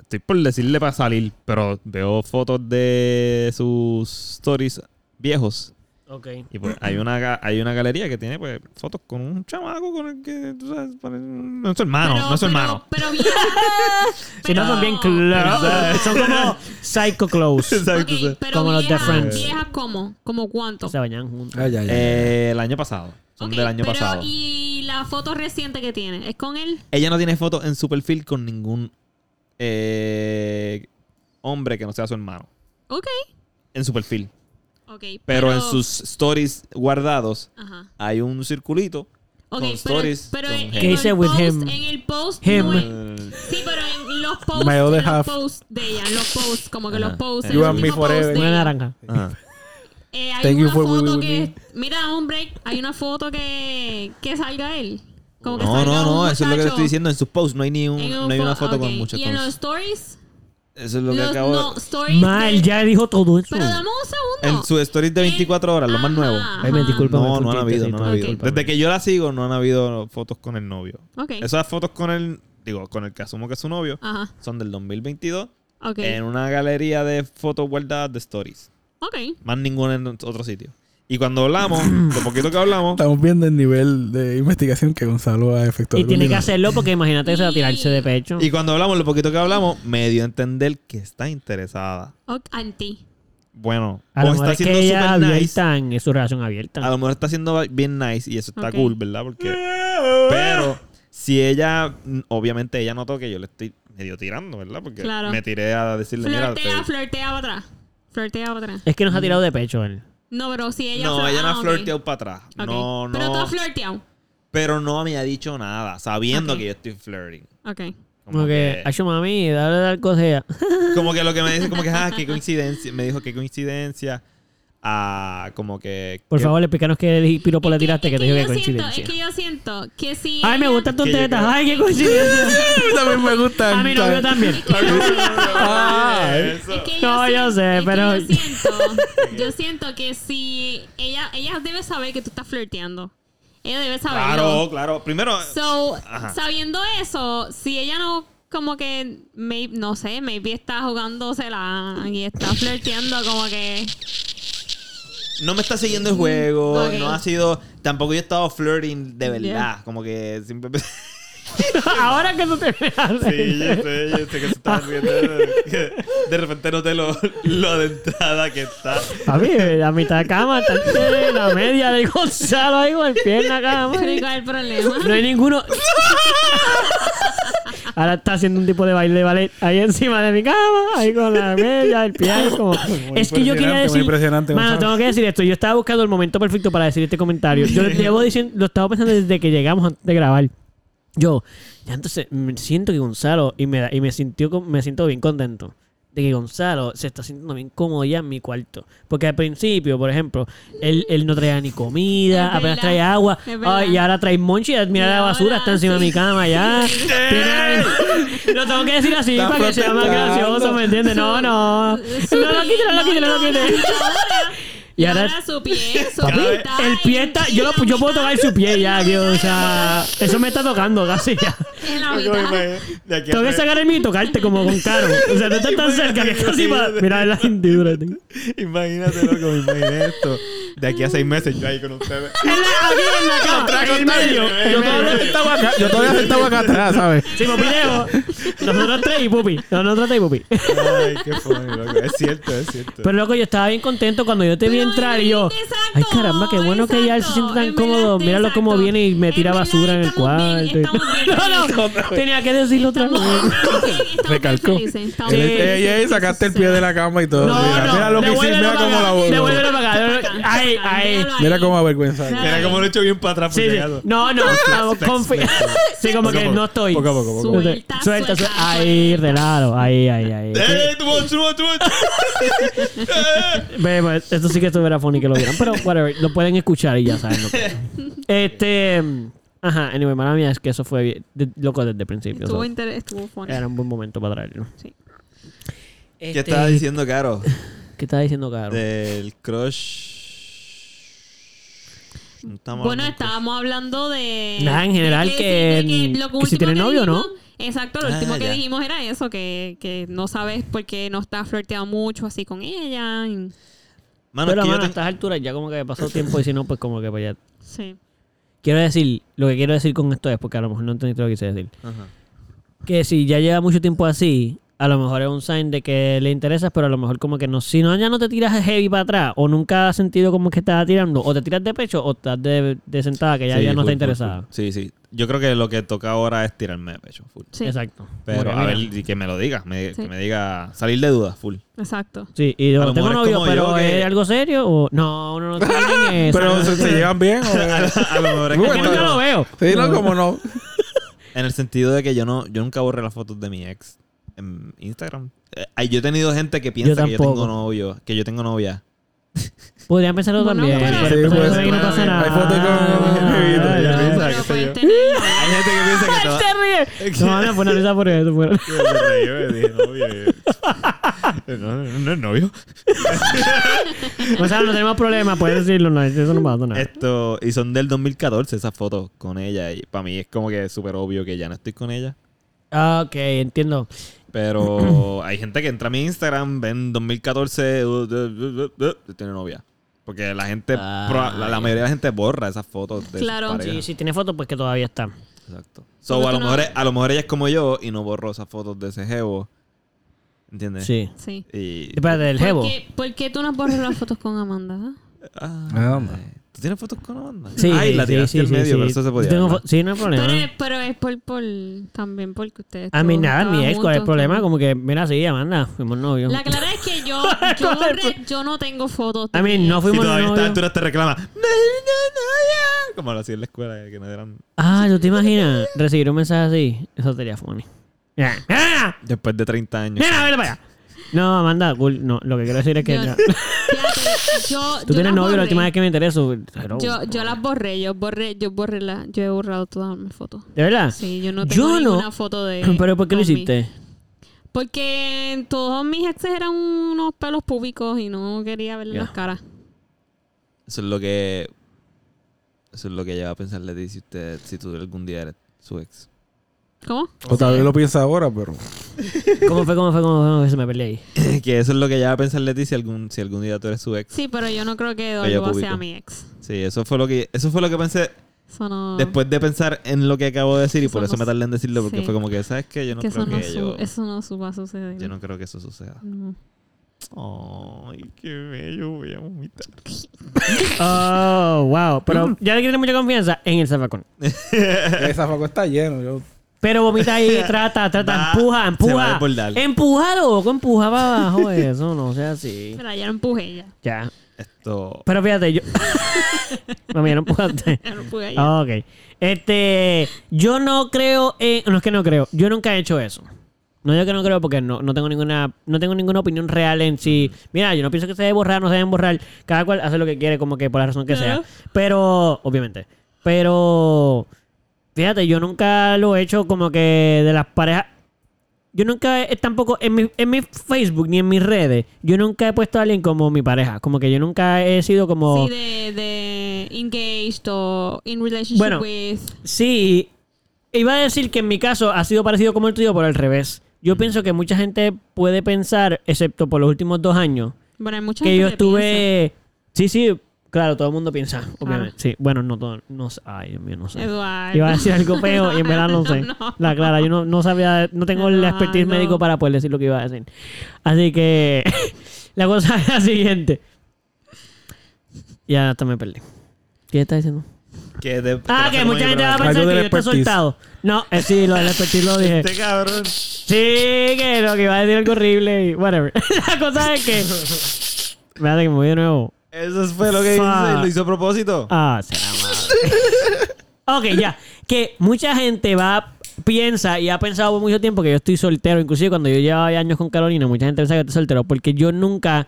Speaker 4: Estoy por decirle para salir, pero veo fotos de sus stories viejos.
Speaker 3: Ok.
Speaker 4: Y pues hay una, ga- hay una galería que tiene pues fotos con un chamaco con el que, tú sabes, parece- no es su hermano,
Speaker 2: Pero-
Speaker 4: Ah, no es su
Speaker 2: pero-
Speaker 4: hermano.
Speaker 2: Pero bien.
Speaker 3: Si no son bien close. Son como psycho close.
Speaker 4: Exacto,
Speaker 2: Ok,
Speaker 4: exacto.
Speaker 2: pero
Speaker 3: Como los de
Speaker 2: viejas,
Speaker 3: Friends.
Speaker 2: viejas ¿cómo? ¿Cómo cuánto?
Speaker 3: Se bañan juntos.
Speaker 1: Ay, ay, ay.
Speaker 4: Eh, el año pasado, son
Speaker 2: Ok,
Speaker 4: del año
Speaker 2: pero
Speaker 4: pasado.
Speaker 2: ¿Y la foto reciente que tiene? ¿Es con él?
Speaker 4: Ella no tiene fotos en su perfil con ningún eh, hombre que no sea su hermano.
Speaker 2: Ok.
Speaker 4: En su perfil.
Speaker 2: Ok.
Speaker 4: Pero, en sus stories guardados
Speaker 2: Ajá.
Speaker 4: hay un circulito
Speaker 2: Ok,
Speaker 4: con
Speaker 2: pero,
Speaker 4: stories.
Speaker 2: pero
Speaker 4: con
Speaker 2: en,
Speaker 4: gente.
Speaker 3: ¿Qué dice
Speaker 2: el
Speaker 3: with
Speaker 2: post,
Speaker 3: him?
Speaker 2: en el post
Speaker 3: Him.
Speaker 2: no es-
Speaker 4: Eh,
Speaker 2: Sí, pero en los posts,
Speaker 1: My
Speaker 2: en
Speaker 1: other
Speaker 2: los
Speaker 1: half.
Speaker 2: posts de ella, en los posts, como que
Speaker 4: Ajá.
Speaker 2: los posts,
Speaker 4: You
Speaker 2: en el
Speaker 4: and me
Speaker 2: último post
Speaker 1: forever.
Speaker 2: de
Speaker 3: Una
Speaker 2: ella.
Speaker 3: naranja.
Speaker 4: ajá.
Speaker 2: Eh, hay
Speaker 1: Thank you
Speaker 2: una
Speaker 1: for
Speaker 2: foto
Speaker 1: with- with
Speaker 2: que. Mira, hombre, hay una foto que, que salga él. Como que
Speaker 4: No,
Speaker 2: salga
Speaker 4: no, no,
Speaker 2: un
Speaker 4: eso es lo que te
Speaker 2: muchacho
Speaker 4: estoy diciendo. En sus posts no hay ni un,
Speaker 2: en
Speaker 4: no
Speaker 2: un
Speaker 4: hay
Speaker 2: fo-
Speaker 4: una foto con
Speaker 2: ok.
Speaker 4: muchos
Speaker 2: Y en los
Speaker 4: cons.
Speaker 2: stories.
Speaker 4: Eso es lo que
Speaker 2: los,
Speaker 4: acabo
Speaker 2: no, stories.
Speaker 3: Mal,
Speaker 2: de-
Speaker 3: ya dijo todo eso.
Speaker 2: Pero dame un segundo.
Speaker 4: En sus stories de 24 horas, lo más
Speaker 2: Eh, Ajá.
Speaker 4: nuevo.
Speaker 3: Ay, me disculpa.
Speaker 4: No, no han habido, no han
Speaker 2: Ok.
Speaker 4: habido. Desde que yo la sigo, no han habido fotos con el novio.
Speaker 2: Ok.
Speaker 4: Esas fotos con el, digo, con el que asumo que es su novio,
Speaker 3: Ah.
Speaker 2: Ajá.
Speaker 4: son del 2022
Speaker 2: Ok.
Speaker 4: en una galería de fotos guardadas de stories.
Speaker 2: Ok.
Speaker 4: Más ninguna en otro sitio. Y cuando hablamos, lo poquito que hablamos,
Speaker 1: Estamos viendo el nivel de investigación que Gonzalo ha efectuado.
Speaker 3: Y tiene que hacerlo porque imagínate que se va a tirarse de pecho.
Speaker 4: y cuando hablamos, lo poquito que hablamos, me dio a entender que está interesada.
Speaker 2: Ok, Anti.
Speaker 4: Bueno,
Speaker 3: A lo
Speaker 4: o
Speaker 3: mejor
Speaker 4: está
Speaker 3: es que
Speaker 4: siendo
Speaker 3: ella es
Speaker 4: super nice.
Speaker 3: abierta, en- es su relación
Speaker 4: A
Speaker 3: abierta.
Speaker 4: lo mejor está siendo bien nice y eso está
Speaker 2: Ok.
Speaker 4: cool, ¿verdad? Porque. Pero si ella, mm, obviamente ella notó que yo le estoy medio tirando, ¿verdad? Porque
Speaker 2: Claro.
Speaker 4: me tiré a decirle, mira,
Speaker 2: Flirtea,
Speaker 4: te-
Speaker 2: flirtea para atrás. Flirtea para atrás.
Speaker 3: Es que nos ha tirado de pecho él.
Speaker 2: No, pero si ella.
Speaker 4: no,
Speaker 2: flir-
Speaker 4: ella no
Speaker 2: ah,
Speaker 4: ha
Speaker 2: ok.
Speaker 4: flirteado para atrás.
Speaker 2: Ok.
Speaker 4: No, no.
Speaker 2: Pero tú has flirteado.
Speaker 4: pero no me ha dicho nada, sabiendo
Speaker 2: Ok.
Speaker 4: que yo estoy flirting.
Speaker 2: Ok.
Speaker 3: Como que, "Acho, mami, dale tal cosa.
Speaker 4: como que lo que me dice, como que, ah, qué coincidencia. Me dijo, qué coincidencia. Ah, como que.
Speaker 3: Por
Speaker 4: que-
Speaker 3: favor, explícanos qué piropo le Pues tiraste que te dijo que
Speaker 2: yo siento,
Speaker 3: coincidencia.
Speaker 2: es que yo siento que si.
Speaker 3: Ay, me
Speaker 2: ella-
Speaker 3: gustan tus
Speaker 4: Que yo
Speaker 3: tetas.
Speaker 4: creo-
Speaker 3: Ay, qué coincidencia.
Speaker 1: también me gusta.
Speaker 3: A mi novio también.
Speaker 4: Ah, eso.
Speaker 2: Es que
Speaker 3: No, yo
Speaker 2: siento-
Speaker 3: sé,
Speaker 2: es que
Speaker 3: pero-
Speaker 2: yo siento, yo siento que si ella, ella debe saber que tú estás flirteando. Ella debe saberlo.
Speaker 4: Claro, claro. Primero,
Speaker 2: So,
Speaker 4: Ajá.
Speaker 2: sabiendo eso, si ella no, como que, may- no sé, maybe está jugándosela y está flirteando, como que.
Speaker 4: no me está siguiendo el juego.
Speaker 2: ok.
Speaker 4: No ha sido. Tampoco yo he estado flirting de verdad.
Speaker 2: Yeah.
Speaker 4: Como que siempre.
Speaker 3: Ahora que tú te
Speaker 4: Sí, yo sé, yo sé que se está riendo. que De repente noté lo, lo de entrada que está.
Speaker 3: A mí, la mitad de cama, está en la media del Gonzalo ahí con el pie en la cama.
Speaker 2: Pero ¿cuál es el problema?
Speaker 3: No hay ninguno. Ahora está haciendo un tipo de baile de ballet ahí encima de mi cama, ahí con la media, el pie ahí como... es que yo
Speaker 1: impresionante,
Speaker 3: quería decir...
Speaker 1: muy impresionante,
Speaker 3: Mano,
Speaker 1: Gonzalo.
Speaker 3: tengo que decir esto. Yo estaba buscando el momento perfecto para decir este comentario. Yo les llevo diciendo... Lo estaba pensando desde que llegamos antes de grabar. Yo, ya entonces, me siento que Gonzalo... Y me, da- y me, sintió, con- me siento bien contento. De que Gonzalo se está sintiendo bien cómodo ya en mi cuarto. Porque al principio, por ejemplo, él, él no traía ni comida,
Speaker 2: Es
Speaker 3: apenas
Speaker 2: verdad.
Speaker 3: traía agua.
Speaker 2: Es verdad.
Speaker 3: Ay, y ahora trae monchi. Mira la
Speaker 2: ahora,
Speaker 3: basura, está encima de
Speaker 2: sí.
Speaker 3: mi cama ya. Tiene- Lo tengo que decir así
Speaker 4: Está
Speaker 3: para que sea más
Speaker 4: protestando.
Speaker 3: gracioso, ¿me entiendes? No, no. No lo quites,
Speaker 2: Su
Speaker 3: no lo
Speaker 2: pie-
Speaker 3: quites, no lo quites, no lo
Speaker 2: no,
Speaker 3: quites.
Speaker 2: no, ahora-
Speaker 3: Y
Speaker 2: Y
Speaker 3: ahora-
Speaker 2: ahora su pie, su
Speaker 3: Papi,
Speaker 2: pie está
Speaker 3: el pie
Speaker 2: en-
Speaker 3: está. Yo, lo,
Speaker 2: en la
Speaker 3: yo puedo
Speaker 2: mitad-
Speaker 3: tocar su pie ya, que, o sea. Eso me está tocando casi ya.
Speaker 2: En la
Speaker 4: Yo me
Speaker 2: mitad.
Speaker 4: imagino de aquí a
Speaker 3: Tengo que
Speaker 4: tres-
Speaker 3: sacar el mío y tocarte como con caro. O sea, no está tan cerca que es casi para. Mira la cintura. tengo.
Speaker 4: Imagínate, loco, me imaginé esto. De aquí a seis meses yo ahí con ustedes.
Speaker 3: En la, aquí en la cama, en el medio. Ah,
Speaker 4: eh,
Speaker 3: Yo todavía
Speaker 1: sentado acá, yo todavía sentado acá atrás, ¿sabes?
Speaker 3: Sí, Popileo. Nosotros tres y Pupi. Nosotros tres y Pupi.
Speaker 4: Ay, qué funny, loco. Es cierto, es cierto.
Speaker 3: Pero loco, yo estaba bien contento cuando yo te vi
Speaker 2: Pero
Speaker 3: entrar y
Speaker 2: imagínate,
Speaker 3: yo.
Speaker 2: exacto,
Speaker 3: Ay, caramba, qué bueno que ya él se
Speaker 2: exacto,
Speaker 3: siente tan
Speaker 2: en
Speaker 3: cómodo.
Speaker 2: verdad,
Speaker 3: Míralo
Speaker 2: exacto.
Speaker 3: cómo viene y me
Speaker 2: En
Speaker 3: tira
Speaker 2: verdad,
Speaker 3: basura en el
Speaker 2: estamos bien,
Speaker 3: cuarto.
Speaker 2: estamos bien
Speaker 3: no, no,
Speaker 2: felices.
Speaker 3: tenía que decirlo otra vez.
Speaker 2: Estamos bien, estamos
Speaker 1: Recalcó.
Speaker 2: bien felices, estamos
Speaker 3: Sí.
Speaker 2: bien
Speaker 1: Ey,
Speaker 2: felices.
Speaker 1: ey, sacaste el pie de la cama y todo.
Speaker 3: No,
Speaker 1: mira,
Speaker 3: no,
Speaker 1: mira lo que hiciste,
Speaker 3: devuélvelo
Speaker 1: mira cómo
Speaker 3: para
Speaker 1: la
Speaker 3: acá, devuélvelo
Speaker 1: voz.
Speaker 3: para acá. devuélvelo- Ay, ay.
Speaker 1: Mira cómo avergüenza.
Speaker 4: Mira cómo lo he hecho bien para atrás.
Speaker 3: Sí, sí.
Speaker 4: puñetazo.
Speaker 3: No, no, estamos confi- Sí, como
Speaker 4: Poco a
Speaker 3: que
Speaker 4: poco,
Speaker 3: no estoy.
Speaker 1: Poco a poco, poco a poco.
Speaker 2: Suelta,
Speaker 3: Suelta, suelta.
Speaker 2: suelta,
Speaker 3: Ahí,
Speaker 2: suelta.
Speaker 3: relado. Ahí, ahí, ahí.
Speaker 4: ¡Eh, too much, too much, too much!
Speaker 3: Ve, pues, esto sí que estuviera funny que lo vieran, pero whatever, lo pueden escuchar y ya saben lo que es. Este, ajá, anyway, mala mía, es que eso fue bien- de- loco desde el principio.
Speaker 2: Estuvo
Speaker 3: so,
Speaker 2: inter- estuvo funny.
Speaker 3: era un buen momento para traerlo.
Speaker 2: Sí.
Speaker 4: ¿Qué
Speaker 3: Este.
Speaker 4: estaba diciendo, Caro?
Speaker 3: ¿Qué estaba diciendo, Caro?
Speaker 4: Del crush. No estamos
Speaker 2: Bueno,
Speaker 4: hablando de
Speaker 2: estábamos hablando de.
Speaker 3: Nada, en
Speaker 2: de
Speaker 3: general,
Speaker 2: sí,
Speaker 3: que-
Speaker 2: de lo
Speaker 3: que si
Speaker 2: último
Speaker 3: tiene
Speaker 2: que
Speaker 3: novio o no.
Speaker 2: dijimos- Exacto, lo
Speaker 4: Ah,
Speaker 2: último que
Speaker 4: ya.
Speaker 2: dijimos era eso, que, que no sabes por qué no estás flirteando mucho así con ella. y-
Speaker 4: crush. Mano,
Speaker 3: Pero,
Speaker 4: es que
Speaker 3: mano, a
Speaker 4: yo tengo-
Speaker 3: estas alturas ya como que pasó tiempo y si no, pues como que pues ya...
Speaker 2: Sí.
Speaker 3: Quiero decir, lo que quiero decir con esto es, porque a lo mejor no entendiste lo que quise decir,
Speaker 4: Ajá.
Speaker 3: que si ya lleva mucho tiempo así, a lo mejor es un sign de que le interesas, pero a lo mejor como que no, si no ya no te tiras heavy para atrás, o nunca has sentido como que estás tirando, o te tiras de pecho, o estás de, de sentada, que ya,
Speaker 4: Sí,
Speaker 3: ya no
Speaker 4: full,
Speaker 3: está
Speaker 4: full,
Speaker 3: interesada.
Speaker 4: full. Sí, sí. Yo creo que lo que toca ahora es tirarme de pecho, full.
Speaker 2: Sí.
Speaker 3: Exacto.
Speaker 4: Pero
Speaker 3: Como que,
Speaker 4: a
Speaker 3: mira,
Speaker 4: ver, y que me lo diga, me-
Speaker 2: Sí.
Speaker 4: que me diga salir de dudas, full.
Speaker 2: Exacto.
Speaker 3: Sí, y
Speaker 4: a
Speaker 3: yo
Speaker 4: lo
Speaker 3: tengo
Speaker 4: mejor es
Speaker 3: novio,
Speaker 4: como
Speaker 3: pero
Speaker 4: yo que-
Speaker 3: ¿es algo serio? O... No, uno no tiene eso.
Speaker 1: Pero
Speaker 3: no,
Speaker 1: se, se llevan bien. o-
Speaker 4: a lo mejor es
Speaker 1: Muy
Speaker 4: como
Speaker 1: bueno.
Speaker 3: nunca
Speaker 4: yo,
Speaker 3: lo veo.
Speaker 1: Sí, no, como no.
Speaker 4: en el sentido de que yo no, yo nunca borré las fotos de mi ex en Instagram. Eh, ay, yo he tenido gente que piensa que yo
Speaker 3: tampoco.
Speaker 4: tengo novio, que yo tengo novia.
Speaker 3: Podrían pensarlo
Speaker 2: Bueno,
Speaker 3: también.
Speaker 2: pero-
Speaker 3: pero
Speaker 2: Sí,
Speaker 3: entonces
Speaker 2: pues,
Speaker 3: ahí no pasa
Speaker 4: hay
Speaker 3: nada.
Speaker 1: fotos con-
Speaker 3: Ay,
Speaker 4: Ya,
Speaker 3: ay,
Speaker 4: ya,
Speaker 3: ay.
Speaker 4: qué
Speaker 2: Pero
Speaker 4: sé yo.
Speaker 2: pueden tener
Speaker 4: Hay gente que piensa que todo-
Speaker 3: No, no, fue una risa por eso. fue-
Speaker 4: Yo me reí, me dije, novia, eh. No, no, no es novio.
Speaker 3: O sea, no tenemos problema, puedes decirlo, no, eso no pasa nada.
Speaker 4: Esto, y son del 2014 esas fotos con ella. Y para mí es como que súper obvio que ya no estoy con ella.
Speaker 3: Ah, ok, entiendo.
Speaker 4: Pero hay gente que entra a mi Instagram, ven 2014, uh, uh, uh, uh, uh, tiene novia. Porque la gente,
Speaker 3: Ah,
Speaker 4: proba- la, la mayoría de la gente borra esas fotos de
Speaker 2: Claro.
Speaker 4: sus parejas.
Speaker 3: Sí, si tiene fotos, pues que todavía está.
Speaker 4: Exacto. So,
Speaker 2: Porque
Speaker 4: a lo,
Speaker 2: tú no-
Speaker 4: mejor, a lo mejor ella es como yo y no borró esas fotos de ese jevo. ¿Entiendes?
Speaker 3: Sí.
Speaker 2: Sí.
Speaker 4: Y,
Speaker 3: Espérate, el
Speaker 2: ¿Por
Speaker 3: jevo.
Speaker 2: qué, por qué tú no borras las fotos con Amanda?
Speaker 4: Ah,
Speaker 1: Ah, ma.
Speaker 4: ¿Tú tienes fotos con Amanda?
Speaker 3: Sí,
Speaker 4: Ay, la
Speaker 3: sí,
Speaker 4: tiraste
Speaker 3: sí,
Speaker 4: al
Speaker 3: sí,
Speaker 4: medio,
Speaker 3: sí.
Speaker 4: pero eso se podía.
Speaker 3: Yo tengo
Speaker 4: ¿verdad?
Speaker 3: fo- sí, no hay
Speaker 2: Pero,
Speaker 3: problema.
Speaker 2: es- pero es por, por también porque ustedes.
Speaker 3: A mí
Speaker 2: todos
Speaker 3: nada, mi
Speaker 2: estaban
Speaker 3: ex, ¿cuál es el
Speaker 2: juntos,
Speaker 3: problema?
Speaker 2: entonces-
Speaker 3: Como que, mira, sí, Amanda, fuimos novios.
Speaker 2: La clara es que yo, yo,
Speaker 3: ¿Cuál es el
Speaker 2: re- yo no tengo fotos. de
Speaker 3: A mí
Speaker 2: mi
Speaker 3: no
Speaker 2: ex.
Speaker 4: Si
Speaker 3: fuimos
Speaker 4: todavía a estas
Speaker 3: novios.
Speaker 4: alturas te reclama. "No, no, no, ya". Como lo hacía en la escuela, que no eran.
Speaker 3: Ah, ¿tú te imaginas recibir un mensaje así? Eso sería funny. Mira, mira,
Speaker 4: Después de 30 años.
Speaker 3: mira, vete para allá. No, Amanda, cool, no, lo que quiero decir es que...
Speaker 2: Yo-
Speaker 3: ya-
Speaker 2: Fíjate, yo,
Speaker 3: Tú
Speaker 2: yo
Speaker 3: tienes
Speaker 2: las
Speaker 3: novio la
Speaker 2: borré.
Speaker 3: última vez que me interesó. Hello.
Speaker 2: Yo, yo las borré, yo borré, yo borré la, yo he borrado todas mis fotos.
Speaker 3: ¿De verdad?
Speaker 2: Sí, yo no
Speaker 3: Yo
Speaker 2: tengo
Speaker 3: no.
Speaker 2: ninguna foto de.
Speaker 3: ¿Pero por qué lo
Speaker 2: con mí.
Speaker 3: hiciste?
Speaker 2: Porque todos mis exes eran unos pelos públicos y no quería verle
Speaker 3: Ya.
Speaker 2: las caras.
Speaker 4: Eso es lo que. Eso es lo que lleva a pensarle de ti si, usted, si tú algún día eres su ex.
Speaker 2: ¿Cómo?
Speaker 1: O tal vez lo piensa ahora, pero.
Speaker 3: ¿Cómo fue, cómo fue, cómo fue? cómo fue? Se me perdí ahí.
Speaker 4: que eso es lo que lleva a pensarle de ti si algún, si algún día tú eres su ex.
Speaker 2: Sí, pero yo no creo que
Speaker 4: Bello
Speaker 2: Eduardo sea
Speaker 4: público.
Speaker 2: mi ex.
Speaker 4: Sí, eso fue lo que, eso fue lo que pensé
Speaker 2: Eso no.
Speaker 4: después de pensar en lo que acabo de decir y
Speaker 2: Eso
Speaker 4: por eso
Speaker 2: no
Speaker 4: me tardé en decirlo porque
Speaker 2: sí.
Speaker 4: fue como que, ¿sabes qué? Yo no
Speaker 2: que eso, no
Speaker 4: creo que
Speaker 2: su-
Speaker 4: yo,
Speaker 2: eso no su- va a suceder.
Speaker 4: yo no creo que eso suceda.
Speaker 2: No.
Speaker 4: Ay, qué bello, voy a vomitar.
Speaker 3: Oh, wow. Pero ya le tienes mucha confianza en el zafacón.
Speaker 1: Esa faco está lleno. Yo...
Speaker 3: Pero vomita ahí, trata, trata,
Speaker 4: Va,
Speaker 3: empuja,
Speaker 4: se va a
Speaker 3: empuja.
Speaker 4: desbordar.
Speaker 3: Empuja, loco, empuja para abajo eso, no sea así.
Speaker 2: Mira, ya no empujé ya.
Speaker 3: Ya.
Speaker 4: Esto.
Speaker 3: Pero fíjate, yo. Mami, ya no empujaste.
Speaker 2: Ya no empujé ya.
Speaker 3: Ah, ok. Este, yo no creo en- No es que no creo. Yo nunca he hecho eso. No digo que no creo porque no, no tengo ninguna no tengo ninguna opinión real en si... Mira, yo no pienso que se debe borrar, no se deben borrar. Cada cual hace lo que quiere, como que por la razón que sea.
Speaker 2: Claro.
Speaker 3: Pero, obviamente. Pero, fíjate, yo nunca lo he hecho como que de las parejas... Yo nunca, he- tampoco, en mi, en mi Facebook ni en mis redes, yo nunca he puesto a alguien como mi pareja. Como que yo nunca he sido como...
Speaker 2: Sí, de, de engaged o in relationship
Speaker 3: Bueno.
Speaker 2: with.
Speaker 3: Sí, iba a decir que en mi caso ha sido parecido como el tuyo, pero al revés. Yo pienso que mucha gente puede pensar, excepto por los últimos dos años,
Speaker 2: Bueno, hay mucha
Speaker 3: que
Speaker 2: gente
Speaker 3: yo
Speaker 2: que
Speaker 3: estuve... Sí, sí, claro, todo el mundo piensa, obviamente. Sí, bueno, no todo... No, sé. ay, Dios mío, no
Speaker 2: piensa,
Speaker 3: sé.
Speaker 2: Eduardo.
Speaker 3: Iba a decir algo feo y en verdad no sé.
Speaker 2: No.
Speaker 3: La clara, yo no, no sabía, no tengo el
Speaker 2: No,
Speaker 3: expertise
Speaker 2: no.
Speaker 3: médico para poder decir lo que iba a decir. Así que la cosa es la siguiente. Ya hasta me perdí. ¿Qué está diciendo?
Speaker 4: Que te- te
Speaker 3: Ah,
Speaker 4: la
Speaker 3: que
Speaker 4: hacen
Speaker 3: mucha
Speaker 4: muy
Speaker 3: gente va a
Speaker 4: brava.
Speaker 1: Algo
Speaker 3: pensar que
Speaker 1: del
Speaker 3: yo estoy
Speaker 1: expertise.
Speaker 3: soltado. No, eh, sí, lo del expertise lo dije.
Speaker 4: Este cabrón.
Speaker 3: Sí, que lo que iba a decir algo horrible y whatever. La cosa es que... Espérate que me voy de nuevo.
Speaker 4: Eso fue lo que hizo.
Speaker 3: Fuck.
Speaker 4: y Lo hizo a propósito.
Speaker 3: Ah, será madre. ok, ya. Que mucha gente va... Piensa y ha pensado por mucho tiempo que yo estoy soltero. Inclusive cuando yo llevaba años con Carolina, mucha gente pensaba que estoy soltero. Porque yo nunca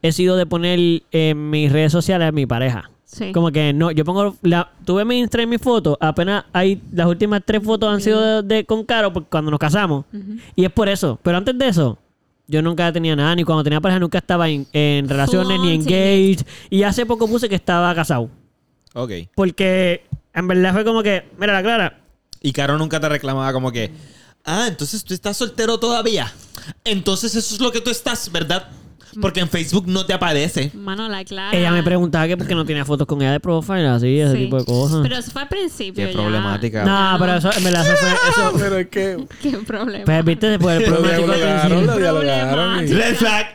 Speaker 3: he sido de poner en mis redes sociales a mi pareja.
Speaker 2: Sí.
Speaker 3: Como que no, yo pongo la, tuve mi Instagram y mi foto, apenas hay las últimas tres fotos han sido de, de- con Caro porque cuando nos casamos. Y es por eso. Pero antes de eso, yo nunca tenía nada, ni cuando tenía pareja nunca estaba en, en relaciones, ni
Speaker 2: Flirting.
Speaker 3: engaged. Y hace poco puse que estaba casado.
Speaker 4: Ok.
Speaker 3: Porque en verdad fue como que, mira la clara.
Speaker 4: Y Caro nunca te reclamaba como que. Ah, entonces tú estás soltero todavía. Entonces eso es lo que tú estás, ¿verdad? Porque en Facebook no te aparece.
Speaker 2: Mano, la clara.
Speaker 3: Ella me preguntaba que por qué no tenía fotos con ella de profile, así, ese
Speaker 2: Ah. Sí.
Speaker 3: tipo de cosas.
Speaker 2: Pero eso fue al principio.
Speaker 4: Qué
Speaker 2: ya.
Speaker 4: problemática.
Speaker 3: no, pero eso, en verdad, eso fue. Eso,
Speaker 1: Pero es que.
Speaker 2: Qué problema.
Speaker 3: pues viste, después del
Speaker 1: Lo
Speaker 3: problemático al
Speaker 1: dialogaron,
Speaker 3: principio.
Speaker 1: lo dialogaron. y-
Speaker 4: Red flag.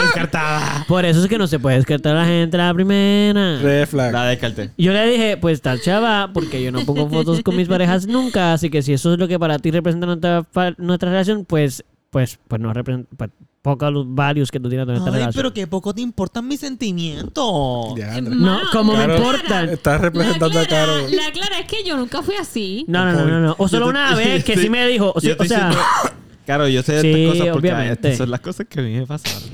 Speaker 4: Descartada.
Speaker 3: Por eso es que no se puede descartar a la gente a la primera.
Speaker 1: Red flag.
Speaker 4: La descarté.
Speaker 3: Yo le dije, pues tal chava, porque yo no pongo fotos con mis parejas nunca, así que si eso es lo que para ti representa nuestra, fa- nuestra relación, pues, pues, pues no representa, pues, poca los values que tú tienes de nuestra relación.
Speaker 4: que poco te importan mis sentimientos.
Speaker 1: Diandre.
Speaker 2: Mano,
Speaker 3: No, como
Speaker 1: me
Speaker 2: la clara-
Speaker 3: importan.
Speaker 1: Estás representando
Speaker 2: la
Speaker 1: a
Speaker 2: clara-
Speaker 1: Caro.
Speaker 2: La clara es que yo nunca fui así.
Speaker 3: No, no, no, no, no. O solo
Speaker 4: Yo te-
Speaker 3: una vez que sí
Speaker 4: Sí.
Speaker 3: me dijo, o, sí-
Speaker 4: Yo
Speaker 3: o
Speaker 4: estoy
Speaker 3: sea,
Speaker 4: diciendo- Claro, yo sé de
Speaker 3: Sí,
Speaker 4: estas cosas porque ah,
Speaker 3: obviamente.
Speaker 4: estas son las cosas que a mí me pasaron.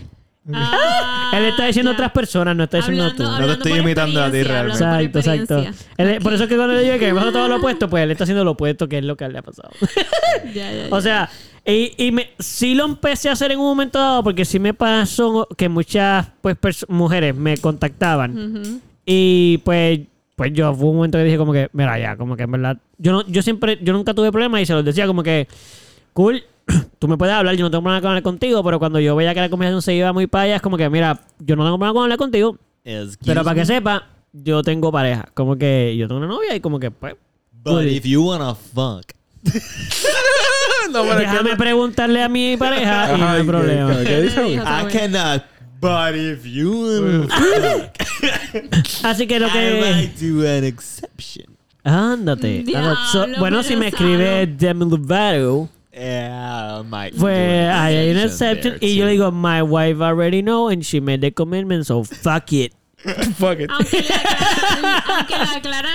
Speaker 2: Ah,
Speaker 3: él está diciendo a
Speaker 2: ya.
Speaker 3: otras personas, no está diciendo
Speaker 2: Hablando-
Speaker 3: tú.
Speaker 4: No te
Speaker 2: hablando
Speaker 4: estoy
Speaker 2: por
Speaker 4: imitando a ti
Speaker 2: experiencia,
Speaker 4: realmente.
Speaker 2: hablando
Speaker 3: Exacto,
Speaker 2: por
Speaker 3: exacto.
Speaker 2: experiencia.
Speaker 3: Él- por eso es que cuando le digo que me pasó todo lo opuesto, pues él está haciendo lo opuesto que es lo que a él le ha pasado.
Speaker 2: Ya, ya, ya.
Speaker 3: O sea, y, y me, sí lo empecé a hacer en un momento dado porque sí me pasó que muchas pues, perso- mujeres me contactaban
Speaker 2: Ujú.
Speaker 3: y pues pues yo fue un momento que dije como que mira ya como que en verdad yo no yo siempre yo nunca tuve problemas y se los decía como que cool tú me puedes hablar yo no tengo problema con hablar contigo pero cuando yo veía que la conversación se iba muy para allá es como que mira yo no tengo problema con hablar contigo pero para que sepa yo tengo pareja como que yo tengo una novia y como que pues
Speaker 4: But if you wanna fuck.
Speaker 1: No, pero es que-
Speaker 3: déjame preguntarle a mi pareja y no hay
Speaker 1: Ay,
Speaker 3: problema
Speaker 1: ¿Qué, qué
Speaker 2: Dijo
Speaker 1: dijo?
Speaker 2: otra
Speaker 3: Ah,
Speaker 4: I
Speaker 2: vez.
Speaker 4: cannot. But if you wanna fuck.
Speaker 3: Así que lo
Speaker 4: I
Speaker 3: que.
Speaker 4: might do an exception.
Speaker 3: Ándate.
Speaker 2: Diablo,
Speaker 3: ándate. So- bueno, si me
Speaker 2: Gonzalo.
Speaker 3: escribe Demi Lovato,
Speaker 4: Yeah, I might do
Speaker 3: pues
Speaker 4: an
Speaker 3: ahí hay una exception.
Speaker 4: there
Speaker 3: Y yo
Speaker 4: too.
Speaker 3: le digo, My wife already know and she made the commitment, so fuck it.
Speaker 1: Fuck it.
Speaker 2: Aunque la, clara, aunque la clara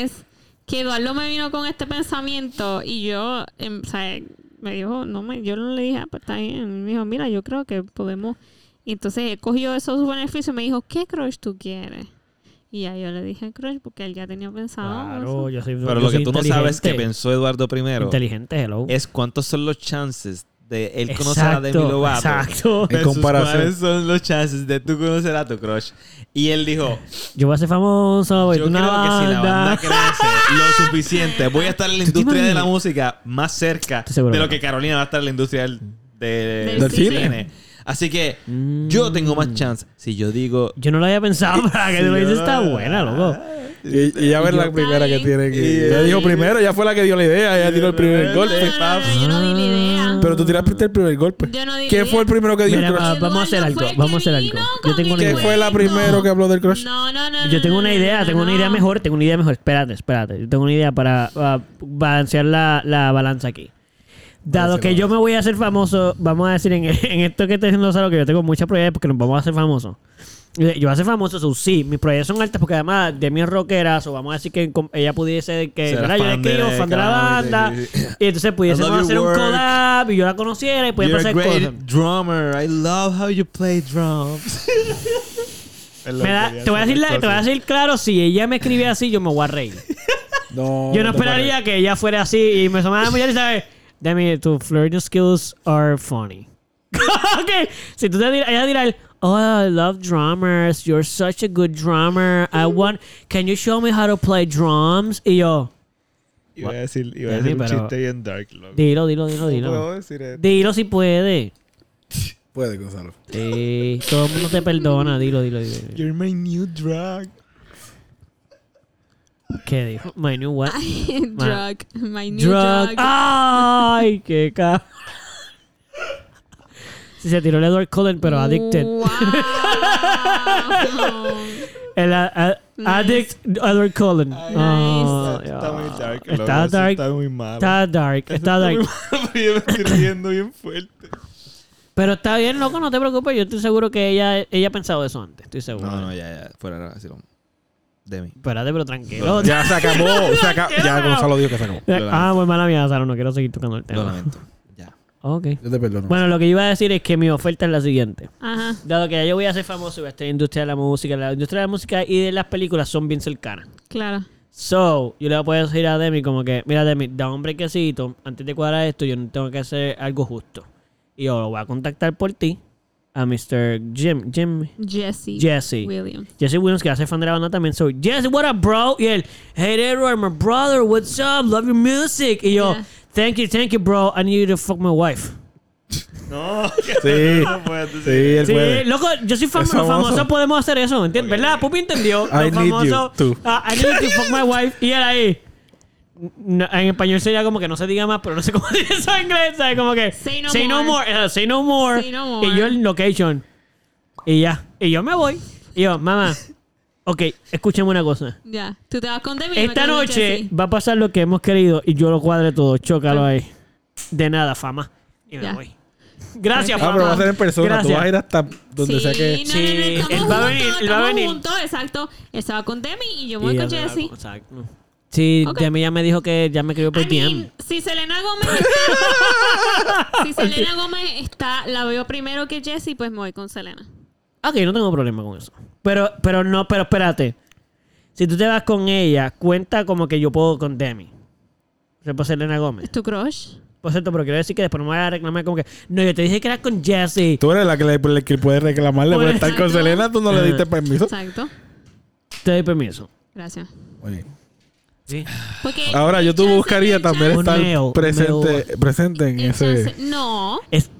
Speaker 2: es que Eduardo me vino con este pensamiento y yo, em, o sea, me dijo, no me, yo no le dije, ah, pues está bien. Me dijo, mira, yo creo que podemos. Y entonces él cogió esos beneficios y me dijo, ¿qué crush tú quieres? Y ya yo le dije crush porque él ya tenía pensado.
Speaker 3: Claro,
Speaker 2: eso.
Speaker 3: yo soy. yo
Speaker 4: Pero lo que
Speaker 3: soy
Speaker 4: tú no sabes que
Speaker 3: inteligente.
Speaker 4: pensó Eduardo primero
Speaker 3: Inteligente, hello.
Speaker 4: es cuántos son los chances de él conocer a Demi Lovato.
Speaker 3: Exacto.
Speaker 1: En
Speaker 4: versus
Speaker 1: comparación.
Speaker 4: ¿Cuáles son los chances de tú conocer a tu crush? Y él dijo,
Speaker 3: Yo voy a ser famoso. Voy a
Speaker 4: yo creo
Speaker 3: una
Speaker 4: que si la banda
Speaker 3: banda.
Speaker 4: crece lo suficiente, voy a estar en la
Speaker 3: ¿Tú te
Speaker 4: industria de la
Speaker 3: imaginas?
Speaker 4: música más cerca
Speaker 3: Estoy seguro
Speaker 4: de
Speaker 3: que
Speaker 4: lo
Speaker 3: no.
Speaker 4: que Carolina va a estar en la industria del, de-
Speaker 2: Del
Speaker 4: del
Speaker 1: cine.
Speaker 4: cine. Así que
Speaker 3: Mm.
Speaker 4: yo tengo más chance. Si yo digo...
Speaker 3: Yo no lo había pensado, para que
Speaker 4: si
Speaker 3: tú me
Speaker 4: yo-
Speaker 3: dices, está buena, loco.
Speaker 1: Y, y ya ver la primera que tiene aquí.
Speaker 4: Y-
Speaker 1: Ella dijo primero, ya fue la que dio la idea, ella tiró el primer
Speaker 2: No, no,
Speaker 1: golpe.
Speaker 2: no, no, yo no di la
Speaker 3: Ah,
Speaker 2: idea.
Speaker 1: Pero tú tiraste el primer golpe.
Speaker 2: Yo no di
Speaker 1: ¿Qué
Speaker 2: idea.
Speaker 1: fue el primero que dio
Speaker 3: Mira,
Speaker 1: el crush?
Speaker 3: va- ah, vamos a hacer
Speaker 2: Eduardo
Speaker 3: algo,
Speaker 2: fue el
Speaker 3: vamos a
Speaker 2: que
Speaker 3: hacer
Speaker 2: vino
Speaker 3: algo.
Speaker 2: con
Speaker 3: Yo tengo
Speaker 2: el
Speaker 3: una
Speaker 1: ¿Qué
Speaker 3: idea.
Speaker 1: fue la
Speaker 2: cuento.
Speaker 1: primero que habló del crush?
Speaker 2: No, no, no.
Speaker 3: Yo
Speaker 2: no,
Speaker 3: tengo
Speaker 2: no,
Speaker 3: una
Speaker 2: no,
Speaker 3: idea,
Speaker 2: no,
Speaker 3: tengo una
Speaker 2: no.
Speaker 3: idea mejor, tengo una idea mejor. Espérate, espérate. Yo tengo una idea para para balancear la, la balanza aquí. Dado
Speaker 1: Balance la
Speaker 3: que yo me voy a hacer famoso, vamos a decir en, en esto que estoy diciendo Salo, que yo tengo muchas probabilidades porque nos vamos a hacer famosos. Yo voy a hacer famoso, so, sí, mis probabilidades son altas porque además de mi rockera, o vamos a decir que com- ella pudiese que
Speaker 4: Será
Speaker 3: ¿verdad? yo le
Speaker 4: fan de
Speaker 3: escribo, fan de la
Speaker 4: Calamity.
Speaker 3: banda, y entonces
Speaker 4: love
Speaker 3: pudiésemos
Speaker 4: your
Speaker 3: hacer un
Speaker 4: work.
Speaker 3: collab y yo la conociera y
Speaker 4: You're
Speaker 3: pudiera
Speaker 4: a
Speaker 3: pasar
Speaker 4: great
Speaker 3: cosas.
Speaker 4: drummer. I love how you play drums.
Speaker 3: Me da- te, voy a decir la- te voy a decir claro, si ella me escribe así, yo me voy a reír.
Speaker 1: No.
Speaker 3: Yo no
Speaker 1: te pares.
Speaker 3: esperaría que ella fuera así y me asomaba muy bien y sabes, Demi, tus flirting skills are funny. ok, si tú te dirás, ella dirá, el, oh, I love drummers, you're such a good drummer, I want, can you show me how to play drums? Y yo,
Speaker 4: Iba a decir,
Speaker 3: a decir un Pero- chiste
Speaker 4: bien dark, loco.
Speaker 3: dilo, dilo, dilo, dilo.
Speaker 4: decir esto?
Speaker 3: Dilo si puede.
Speaker 1: Puede, Gonzalo.
Speaker 3: Sí, todo el mundo te perdona, dilo, dilo, dilo. dilo.
Speaker 4: You're my new drug.
Speaker 3: ¿Qué dijo? My new what?
Speaker 2: drug. My new drug.
Speaker 3: Drug. Ah, Ay, qué cabrón. Sí, se tiró el Edward Cullen, pero addicted.
Speaker 2: Wow.
Speaker 3: El a- a-
Speaker 2: Nice.
Speaker 3: Addict Edward Cullen.
Speaker 4: Ay,
Speaker 3: Oh,
Speaker 4: Está está muy dark.
Speaker 3: Está
Speaker 4: loco, eso
Speaker 3: dark.
Speaker 4: Está muy malo.
Speaker 3: Está dark, está
Speaker 4: Está muy
Speaker 3: dark.
Speaker 4: malo, pero yo me estoy riendo bien fuerte.
Speaker 3: Pero está bien, loco, no te preocupes. Yo estoy seguro que ella, ella ha pensado eso antes. Estoy seguro.
Speaker 4: No, no, ya, ya. Fuera de grabación. De mí.
Speaker 3: Espérate, pero tranquilo.
Speaker 1: Ya se acabó. se aca- ya Gonzalo dijo que se acabó.
Speaker 4: lo
Speaker 3: Ah, muy mala mía, Saro. No quiero seguir tocando el
Speaker 4: Lo
Speaker 3: tema.
Speaker 4: lamento. Ya.
Speaker 3: Ok.
Speaker 1: Yo te perdono.
Speaker 3: Bueno, lo que yo iba a decir es que mi oferta es la siguiente.
Speaker 2: Ajá.
Speaker 3: Dado que ya yo voy a ser famoso en esta industria de la música, la industria de la música y de las películas son bien cercanas.
Speaker 2: Claro.
Speaker 3: So, yo le voy a poder decir a Demi como que, mira Demi, da un brequecito, antes de cuadrar esto, yo tengo que hacer algo justo. Y yo lo voy a contactar por ti a Mr. Jim, Jim,
Speaker 2: Jesse.
Speaker 3: Jesse.
Speaker 2: William.
Speaker 3: Jesse Williams, que hace fan de la banda también. So, Jesse, what up, bro? Y él, hey Edward, my brother, what's up? Love your music. Y yo,
Speaker 2: Yeah.
Speaker 3: thank you, thank you, bro. I need you to fuck my wife.
Speaker 4: No,
Speaker 1: Sí.
Speaker 4: no puedes decir.
Speaker 1: Sí, él
Speaker 3: Sí,
Speaker 1: puede.
Speaker 3: loco, yo soy fam
Speaker 1: Es
Speaker 3: famoso.
Speaker 1: famoso.
Speaker 3: podemos hacer eso, ¿entiendes?
Speaker 4: Ok.
Speaker 3: ¿Verdad? Pupi entendió.
Speaker 1: I
Speaker 3: Los
Speaker 1: need you,
Speaker 3: famosos,
Speaker 1: tú.
Speaker 3: ah, I need you, fuck my wife. Y era ahí. No, en español sería como que no se diga más, pero no sé cómo se dice eso en inglés, ¿sabes? Como que.
Speaker 2: Say no
Speaker 3: more.
Speaker 2: more.
Speaker 3: eh, say no more.
Speaker 2: Say no more.
Speaker 3: Y yo en location. Y ya. Y yo me voy. Y yo, mamá. Ok, escúchame una cosa.
Speaker 2: Ya. Tú te vas con Demi. y me
Speaker 3: Esta
Speaker 2: quedo
Speaker 3: noche
Speaker 2: así.
Speaker 3: va a pasar lo que hemos querido y yo lo cuadré todo. Chócalo ahí. De nada, fama. Y me
Speaker 2: Ah. Ya.
Speaker 3: voy.
Speaker 1: Ah,
Speaker 3: Gracias, fama.
Speaker 1: pero va a ser en persona. Tú
Speaker 3: Gracias.
Speaker 1: vas a ir hasta donde
Speaker 2: sí,
Speaker 1: sea que.
Speaker 2: No, no,
Speaker 3: Sí,
Speaker 2: no,
Speaker 3: él
Speaker 2: estamos
Speaker 3: va a
Speaker 2: juntos,
Speaker 3: venir, él va a
Speaker 2: estamos
Speaker 3: venir.
Speaker 2: juntos, exacto. Él se va con Demi y yo voy
Speaker 3: Y
Speaker 2: con
Speaker 3: ya me
Speaker 2: Jesse.
Speaker 3: la- exacto. Sí,
Speaker 2: Ok.
Speaker 3: Demi ya me dijo que ya me escribió por
Speaker 2: I mean,
Speaker 3: DM.
Speaker 2: si Selena Gómez está, si Selena Gómez está, la veo primero que Jessie, pues me voy con Selena.
Speaker 3: Ok, no tengo problema con eso. Pero, pero no, pero espérate. Si tú te vas con ella, cuenta como que yo puedo con Demi. O sea, pues Elena Gómez.
Speaker 2: ¿Es tu crush?
Speaker 3: Por cierto, pero quiero decir que después no me voy a reclamar como que. No, yo te dije que eras con Jesse.
Speaker 1: Tú eres la que, le, la que puede reclamarle por
Speaker 3: Pues,
Speaker 1: estar con
Speaker 2: exacto.
Speaker 1: Selena. Tú no le diste permiso.
Speaker 2: Exacto.
Speaker 3: Te doy permiso.
Speaker 2: Gracias.
Speaker 1: Muy bien.
Speaker 3: Sí.
Speaker 2: Porque
Speaker 1: Ahora yo tú
Speaker 2: Chance,
Speaker 1: buscaría
Speaker 2: el
Speaker 1: también
Speaker 3: Un
Speaker 1: estar
Speaker 3: neo,
Speaker 1: presente, presente en
Speaker 2: chance- el
Speaker 1: ese.
Speaker 2: chance- No.
Speaker 3: Es.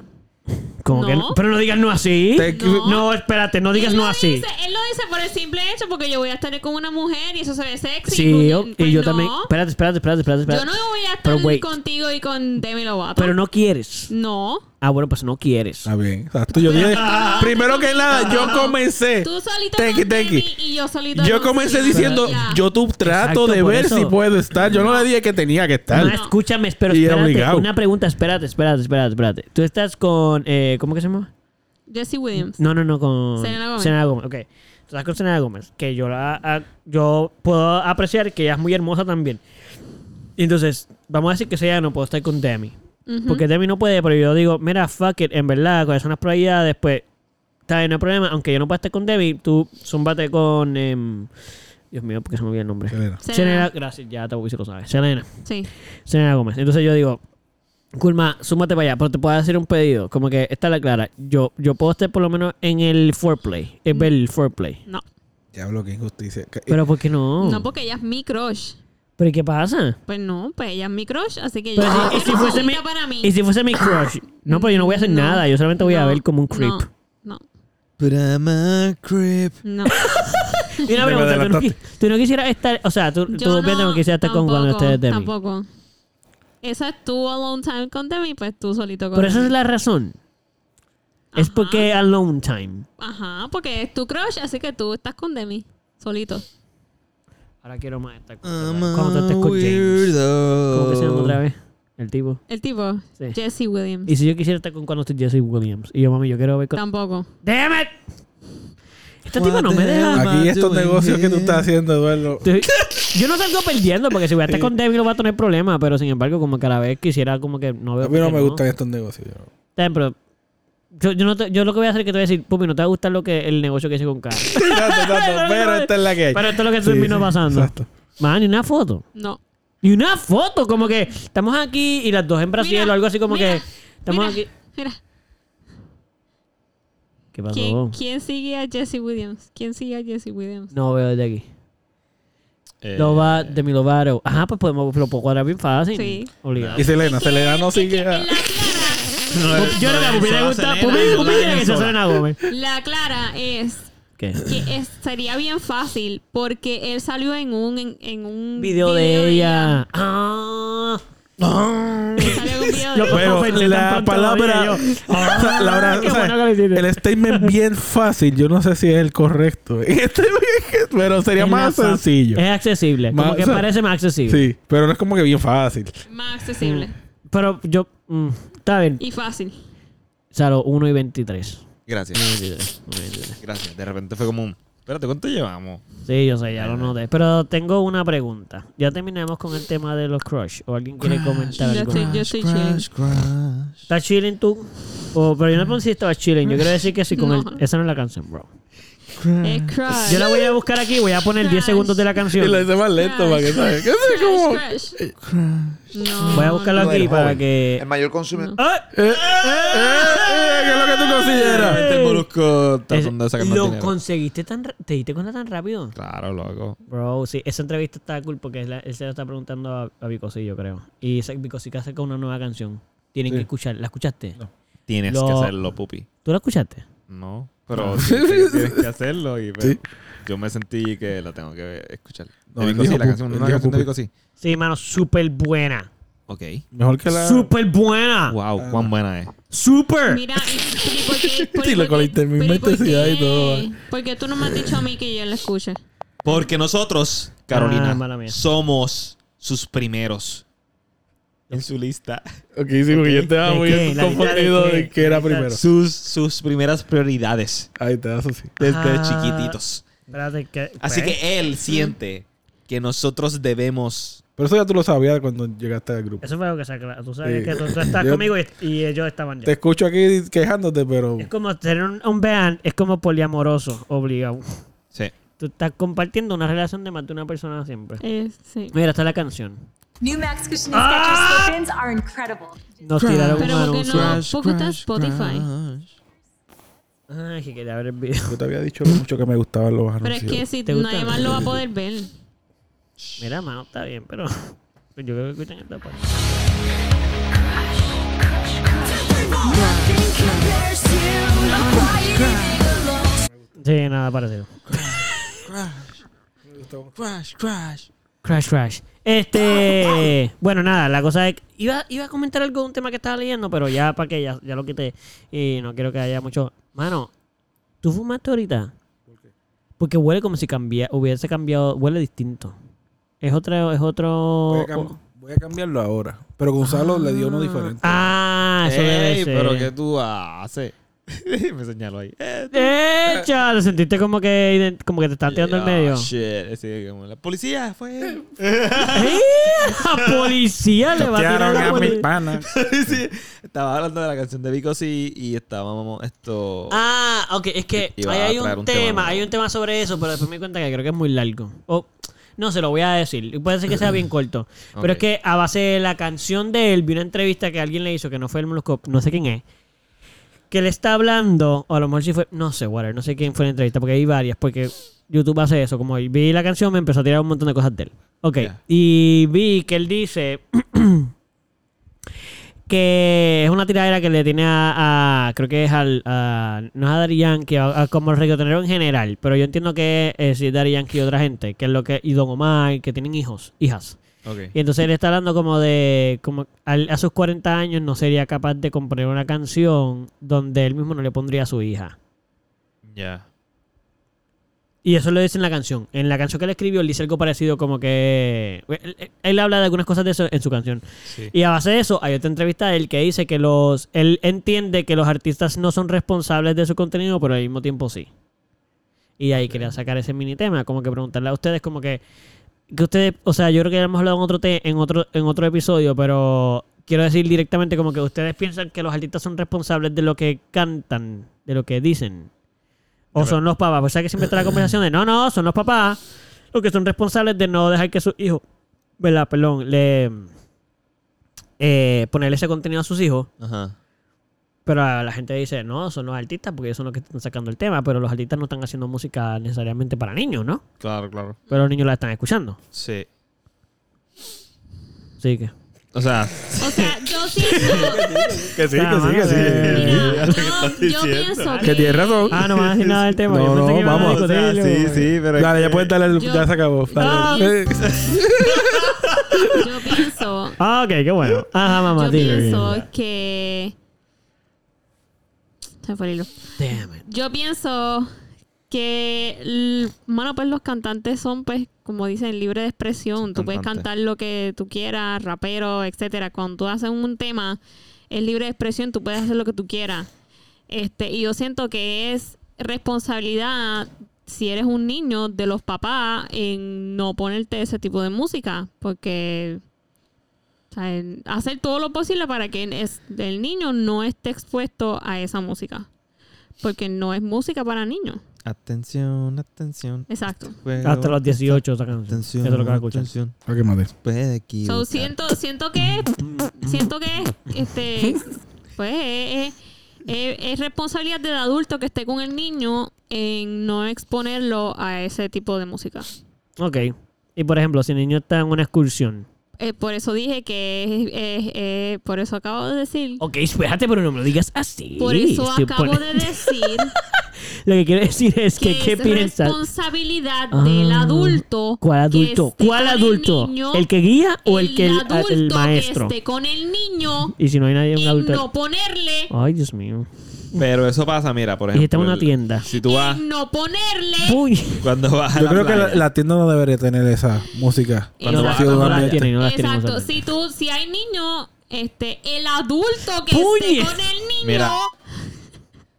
Speaker 3: Como que.
Speaker 2: No.
Speaker 3: Pero no digas no así.
Speaker 1: Te-
Speaker 2: No.
Speaker 3: No, espérate, no digas
Speaker 2: Él
Speaker 3: no
Speaker 2: lo
Speaker 3: así.
Speaker 2: dice- él lo dice por el simple hecho porque yo voy a estar con una mujer y eso se ve sexy.
Speaker 3: Sí,
Speaker 2: porque-
Speaker 3: yo- y
Speaker 2: pues
Speaker 3: yo
Speaker 2: no.
Speaker 3: también. Espérate, espérate, espérate, espérate.
Speaker 2: Yo
Speaker 3: espérate.
Speaker 2: no voy a
Speaker 3: Pero wait.
Speaker 2: estar contigo y con Demi Lovato.
Speaker 3: Pero no quieres.
Speaker 2: No.
Speaker 3: Ah, bueno, pues no quieres.
Speaker 1: Está Ah, bien. Exacto. Yo dije.
Speaker 2: Ah.
Speaker 1: Primero que nada, yo comencé.
Speaker 2: Tú solito
Speaker 1: Tenki,
Speaker 2: con
Speaker 1: tenki.
Speaker 2: Demi y yo solito
Speaker 1: Yo
Speaker 2: con
Speaker 1: comencé
Speaker 2: Selena.
Speaker 1: diciendo,
Speaker 2: Ya.
Speaker 1: yo tú trato
Speaker 3: Exacto,
Speaker 1: de
Speaker 3: por
Speaker 1: ver
Speaker 3: eso.
Speaker 1: si puedo estar. Yo no le dije que tenía que estar.
Speaker 3: Ma, escúchame, pero
Speaker 1: Y
Speaker 3: espérate.
Speaker 1: obligado.
Speaker 3: Una pregunta, espérate, espérate, espérate, espérate. Tú estás con. Eh, ¿Cómo que se llama?
Speaker 2: Jesse Williams.
Speaker 3: No, no, no, con.
Speaker 2: Selena Gómez.
Speaker 3: Selena Gómez, ok. Tú estás con Selena Gómez, que yo la. a- yo puedo apreciar que ella es muy hermosa también. Y entonces, vamos a decir que sea no puedo estar con Demi.
Speaker 2: Ujú.
Speaker 3: Porque Demi no puede, pero yo digo, mira, fuck it, en verdad, cuáles son las probabilidades, pues. Está bien, no hay problema. Aunque yo no pueda estar con Demi, tú zumbate con. em, Dios mío, porque se me olvidó el nombre.
Speaker 1: Selena.
Speaker 3: Selena, gracias, ya te voy si lo sabes. Selena.
Speaker 2: Sí.
Speaker 3: Selena Gómez. Entonces yo digo, Kulma, súmate para allá, pero te puedo hacer un pedido. Como que está la clara. Yo, yo puedo estar por lo menos en el foreplay. Es ver el foreplay.
Speaker 2: No.
Speaker 1: Diablo, qué injusticia. Que-
Speaker 3: Pero ¿por qué no?
Speaker 2: No porque ella es mi crush.
Speaker 3: ¿Pero ¿y qué pasa?
Speaker 2: Pues no, pues ella es mi crush, así que yo
Speaker 3: Pero si-
Speaker 2: yo
Speaker 3: y, si
Speaker 2: no
Speaker 3: fuese mi,
Speaker 2: solita para mí.
Speaker 3: y si fuese mi crush. No, pero yo no voy a hacer
Speaker 2: No,
Speaker 3: nada. Yo solamente voy a
Speaker 2: no,
Speaker 3: ver como un creep.
Speaker 2: No,
Speaker 4: But I'm a creep.
Speaker 2: no. no.
Speaker 3: Y
Speaker 1: Me
Speaker 3: una pregunta, ¿tú no, qui-
Speaker 1: adelantaste.
Speaker 3: tú no quisieras estar... O sea, tú, tú
Speaker 2: Yo
Speaker 3: obviamente no, quisieras estar con cuando
Speaker 2: tampoco,
Speaker 3: ustedes de mí.
Speaker 2: Tampoco. Esa es tu alone time con Demi, pues tú solito con
Speaker 3: Pero esa es la razón. Es
Speaker 2: Ajá.
Speaker 3: porque alone time.
Speaker 2: Ajá, porque es tu crush, así que tú estás con Demi, solito.
Speaker 3: Ahora quiero más estar con...
Speaker 4: I'm
Speaker 3: Cuando tú estés
Speaker 4: a
Speaker 3: con James.
Speaker 4: weirdo.
Speaker 3: ¿Cómo que se llama otra vez? El tipo.
Speaker 2: El tipo,
Speaker 3: Sí.
Speaker 2: Jesse Williams.
Speaker 3: Y si yo quisiera estar con cuando estoy Jesse Williams. Y yo, mami, yo quiero ver con.
Speaker 2: Tampoco.
Speaker 3: ¡Damn it! Este tipo no me
Speaker 4: What
Speaker 3: deja.
Speaker 4: the-
Speaker 1: Aquí estos negocios que tú estás haciendo, Eduardo.
Speaker 3: Estoy- Yo no salgo perdiendo porque si voy a estar con Debbie lo va a tener problema. Pero sin embargo, como que a la vez quisiera, como que no veo.
Speaker 1: A mí no
Speaker 3: por qué
Speaker 1: me gustan estos negocios.
Speaker 3: Está bien, pero. Yo, yo, no te- yo lo que voy a hacer es que te voy a decir, Pupi, no te va a gustar lo que el negocio que hice con Cara.
Speaker 1: Exacto, exacto, Pero esta es la que hay.
Speaker 3: Pero esto es lo que
Speaker 1: Sí,
Speaker 3: terminó
Speaker 1: sí,
Speaker 3: pasando.
Speaker 1: exacto.
Speaker 3: Man, y una foto.
Speaker 2: No.
Speaker 3: Y una foto, como que estamos aquí y las dos en Brasil
Speaker 2: Mira,
Speaker 3: o algo así, como
Speaker 2: mira,
Speaker 3: que. Estamos
Speaker 2: mira,
Speaker 3: aquí.
Speaker 2: Mira,
Speaker 3: ¿Qué pasó?
Speaker 2: ¿quién, ¿quién sigue a Jesse Williams? ¿Quién sigue a Jesse Williams?
Speaker 3: No veo desde aquí.
Speaker 4: Eh,
Speaker 3: Lova, Demi Lovato. Ajá, pues podemos, lo puedo cuadrar bien fácil.
Speaker 2: Sí.
Speaker 3: Obligado.
Speaker 1: Y Selena, Selena no
Speaker 2: Es que
Speaker 1: sigue. a- eh.
Speaker 2: La
Speaker 1: pues,
Speaker 2: clara,
Speaker 3: Yo creo que a Pupi le
Speaker 4: Sola,
Speaker 3: gusta.
Speaker 4: Selena,
Speaker 3: Pupi, Pupi
Speaker 4: Selena,
Speaker 3: quiere que se
Speaker 4: sola.
Speaker 3: Selena Gómez.
Speaker 2: la clara es
Speaker 3: ¿Qué?
Speaker 2: que es- sería bien fácil porque él salió en un en, en un
Speaker 3: Video de ella. Ah.
Speaker 1: Ah.
Speaker 2: ella. Salió en un video de
Speaker 3: Lo-
Speaker 2: ella.
Speaker 3: Pero
Speaker 1: Pero
Speaker 3: pensé tan
Speaker 1: la
Speaker 3: pronto,
Speaker 1: palabra,
Speaker 3: lo dije yo. Ah,
Speaker 1: o sea, la verdad,
Speaker 3: Qué
Speaker 1: o sea,
Speaker 3: bueno que lo hiciste.
Speaker 1: el statement bien fácil, yo no sé si es el correcto, pero sería
Speaker 3: Es
Speaker 1: más
Speaker 3: la fa-
Speaker 1: sencillo.
Speaker 3: Es accesible. Como
Speaker 1: Más-
Speaker 3: que
Speaker 1: o sea,
Speaker 3: parece más accesible.
Speaker 1: Sí, pero no es como que bien fácil.
Speaker 2: más accesible
Speaker 3: Pero yo. mm, Está bien.
Speaker 2: y fácil.
Speaker 3: Salo 1 y 23.
Speaker 4: Gracias.
Speaker 3: 23. 1 y 23.
Speaker 4: Gracias. De repente fue como un. Espérate, ¿cuánto llevamos?
Speaker 3: Sí, yo sé, ya lo noté. Pero tengo una pregunta. Ya terminamos con el tema de los crush. ¿O alguien quiere comentar
Speaker 2: Ah, Yo
Speaker 3: algo?
Speaker 2: estoy, yo estoy chill.
Speaker 4: crash.
Speaker 3: ¿Estás chilling tú? O- pero yo no pregunté si estabas chilling. Yo quiero decir que sí con
Speaker 2: No.
Speaker 3: el- Esa no es la canción, bro.
Speaker 2: Es crush.
Speaker 3: Yo la voy a buscar aquí. Voy a poner 10
Speaker 2: Crash.
Speaker 3: segundos de la
Speaker 1: Y
Speaker 3: canción.
Speaker 1: lo hice más lento para que sabes. ¿Qué sé
Speaker 2: Crush,
Speaker 1: cómo? Eh,
Speaker 2: crush. No.
Speaker 3: Voy a buscarlo
Speaker 5: Lo del
Speaker 3: aquí para
Speaker 5: joven.
Speaker 3: que.
Speaker 5: El mayor consumidor.
Speaker 3: ¡Ah!
Speaker 1: Eh, eh, eh, ¿Qué es lo que tú consideras?
Speaker 4: Realmente Este el molusco
Speaker 3: Es-
Speaker 4: tratando de sacar más
Speaker 3: lo
Speaker 4: dinero.
Speaker 3: conseguiste tan. ra- ¿Te diste cuenta tan rápido?
Speaker 4: Claro, loco.
Speaker 3: Bro, sí, esa entrevista está cool porque es la- él se la está preguntando a, a Vicosillo, creo. Y esa- Vicosillo saca una nueva canción. Tienen que escucharla. ¿La escuchaste?
Speaker 1: No.
Speaker 4: Tienes
Speaker 3: Lo-
Speaker 4: que hacerlo, pupi.
Speaker 3: ¿Tú lo escuchaste?
Speaker 4: No, pero sí, sí, tienes que hacerlo. Y, pero
Speaker 1: Sí.
Speaker 4: Yo me sentí que la tengo que escuchar.
Speaker 1: No,
Speaker 4: De
Speaker 1: él
Speaker 4: Vico
Speaker 1: dijo
Speaker 4: sí, la
Speaker 1: pupi,
Speaker 4: canción,
Speaker 1: él
Speaker 4: una
Speaker 1: dijo
Speaker 4: canción
Speaker 1: pupi.
Speaker 4: de Vico sí.
Speaker 3: Sí, mano, súper buena.
Speaker 4: Ok.
Speaker 1: Mejor que la.
Speaker 3: Súper buena.
Speaker 4: Wow, cuán buena es.
Speaker 3: Súper.
Speaker 2: Mira, y, y por qué- por-
Speaker 1: Sí, lo
Speaker 2: por
Speaker 1: con la
Speaker 2: qué-
Speaker 1: inter- mi
Speaker 2: pero ¿y por
Speaker 1: intensidad y
Speaker 2: qué?
Speaker 1: todo, eh.
Speaker 2: ¿Por qué tú no me has dicho a mí que yo la escuche?
Speaker 4: Porque nosotros, Carolina,
Speaker 3: Ah, mala mía.
Speaker 4: somos sus primeros en su lista.
Speaker 1: Ok, sí, porque yo te amo
Speaker 3: ¿De
Speaker 1: y
Speaker 3: qué?
Speaker 1: estoy
Speaker 3: ¿La lista de
Speaker 1: confundido
Speaker 3: qué?
Speaker 1: de que era
Speaker 3: ¿La lista de-
Speaker 1: primero.
Speaker 4: Sus, sus primeras prioridades
Speaker 1: Ahí te das así.
Speaker 4: desde
Speaker 3: Ah.
Speaker 4: chiquititos.
Speaker 3: Espérate, que.
Speaker 4: Así
Speaker 3: pues,
Speaker 4: que él siente que nosotros debemos
Speaker 1: Pero eso ya tú lo sabías cuando llegaste al grupo.
Speaker 3: Eso fue lo que se aclaró. Tú sabes
Speaker 1: Sí.
Speaker 3: que tú, tú estás
Speaker 1: Yo-
Speaker 3: conmigo y, y ellos estaban ya.
Speaker 1: Te escucho aquí quejándote, pero.
Speaker 3: Es como tener un, un bean, es como poliamoroso, obligado.
Speaker 4: Sí.
Speaker 3: Tú estás compartiendo una relación de más de una persona siempre.
Speaker 2: Eh, sí.
Speaker 3: Mira, está la canción.
Speaker 5: New Max Cushioning
Speaker 3: Ah!
Speaker 5: Skechers slip-ins are incredible.
Speaker 3: Nos tiraron
Speaker 2: Pero
Speaker 3: un
Speaker 2: ¿por qué
Speaker 3: anuncio.
Speaker 2: no? Porque está Spotify.
Speaker 3: Ay, que quería ver el video.
Speaker 1: Yo te había dicho lo mucho que me gustaban los
Speaker 2: Pero es
Speaker 1: anuncios.
Speaker 2: que si
Speaker 3: ¿Te gusta?
Speaker 2: nadie más lo va a poder ver.
Speaker 3: Mira, mano, está bien, pero. Yo creo que escuchan esta parte. Sí, nada parecido.
Speaker 4: Crash, crash.
Speaker 3: Crash, crash. Este. Bueno, nada, la cosa es. que- Iba, iba a comentar algo de un tema que estaba leyendo, pero ya para que ya, ya lo quité. Y no quiero que haya mucho. Mano, ¿tú fumaste ahorita? Porque huele como si cambia, hubiese cambiado. Huele distinto. Es otro. Es
Speaker 1: Voy,
Speaker 3: otro.
Speaker 1: a cam- voy a cambiarlo ahora. Pero Gonzalo le dio uno diferente.
Speaker 3: Ah, eso debe
Speaker 4: Ey,
Speaker 3: ser.
Speaker 4: pero ¿qué tú haces? Me señaló ahí. Eh,
Speaker 3: ¡Eh, chaval! Sentiste como que, ident- como que te están tirando en
Speaker 4: ah,
Speaker 3: medio.
Speaker 4: Shit. Sí, como la policía fue.
Speaker 3: ¡Eh! ¡La policía le va a tirar a
Speaker 1: Chotearon
Speaker 3: la
Speaker 1: a mis
Speaker 3: policía!
Speaker 1: panas.
Speaker 4: Sí, Estaba hablando de la canción de Vico sí y estábamos esto.
Speaker 3: Ah, ok, es que
Speaker 4: Iba
Speaker 3: ahí
Speaker 4: a
Speaker 3: hay
Speaker 4: traer
Speaker 3: un,
Speaker 4: un tema,
Speaker 3: tema,
Speaker 4: ¿no?
Speaker 3: hay un tema sobre eso, pero después me di cuenta que creo que es muy largo. O, no se lo voy a decir, puede ser que sea bien corto. Pero es
Speaker 4: Ok.
Speaker 3: que a base de la canción de él, vi una entrevista que alguien le hizo, que no fue el Molusco, no sé quién es, que le está hablando, o a lo mejor sí fue, no sé, whatever, no sé quién fue la entrevista, porque hay varias, porque YouTube hace eso, como vi la canción me empezó a tirar un montón de cosas de él. Ok,
Speaker 4: Ya.
Speaker 3: y vi que él dice que es una tiradera que le tiene a, a- creo que es al a- no es a Daddy Yankee a, a como el reggaetonero en general pero yo entiendo que es si es Daddy Yankee y otra gente que es lo que y Don Omar que tienen hijos hijas
Speaker 4: Ok.
Speaker 3: y entonces él está hablando como de como al- a sus 40 años no sería capaz de componer una canción donde él mismo no le pondría a su hija
Speaker 4: Ya.
Speaker 3: y eso lo dice en la canción. En la canción que él escribió, él dice algo parecido como que... eh, Él, él- él habla de algunas cosas de eso en su canción.
Speaker 4: Sí.
Speaker 3: Y a base de eso, hay otra entrevista de él que dice que los... Él entiende que los artistas no son responsables de su contenido, pero al mismo tiempo sí. Y de ahí quería sacar ese mini tema, como que preguntarle a ustedes como que... Que ustedes... O sea, yo creo que ya hemos hablado en otro, te- en otro, en otro episodio, pero... Quiero decir directamente como que ustedes piensan que los artistas son responsables de lo que cantan, de lo que dicen. O son los papás. Pues sabes que siempre está la conversación de no, no, son los papás los que son responsables de no dejar que sus hijos, ¿verdad? Perdón, le eh, ponerle ese contenido a sus hijos.
Speaker 4: Ajá.
Speaker 3: Pero a la gente dice, no, son los artistas porque ellos son los que están sacando el tema. Pero los artistas no están haciendo música necesariamente para niños, ¿no?
Speaker 4: Claro, claro.
Speaker 3: Pero los niños la están escuchando.
Speaker 4: Sí.
Speaker 3: Así que.
Speaker 4: O sea,
Speaker 2: O sea, yo siento.
Speaker 1: Que sí,
Speaker 3: Claro,
Speaker 1: que sí, que sí.
Speaker 3: mano, que-
Speaker 2: Mira, no, yo pienso.
Speaker 1: Que tienes razón.
Speaker 3: Ah, no van a decir nada del tema.
Speaker 1: No,
Speaker 3: Yo pensé
Speaker 1: no,
Speaker 3: que iban a
Speaker 1: vamos.
Speaker 4: o sea,
Speaker 3: discutirlo.
Speaker 4: sí, sí, pero. es
Speaker 1: Ah, Dale, ya
Speaker 4: que-
Speaker 1: puedes darle el.
Speaker 2: Yo-
Speaker 1: Ya se acabó. Dale.
Speaker 2: No.
Speaker 1: Eh,
Speaker 2: Yo pienso.
Speaker 3: Ah, ok, qué bueno. Ajá, mamá,
Speaker 2: Yo
Speaker 3: dime.
Speaker 2: pienso que. Se fue el hilo.
Speaker 3: Damn it.
Speaker 2: Yo pienso que, l- mano, pues los cantantes son, pues, como dicen, libre de expresión.
Speaker 4: Son
Speaker 2: tú puedes
Speaker 4: cantantes.
Speaker 2: cantar lo que tú quieras, rapero, etcétera. Cuando tú haces un tema, es libre de expresión, tú puedes hacer lo que tú quieras. Este, y yo siento que es responsabilidad, si eres un niño, de los papás en no ponerte ese tipo de música. Porque o sea, en hacer todo lo posible para que es- el niño no esté expuesto a esa música. Porque no es música para niños.
Speaker 4: Atención, atención.
Speaker 2: Exacto.
Speaker 4: Juego.
Speaker 3: Hasta los 18 sacan. Eso
Speaker 4: Atención.
Speaker 3: es lo que van a escuchar.
Speaker 4: atención. Pues
Speaker 1: Ok, mate.
Speaker 4: Puede
Speaker 2: So,
Speaker 4: equivocar.
Speaker 2: siento, siento que siento que este pues es, es- es- es responsabilidad del adulto que esté con el niño en no exponerlo a ese tipo de música.
Speaker 3: Ok. Y por ejemplo, si el niño está en una excursión
Speaker 2: eh, por eso dije que es- es- es- por eso acabo de decir.
Speaker 3: Ok, espérate, pero no me lo digas así.
Speaker 2: Por eso
Speaker 3: Estoy
Speaker 2: acabo
Speaker 3: poni-
Speaker 2: de decir
Speaker 3: Lo que quiero decir es que,
Speaker 2: que
Speaker 3: ¿qué
Speaker 2: es
Speaker 3: piensas?
Speaker 2: responsabilidad
Speaker 3: Ah,
Speaker 2: del adulto.
Speaker 3: ¿Cuál
Speaker 2: que
Speaker 3: adulto?
Speaker 2: esté
Speaker 3: ¿Cuál
Speaker 2: con
Speaker 3: adulto?
Speaker 2: El, niño,
Speaker 3: ¿El que guía o el, que el, a-
Speaker 2: adulto
Speaker 3: el maestro?
Speaker 2: Que esté con el niño
Speaker 3: Y si no hay nadie, un
Speaker 2: y
Speaker 3: adulto. Oh,
Speaker 2: no ponerle,
Speaker 3: Ay, Dios mío.
Speaker 4: Pero eso pasa, mira, por ejemplo.
Speaker 3: Y está en una
Speaker 4: el-
Speaker 3: tienda.
Speaker 4: Si tú vas,
Speaker 2: en no ponerle.
Speaker 3: Uy.
Speaker 4: cuando vas a
Speaker 1: Yo
Speaker 4: la
Speaker 1: creo que
Speaker 4: playa,
Speaker 1: la, la tienda no debería tener esa música.
Speaker 4: Cuando
Speaker 3: no,
Speaker 4: vas
Speaker 1: a
Speaker 3: no
Speaker 1: la
Speaker 3: las
Speaker 1: playa.
Speaker 3: tienen, no las tienen,
Speaker 2: Exacto.
Speaker 3: no las
Speaker 2: Si
Speaker 3: tienen.
Speaker 2: tú, si hay niño, este, el adulto que
Speaker 3: ¡Puñe!
Speaker 2: esté con el niño.
Speaker 4: Mira.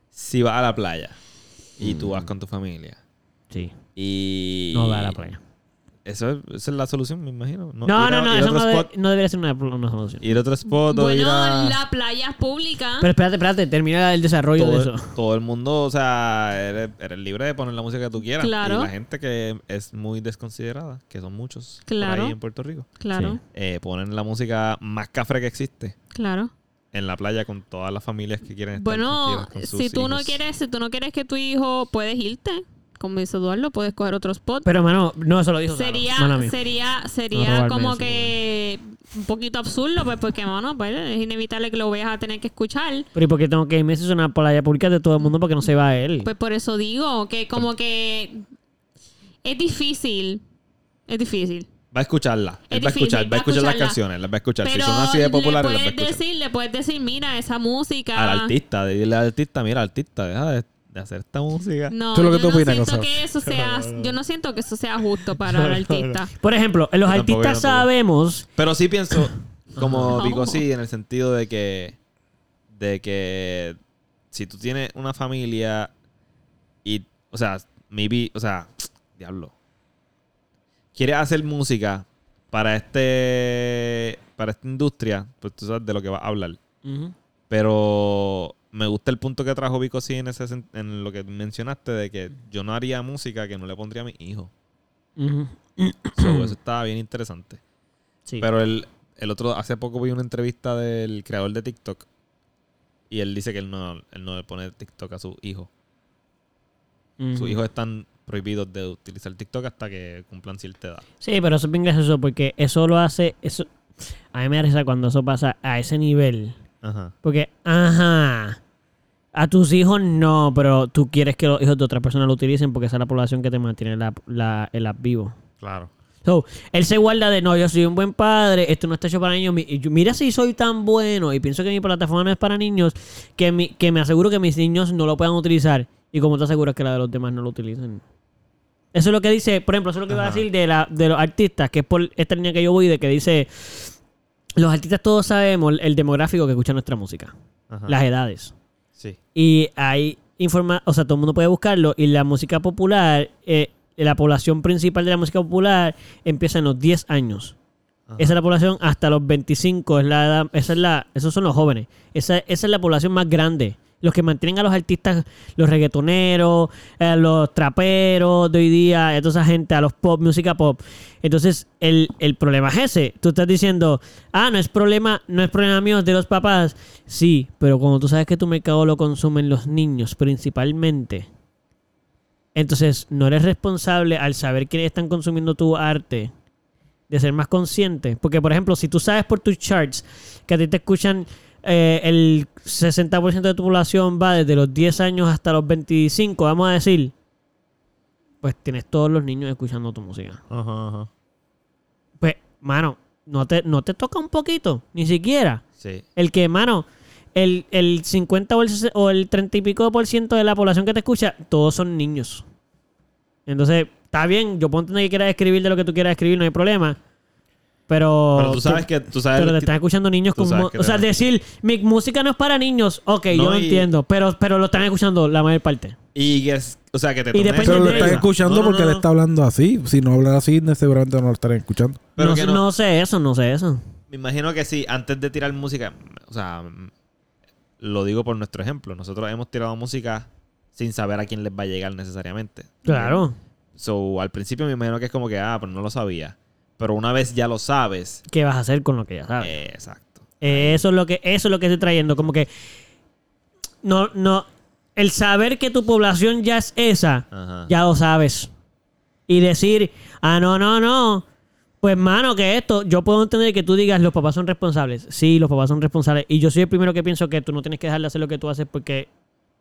Speaker 4: si vas a la playa y tú vas con tu familia
Speaker 3: Sí,
Speaker 4: y...
Speaker 3: no va a la playa.
Speaker 4: Eso es, esa es la solución, me imagino.
Speaker 3: No,
Speaker 4: Ir
Speaker 3: no,
Speaker 4: a-
Speaker 3: no,
Speaker 4: ir a
Speaker 3: eso
Speaker 4: otro
Speaker 3: no, debe-
Speaker 4: spot,
Speaker 3: no debería ser una, una solución.
Speaker 4: Ir a otro spot o ir
Speaker 2: Bueno,
Speaker 4: a...
Speaker 2: la playa es pública.
Speaker 3: Pero espérate, espérate, termina el desarrollo de
Speaker 4: todo,
Speaker 3: eso.
Speaker 4: todo el mundo, o sea, eres, eres libre de poner la música que tú quieras.
Speaker 2: Claro.
Speaker 4: Y la gente que es muy desconsiderada, que son muchos por
Speaker 2: Claro.
Speaker 4: ahí en Puerto Rico,
Speaker 2: claro,
Speaker 3: Sí.
Speaker 4: eh, ponen la música más cafre que existe
Speaker 2: claro.
Speaker 4: en la playa con todas las familias que quieren estar
Speaker 2: Bueno,
Speaker 4: tranquilas con sus
Speaker 2: si tú no
Speaker 4: hijos.
Speaker 2: quieres, si tú no quieres que tu hijo puedes irte, como dice Eduardo, puedes coger otro spot.
Speaker 3: Pero, mano, no, eso lo dijo. Salo,
Speaker 2: sería,
Speaker 3: mala mía.
Speaker 2: sería,
Speaker 3: No
Speaker 2: sería
Speaker 3: robarme
Speaker 2: como
Speaker 3: eso,
Speaker 2: que un poquito absurdo, pues, porque mano, pues, es inevitable que lo vayas a tener que escuchar.
Speaker 3: Pero ¿y por qué tengo que irme? Eso es una playa pública de todo el mundo porque no se va a él.
Speaker 2: Pues por eso digo que como que es difícil, es difícil.
Speaker 4: Va a escucharla.
Speaker 2: Es
Speaker 4: Él va a escuchar,
Speaker 2: difícil,
Speaker 4: va a escuchar las
Speaker 2: escucharla.
Speaker 4: canciones, las va a escuchar.
Speaker 2: Pero
Speaker 4: si son así de populares,
Speaker 2: le
Speaker 4: las va a
Speaker 2: puedes
Speaker 4: escuchar.
Speaker 2: decir, le puedes decir, mira, esa música.
Speaker 4: Al artista, dile al artista, mira, artista, deja de, de hacer esta música.
Speaker 2: No,
Speaker 1: Tú lo que
Speaker 2: yo
Speaker 1: tú
Speaker 2: no
Speaker 1: opinas,
Speaker 2: siento
Speaker 1: Gonzalo.
Speaker 2: que eso sea, yo no siento que eso sea justo para el artista.
Speaker 3: Por ejemplo, los
Speaker 4: Yo tampoco, yo
Speaker 3: artistas
Speaker 4: tampoco.
Speaker 3: sabemos.
Speaker 4: Pero sí pienso como
Speaker 2: No.
Speaker 4: digo sí en el sentido de que de que si tú tienes una familia y o sea, maybe, o sea, diablo. Quieres hacer música para este para esta industria, pues tú sabes de lo que vas a hablar. Pero me gusta el punto que trajo Vico sí en, ese, sen- en lo que mencionaste de que yo no haría música que no le pondría a mis hijos.
Speaker 3: Ujú.
Speaker 4: So, eso estaba bien interesante.
Speaker 3: Sí.
Speaker 4: Pero el, el otro, hace poco vi una entrevista del creador de TikTok y él dice que él no, él no le pone TikTok a su hijo.
Speaker 3: Ujú.
Speaker 4: Sus hijos están prohibidos de utilizar TikTok hasta que cumplan cierta edad.
Speaker 3: Sí, pero eso es bien gracioso porque eso lo hace. Eso... A mí me da risa cuando eso pasa a ese nivel.
Speaker 4: Ajá.
Speaker 3: Porque, ajá. A tus hijos no, pero tú quieres que los hijos de otras personas lo utilicen porque esa es la población que te mantiene la, la- el app vivo.
Speaker 4: Claro.
Speaker 3: So, él se guarda de no, yo soy un buen padre, esto no está hecho para niños. mi- y yo- mira si soy tan bueno y pienso que mi plataforma no es para niños, que, mi- que me aseguro que mis niños no lo puedan utilizar. ¿Y como te aseguras que la de los demás no lo utilizan? Eso es lo que dice, por ejemplo, eso es lo que iba a
Speaker 4: Ajá.
Speaker 3: decir de, la, de los artistas, que es por esta línea que yo voy de que dice, los artistas todos sabemos el- el demográfico que escucha nuestra música,
Speaker 4: Ajá.
Speaker 3: las edades.
Speaker 4: Sí.
Speaker 3: Y hay informa, o sea, todo el mundo puede buscarlo. Y la música popular, eh, la población principal de la música popular empieza en los 10 años.
Speaker 4: Ajá.
Speaker 3: Esa es la población hasta los 25, es la edad- esa es la, esos son los jóvenes. Esa, esa es la población más grande. Los que mantienen a los artistas, los reggaetoneros, eh, los traperos de hoy día, a toda esa gente, a los pop, música pop. Entonces, el, el problema es ese. Tú estás diciendo, ah, no es problema, no es problema mío de los papás. Sí, pero cuando tú sabes que tu mercado lo consumen los niños principalmente, entonces no eres responsable al saber quiénes están consumiendo tu arte de ser más consciente. Porque, por ejemplo, si tú sabes por tus charts que a ti te escuchan eh, el 60% de tu población va desde los 10 años hasta los 25, vamos a decir, pues tienes todos los niños escuchando tu música.
Speaker 4: Ajá, ajá.
Speaker 3: Pues, mano, no te, no te toca un poquito, ni siquiera.
Speaker 4: Sí.
Speaker 3: El que, mano, el, el 50 o el, 60 o el 30 y pico por ciento de la población que te escucha, todos son niños. Entonces, está bien, yo puedo entender que quieras escribir de lo que tú quieras escribir, no hay problema. Pero,
Speaker 4: Pero tú sabes que tú sabes
Speaker 3: Oh, pero te
Speaker 4: que-
Speaker 3: están escuchando niños
Speaker 4: tú
Speaker 3: con...
Speaker 4: sabes
Speaker 3: mo-
Speaker 4: que
Speaker 3: O sea,
Speaker 4: te-
Speaker 3: decir, mi música no es para niños, ok,
Speaker 4: No,
Speaker 3: yo lo
Speaker 4: y-
Speaker 3: entiendo, pero, pero lo están escuchando la mayor parte.
Speaker 4: y que es- o sea, que te
Speaker 3: Y
Speaker 4: tomen-
Speaker 3: depende
Speaker 1: Pero lo
Speaker 3: de
Speaker 1: están
Speaker 3: ella.
Speaker 1: escuchando
Speaker 4: No, no,
Speaker 1: porque
Speaker 4: no,
Speaker 1: él
Speaker 4: no.
Speaker 1: está hablando así. Si no hablara así, seguramente no lo estarían escuchando.
Speaker 4: Pero
Speaker 3: no,
Speaker 4: que
Speaker 3: sé-
Speaker 4: no-
Speaker 3: no sé eso, no sé eso.
Speaker 4: Me imagino que sí, antes de tirar música, o sea, mm, lo digo por nuestro ejemplo, nosotros hemos tirado música sin saber a quién les va a llegar necesariamente.
Speaker 3: Claro.
Speaker 4: So, al principio me imagino que es como que, ah, pues no lo sabía. Pero una vez ya lo sabes.
Speaker 3: ¿Qué vas a hacer con lo que ya sabes?
Speaker 4: eh, exacto.
Speaker 3: Eh, eso es lo que eso es lo que estoy trayendo, como que no no el saber que tu población ya es esa,
Speaker 4: Ajá.
Speaker 3: ya lo sabes. Y decir, "Ah, no, no, no." Pues, mano, que esto, yo puedo entender que tú digas los papás son responsables. Sí, los papás son responsables. Y yo soy el primero que pienso que tú no tienes que dejar de hacer lo que tú haces porque,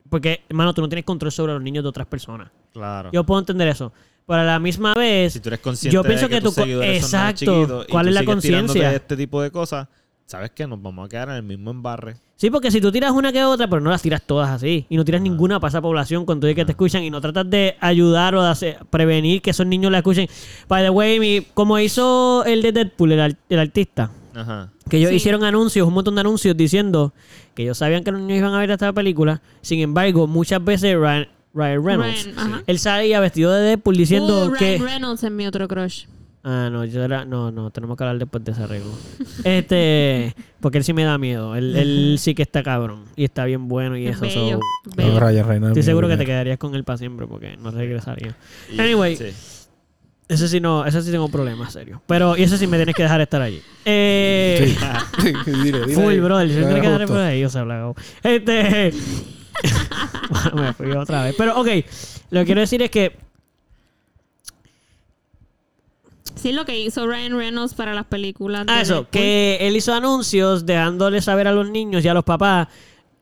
Speaker 3: porque mano, tú no tienes control sobre los niños de otras personas.
Speaker 4: Claro.
Speaker 3: Yo puedo entender eso. Pero a la misma vez,
Speaker 4: Ah. si tú eres consciente
Speaker 3: yo
Speaker 4: de
Speaker 3: pienso
Speaker 4: que,
Speaker 3: que
Speaker 4: tus
Speaker 3: tú co-
Speaker 4: seguidores son más
Speaker 3: Exacto.
Speaker 4: chiquitos y
Speaker 3: ¿Cuál
Speaker 4: tú
Speaker 3: es la
Speaker 4: sigues tirándote
Speaker 3: conciencia?
Speaker 4: de este tipo de cosas, sabes que nos vamos a quedar en el mismo embarre.
Speaker 3: Sí, porque si tú tiras una que otra, pero no las tiras todas así. Y no
Speaker 2: Ah.
Speaker 3: tiras ninguna para esa población cuando que te escuchan. Y no tratas de ayudar o de hacer- prevenir que esos niños la escuchen. By the way, mi- como hizo el de Deadpool, el, ar- el artista.
Speaker 4: Ajá.
Speaker 3: Que ellos
Speaker 2: Sí.
Speaker 3: hicieron anuncios, un montón de anuncios diciendo que ellos sabían que los niños iban a ver esta película. Sin embargo, muchas veces Ryan, Ryan Reynolds,
Speaker 2: Ryan, ajá.
Speaker 3: él salía vestido de Deadpool diciendo
Speaker 2: Uh, Ryan
Speaker 3: que...
Speaker 2: Reynolds es mi otro crush.
Speaker 3: Ah, no, yo era... No, no, tenemos que hablar después de ese arreglo. este... Porque él sí me da miedo. Él, él sí que está cabrón. Y está bien bueno y
Speaker 2: Es
Speaker 3: eso.
Speaker 2: bello.
Speaker 3: so-
Speaker 2: bello.
Speaker 1: No, Ryan Reynolds
Speaker 3: Estoy
Speaker 1: es mi
Speaker 3: seguro que te
Speaker 1: winner.
Speaker 3: quedarías con él para siempre porque no regresaría.
Speaker 4: Y-
Speaker 3: Anyway.
Speaker 4: sí.
Speaker 3: Ese sí no, ese sí tengo problemas, serio. Pero, y ese sí me tienes que dejar estar allí. Eh,
Speaker 1: Sí. Sí, dile, dile.
Speaker 3: Full, brother. Yo
Speaker 1: Era
Speaker 3: tenía que darle
Speaker 1: justo.
Speaker 3: por ahí, o sea, la cago. Este. Bueno, me fui otra vez. Pero, ok. Lo que quiero decir es que.
Speaker 2: Sí, es lo que hizo Ryan Reynolds para las películas. de
Speaker 3: Ah, eso.
Speaker 2: Deadpool.
Speaker 3: Que él hizo anuncios dejándole saber a los niños y a los papás.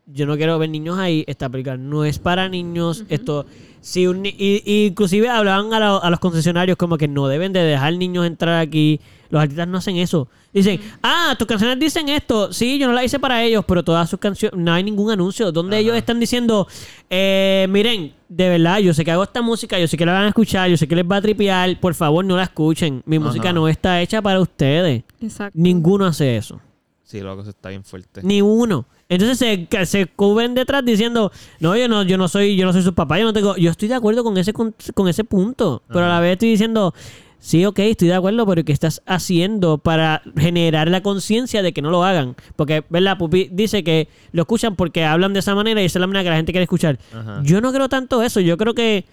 Speaker 3: Yo no quiero ver niños ahí. Esta película no es para niños. Esto. Si un ni- y- y inclusive hablaban a, la- a los concesionarios como que no deben de dejar niños entrar aquí. Los artistas no hacen eso. Dicen, ah, tus canciones dicen esto. Sí, yo no las hice para ellos, pero todas sus canciones, no hay ningún anuncio donde ellos están diciendo, eh, miren, de verdad, yo sé que hago esta música, yo sé que la van a escuchar, yo sé que les va a tripear, por favor no la escuchen. Mi música
Speaker 4: Ajá.
Speaker 3: no está hecha para ustedes.
Speaker 2: Exacto.
Speaker 3: Ninguno hace eso.
Speaker 4: Sí, loco, eso está bien fuerte.
Speaker 3: Ni uno. Entonces se, que se cubren detrás diciendo, no, yo no, yo no soy, yo no soy su papá, yo no tengo. Yo estoy de acuerdo con ese con, con ese punto. Pero a la vez estoy diciendo, sí, ok, estoy de acuerdo, pero ¿qué estás haciendo para generar la conciencia de que no lo hagan? Porque, ¿verdad? Pupi dice que lo escuchan porque hablan de esa manera y esa es la manera que la gente quiere escuchar.
Speaker 4: Ajá.
Speaker 3: Yo no creo tanto eso, yo creo que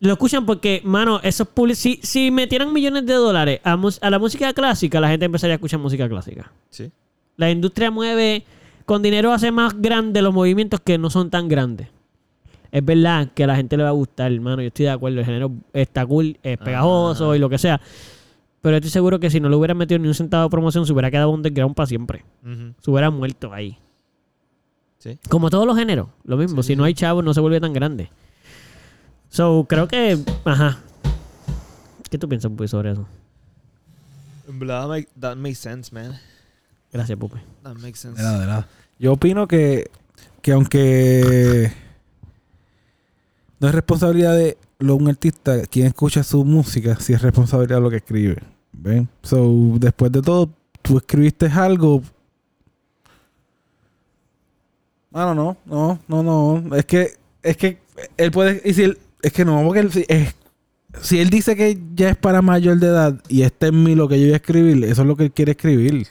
Speaker 3: lo escuchan porque, mano, esos public si, si metieran millones de dólares a, mus- a la música clásica, la gente empezaría a escuchar música clásica.
Speaker 4: Sí.
Speaker 3: La industria mueve, con dinero hace más grande los movimientos que no son tan grandes. Es verdad que a la gente le va a gustar, hermano. Yo estoy de acuerdo. El género está cool, es pegajoso y lo que sea. Pero estoy seguro que si no le hubieran metido ni un centavo de promoción, se hubiera quedado underground para siempre.
Speaker 4: Ujú.
Speaker 3: Se hubiera muerto ahí.
Speaker 4: Sí.
Speaker 3: Como todos los géneros, lo mismo. si no hay chavos, no se vuelve tan grande. So, creo que. Ajá. ¿Qué tú piensas, Pupi, sobre eso?
Speaker 4: En verdad, make- that makes sense, man.
Speaker 3: Gracias, Pupi.
Speaker 4: That makes sense.
Speaker 1: De nada, de nada. Yo opino que, que aunque no es responsabilidad de lo, un artista quien escucha su música, sí es responsabilidad de lo que escribe. ¿Ven? So, después de todo, tú escribiste algo. Ah, no, no, no, no, no. Es que, es que él puede. Y si él- es que no, porque él, si- es- si él dice que ya es para mayor de edad y este es mi lo que yo voy a escribir, eso es lo que él quiere escribir.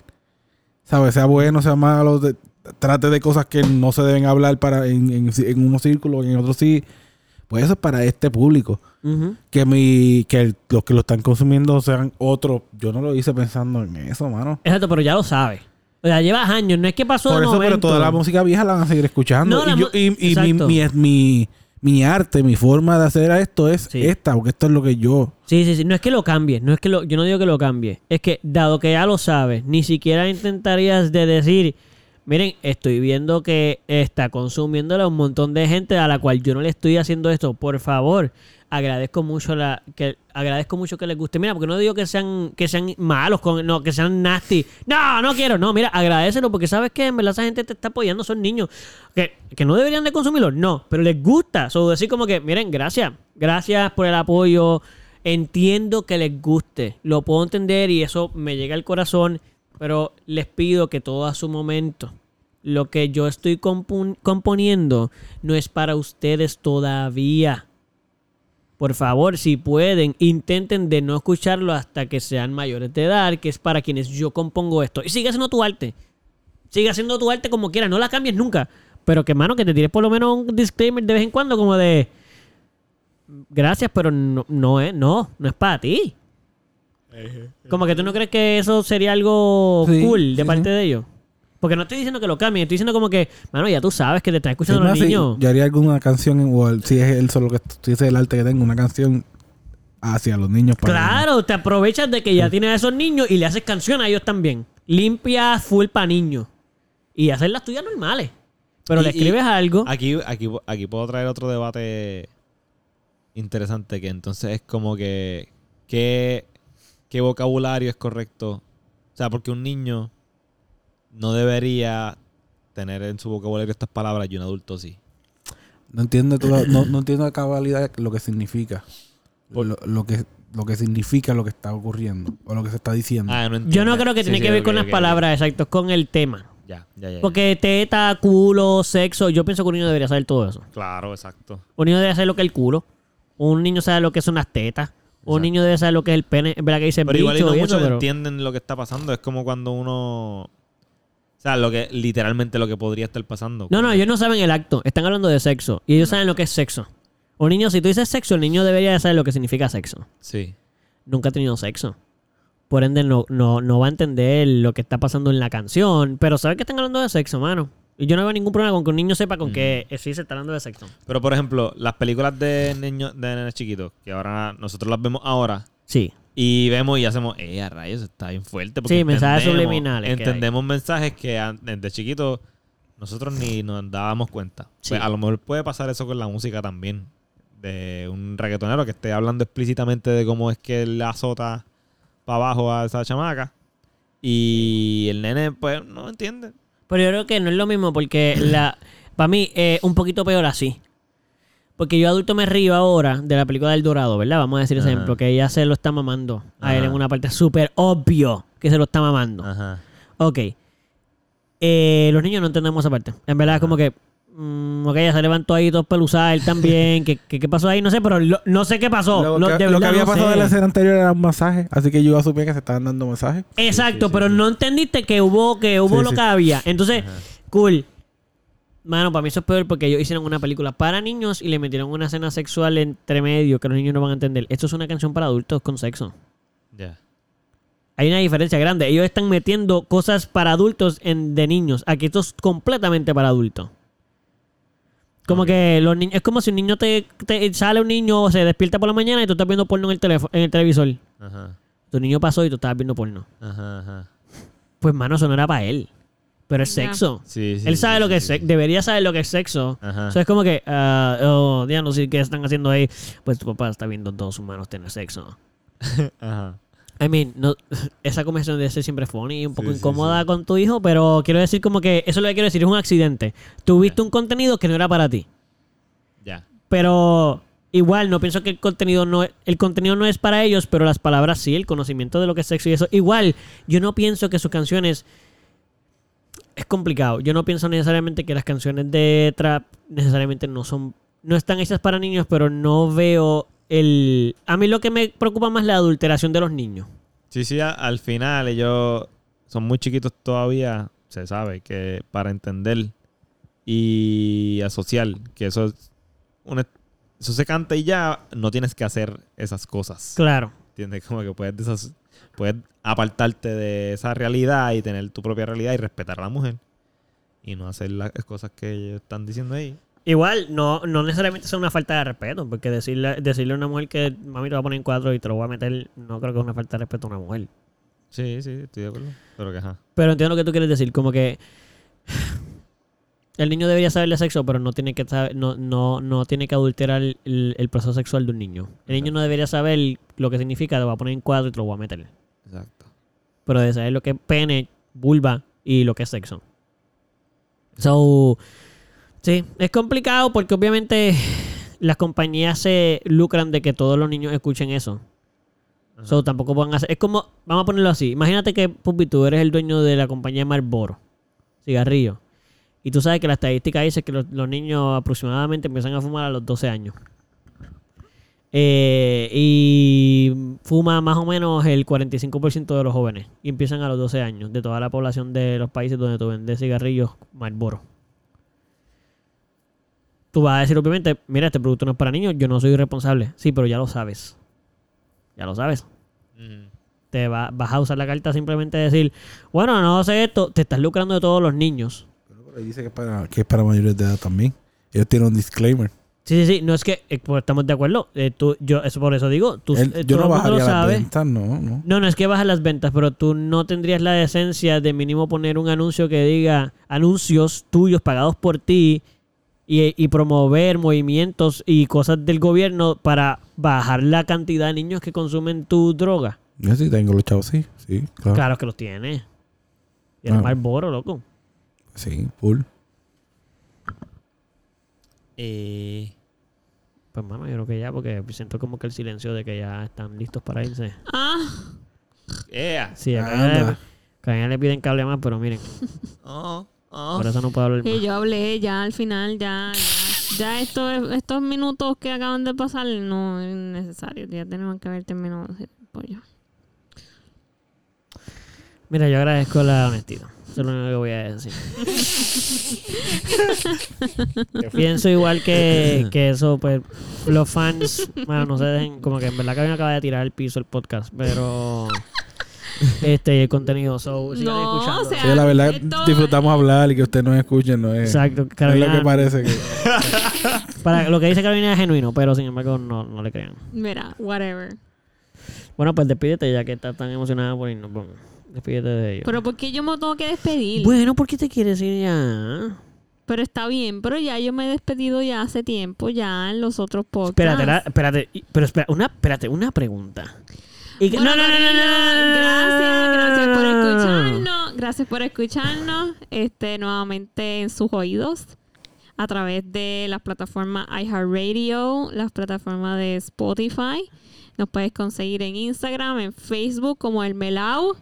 Speaker 1: ¿sabes? Sea bueno, sea malo, de- trate de cosas que no se deben hablar para en, en, en unos círculos, en otros sí. Pues eso es para este público.
Speaker 3: Ujú.
Speaker 1: Que mi que el- los que lo están consumiendo sean otros. Yo no lo hice pensando en eso, mano.
Speaker 3: Exacto, pero ya lo sabes. O sea, llevas años, no es que pasó
Speaker 1: Por
Speaker 3: de
Speaker 1: eso, pero
Speaker 3: momento.
Speaker 1: toda la música vieja la van a seguir escuchando.
Speaker 3: No, la
Speaker 1: y yo-
Speaker 3: mu-
Speaker 1: y- y mi,
Speaker 3: exacto.
Speaker 1: mi, mi- mi arte, mi forma de hacer esto es
Speaker 3: Sí.
Speaker 1: esta, porque esto es lo que yo.
Speaker 3: Sí, sí, sí. No es que lo cambie. No es que lo, yo no digo que lo cambie. Es que, dado que ya lo sabes, ni siquiera intentarías de decir, miren, estoy viendo que está consumiéndola un montón de gente a la cual yo no le estoy haciendo esto. Por favor, agradezco mucho la que agradezco mucho que les guste. Mira, porque no digo que sean que sean malos, con, no, que sean nasty. No, no quiero. No, mira, agradecelo porque sabes que en verdad esa gente te está apoyando, son niños. Que, que no deberían de consumirlo, no, pero les gusta. So, decir como que, miren, gracias. Gracias por el apoyo entiendo que les guste, lo puedo entender y eso me llega al corazón, pero les pido que todo a su momento. Lo que yo estoy compu- componiendo no es para ustedes todavía. Por favor, si pueden, intenten de no escucharlo hasta que sean mayores de edad, que es para quienes yo compongo esto. Y sigue haciendo tu arte. Sigue haciendo tu arte como quieras, no la cambies nunca. Pero que, mano, que te tires por lo menos un disclaimer de vez en cuando, como de gracias, pero no, no es, no, no es para ti. Como que tú no crees que eso sería algo
Speaker 1: Sí,
Speaker 3: cool de
Speaker 1: sí,
Speaker 3: parte
Speaker 1: sí.
Speaker 3: de ellos. Porque no estoy diciendo que lo cambien, estoy diciendo como que, mano, ya tú sabes que te están
Speaker 1: Es
Speaker 3: escuchando
Speaker 1: más,
Speaker 3: los
Speaker 1: si
Speaker 3: niños.
Speaker 1: yo haría alguna canción, o al- si es él solo que si es el arte que tengo, una canción hacia los niños. para-
Speaker 3: Claro, te aprovechas de que ya tienes a esos niños y le haces canciones a ellos también. Limpias full para niños. Y haces las tuyas normales. Pero le
Speaker 4: Y- y
Speaker 3: escribes algo.
Speaker 4: Aquí, aquí, aquí puedo traer otro debate interesante que entonces es como que qué, qué vocabulario es correcto. O sea, porque un niño no debería tener en su vocabulario estas palabras y un adulto sí.
Speaker 1: No entiendo, toda- no, no entiendo a cabalidad lo que significa. Lo, lo que, lo que significa lo que está ocurriendo o lo que se está diciendo.
Speaker 4: Ah, no entiendo.
Speaker 3: Yo no creo que
Speaker 4: Sí,
Speaker 3: tiene
Speaker 4: sí,
Speaker 3: que ver
Speaker 4: ok,
Speaker 3: con las
Speaker 4: ok, ok.
Speaker 3: palabras, exacto, con el tema.
Speaker 4: Ya, ya, ya. ya.
Speaker 3: Porque teta, culo, sexo, yo pienso que un niño debería saber todo eso.
Speaker 4: Claro, exacto.
Speaker 3: Un niño debe saber lo que es el culo. Un niño sabe lo que son las tetas. Un
Speaker 4: Exacto.
Speaker 3: niño debe saber lo que es el pene. Es verdad que dicen
Speaker 4: Pero igual y
Speaker 3: bicho
Speaker 4: no
Speaker 3: y eso,
Speaker 4: muchos
Speaker 3: pero-
Speaker 4: entienden lo que está pasando. Es como cuando uno. O sea, lo que, literalmente lo que podría estar pasando.
Speaker 3: No, no, ellos no saben el acto. Están hablando de sexo. Y ellos saben lo que es sexo. Un niño, si tú dices sexo, el niño debería de saber lo que significa sexo.
Speaker 4: Sí.
Speaker 3: Nunca ha tenido sexo. Por ende, no, no, no va a entender lo que está pasando en la canción. Pero sabe que están hablando de sexo, mano. Y yo no veo ningún problema con que un niño sepa con que eh, sí se está hablando de sexo.
Speaker 4: Pero, por ejemplo, las películas de niños, de nenes chiquitos, que ahora nosotros las vemos ahora,
Speaker 3: Sí.
Speaker 4: y vemos y hacemos, eh, a rayos, está bien fuerte. Porque
Speaker 3: Sí, mensajes
Speaker 4: entendemos-
Speaker 3: subliminales que hay.
Speaker 4: Entendemos mensajes que an- desde chiquitos nosotros ni nos dábamos cuenta.
Speaker 3: Sí.
Speaker 4: Pues, a lo mejor puede pasar eso con la música también. De un reggaetonero que esté hablando explícitamente de cómo es que él azota para abajo a esa chamaca. Y el nene, pues, no entiende.
Speaker 3: Pero yo creo que no es lo mismo porque la para mí es un poquito peor así. Porque yo adulto me río ahora de la película del Dorado, ¿verdad? Vamos a decir ese
Speaker 4: Ajá.
Speaker 3: ejemplo, que ella se lo está mamando a él en
Speaker 4: Ajá.
Speaker 3: una parte súper obvio que se lo está mamando.
Speaker 4: Ajá.
Speaker 3: Ok. Eh, los niños no entendemos esa parte. En verdad es como que... mm, ok, ella se levantó ahí todo peluzada, él también. ¿Qué, qué, qué pasó ahí? No sé, pero lo- no sé qué pasó.
Speaker 1: Lo,
Speaker 3: No,
Speaker 1: que,
Speaker 3: de
Speaker 1: lo que
Speaker 3: verdad
Speaker 1: había
Speaker 3: no
Speaker 1: pasado
Speaker 3: sé.
Speaker 1: en la escena anterior era un masaje, así que yo asumía que se estaban dando masajes.
Speaker 3: Exacto,
Speaker 4: sí,
Speaker 3: pero no entendiste que hubo, que hubo
Speaker 1: Sí,
Speaker 3: lo
Speaker 1: sí.
Speaker 3: que había. Entonces, cool. Mano, para mí eso es peor porque ellos hicieron una película para niños y le metieron una escena sexual entre medio que los niños no van a entender. Esto es una canción para adultos con sexo.
Speaker 4: Ya.
Speaker 3: Hay una diferencia grande. Ellos están metiendo cosas para adultos en, de niños. Aquí esto es completamente para adultos. Como que los niños, es como si un niño te, te- sale un niño o se despierta por la mañana y tú estás viendo porno en el teléfono, en el televisor.
Speaker 4: Ajá.
Speaker 3: Tu niño pasó y tú estabas viendo porno.
Speaker 4: Ajá, ajá.
Speaker 3: Pues, mano, eso no era para él. Pero es
Speaker 2: Ya.
Speaker 3: sexo.
Speaker 4: Sí, sí,
Speaker 3: él sabe
Speaker 4: sí,
Speaker 3: lo que
Speaker 4: sí,
Speaker 3: es
Speaker 4: sí.
Speaker 3: sexo. Debería saber lo que es sexo.
Speaker 4: Ajá.
Speaker 3: O sea, es como que, ah, oh, ya no sé qué están haciendo ahí. Pues tu papá está viendo dos humanos tener sexo.
Speaker 4: Ajá.
Speaker 3: I mean, no- esa conversación de ser siempre es funny, un poco
Speaker 4: Sí, sí,
Speaker 3: incómoda con tu hijo, pero quiero decir como que, eso es lo que quiero decir, es un accidente. Tuviste un contenido que no era para ti.
Speaker 4: Ya.
Speaker 3: Pero igual, no pienso que el contenido no es, el contenido no es para ellos, pero las palabras sí, el conocimiento de lo que es sexo y eso. Igual, yo no pienso que sus canciones es complicado. Yo no pienso necesariamente que las canciones de trap necesariamente no son no están hechas para niños, pero no veo el a mí lo que me preocupa más es la adulteración de los niños.
Speaker 4: Sí, sí, a- al final ellos son muy chiquitos todavía, se sabe, que para entender y asociar, que eso es una- eso se canta y ya no tienes que hacer esas cosas.
Speaker 3: Claro.
Speaker 4: ¿Entiendes? Como que puedes, desaso- puedes apartarte de esa realidad y tener tu propia realidad y respetar a la mujer. Y no hacer las cosas que ellos están diciendo ahí.
Speaker 3: Igual, no, no necesariamente es una falta de respeto, porque decirle, decirle a una mujer que mami te va a poner en cuadro y te lo voy a meter, no creo que es una falta de respeto a una mujer.
Speaker 4: Sí, sí, estoy de acuerdo. Pero que ajá.
Speaker 3: Pero entiendo lo que tú quieres decir, como que el niño debería saber de sexo, pero no tiene que saber, no, no, no tiene que adulterar el, el proceso sexual de un niño. El niño no debería saber lo que significa, te va a poner en cuadro y te lo voy a meter.
Speaker 4: Exacto.
Speaker 3: Pero debe saber lo que es pene, vulva y lo que es sexo. So, sí, es complicado porque obviamente las compañías se lucran de que todos los niños escuchen eso. So, tampoco van a hacer. Es como, vamos a ponerlo así. Imagínate que, Pupi, tú eres el dueño de la compañía Marlboro, cigarrillo. Y tú sabes que la estadística dice que los, los niños aproximadamente empiezan a fumar a los 12 años. Eh, y fuma más o menos el 45% de los jóvenes. Y empiezan a los 12 años, de toda la población de los países donde tú vendes cigarrillos Marlboro. Tú vas a decir, obviamente, mira, este producto no es para niños, yo no soy responsable. Sí, pero ya lo sabes. Ya lo sabes
Speaker 4: Ujú.
Speaker 3: te va- vas a usar la carta simplemente decir, bueno, no sé esto, te estás lucrando de todos los niños.
Speaker 1: Pero dice que es para, que es para mayores de edad también. Ellos tienen un disclaimer.
Speaker 3: Sí, sí, sí. No es que eh, pues, estamos de acuerdo. Eh, tú, yo, eso por eso digo. Tú,
Speaker 1: Él-
Speaker 3: eh,
Speaker 1: yo
Speaker 3: todo
Speaker 1: no
Speaker 3: el
Speaker 1: bajaría
Speaker 3: mundo lo
Speaker 1: las
Speaker 3: sabe.
Speaker 1: ventas, no, no.
Speaker 3: No, no es que bajas las ventas, pero tú no tendrías la decencia de mínimo poner un anuncio que diga anuncios tuyos pagados por ti y, y promover movimientos y cosas del gobierno para bajar la cantidad de niños que consumen tu droga.
Speaker 1: Yo sí tengo los chavos, sí, sí, claro.
Speaker 3: Claro que los tienes. Y el
Speaker 1: Ah.
Speaker 3: Marlboro, loco.
Speaker 1: Sí, full.
Speaker 3: Eh, Pues mano, yo creo que ya, porque siento como que el silencio de que ya están listos para irse.
Speaker 2: Ah,
Speaker 4: Yeah.
Speaker 3: Sí, acá
Speaker 1: Anda.
Speaker 3: ya- acá ya le piden que hable más, pero miren,
Speaker 4: Oh, oh.
Speaker 3: por eso no puedo hablar
Speaker 2: y
Speaker 3: más.
Speaker 2: yo hablé ya al final, ya, ya, ya esto, estos minutos que acaban de pasar no es necesario. Ya tenemos que haber terminado el pollo.
Speaker 3: Mira, yo agradezco la honestidad. Eso es lo único que voy a decir. Pienso igual que, que eso, pues, los fans, bueno, no se dejen, como que en verdad que alguien acaba de tirar al piso el podcast, pero este el contenido, so, sigan
Speaker 2: No,
Speaker 3: escuchando.
Speaker 2: o sea,
Speaker 1: Sí, la verdad,
Speaker 2: esto-
Speaker 1: disfrutamos hablar y que ustedes nos escuchen, no es, no
Speaker 3: Exacto,
Speaker 1: es lo que
Speaker 3: Carolina,
Speaker 1: parece que...
Speaker 3: para, lo que dice Carolina es genuino, pero sin embargo no, no le crean.
Speaker 2: Mira, whatever.
Speaker 3: Bueno, pues despídete ya que estás tan emocionada por irnos. Bueno, despídete de ellos.
Speaker 2: Pero porque yo me tengo que despedir.
Speaker 3: Bueno, ¿por qué te quieres ir ya?
Speaker 2: Pero está bien, pero ya yo me he despedido ya hace tiempo, ya en los otros podcasts.
Speaker 3: Espérate, la- espérate, y- pero espera, una, espérate, una pregunta. Y que-
Speaker 2: Bueno,
Speaker 3: no, no, no, no, no, no, no, no,
Speaker 2: Gracias, gracias por
Speaker 3: no, no, no, no.
Speaker 2: escucharnos. Gracias por escucharnos este, nuevamente en sus oídos a través de las plataformas iHeartRadio, las plataformas de Spotify. Nos puedes conseguir en Instagram, en Facebook como El Melau.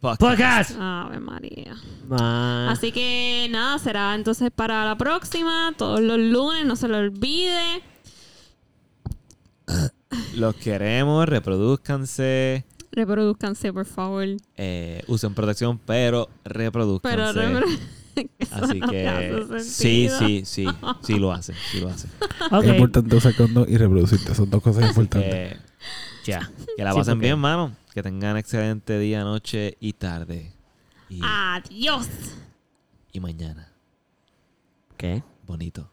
Speaker 4: Podcast.
Speaker 3: Podcast.
Speaker 2: Ave María.
Speaker 3: Ah,
Speaker 2: Así que nada, será entonces para la próxima, todos los lunes, no se lo olvide.
Speaker 4: Los queremos, reproduzcanse, eh,
Speaker 2: Reproduzcanse, por favor.
Speaker 4: usen protección, pero reproduzcanse.
Speaker 2: Pero repro- eso
Speaker 4: Así
Speaker 2: no te
Speaker 4: que
Speaker 2: hace
Speaker 4: sí,
Speaker 2: sentido.
Speaker 4: sí, sí, sí lo hacen, sí lo hacen.
Speaker 3: ok.
Speaker 1: Es importante usar condón y reproducirte, son dos cosas importantes.
Speaker 4: Que,
Speaker 3: Ya.
Speaker 4: Eh, que la
Speaker 3: Sí,
Speaker 4: pasen
Speaker 3: porque-
Speaker 4: bien, mano. Que tengan excelente día, noche y tarde. Y,
Speaker 2: Ah. Adiós.
Speaker 4: y mañana.
Speaker 3: ¿Qué?
Speaker 4: Bonito.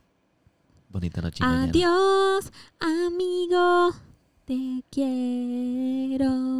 Speaker 4: Bonita noche y mañana.
Speaker 2: Adiós, amigo. Te quiero.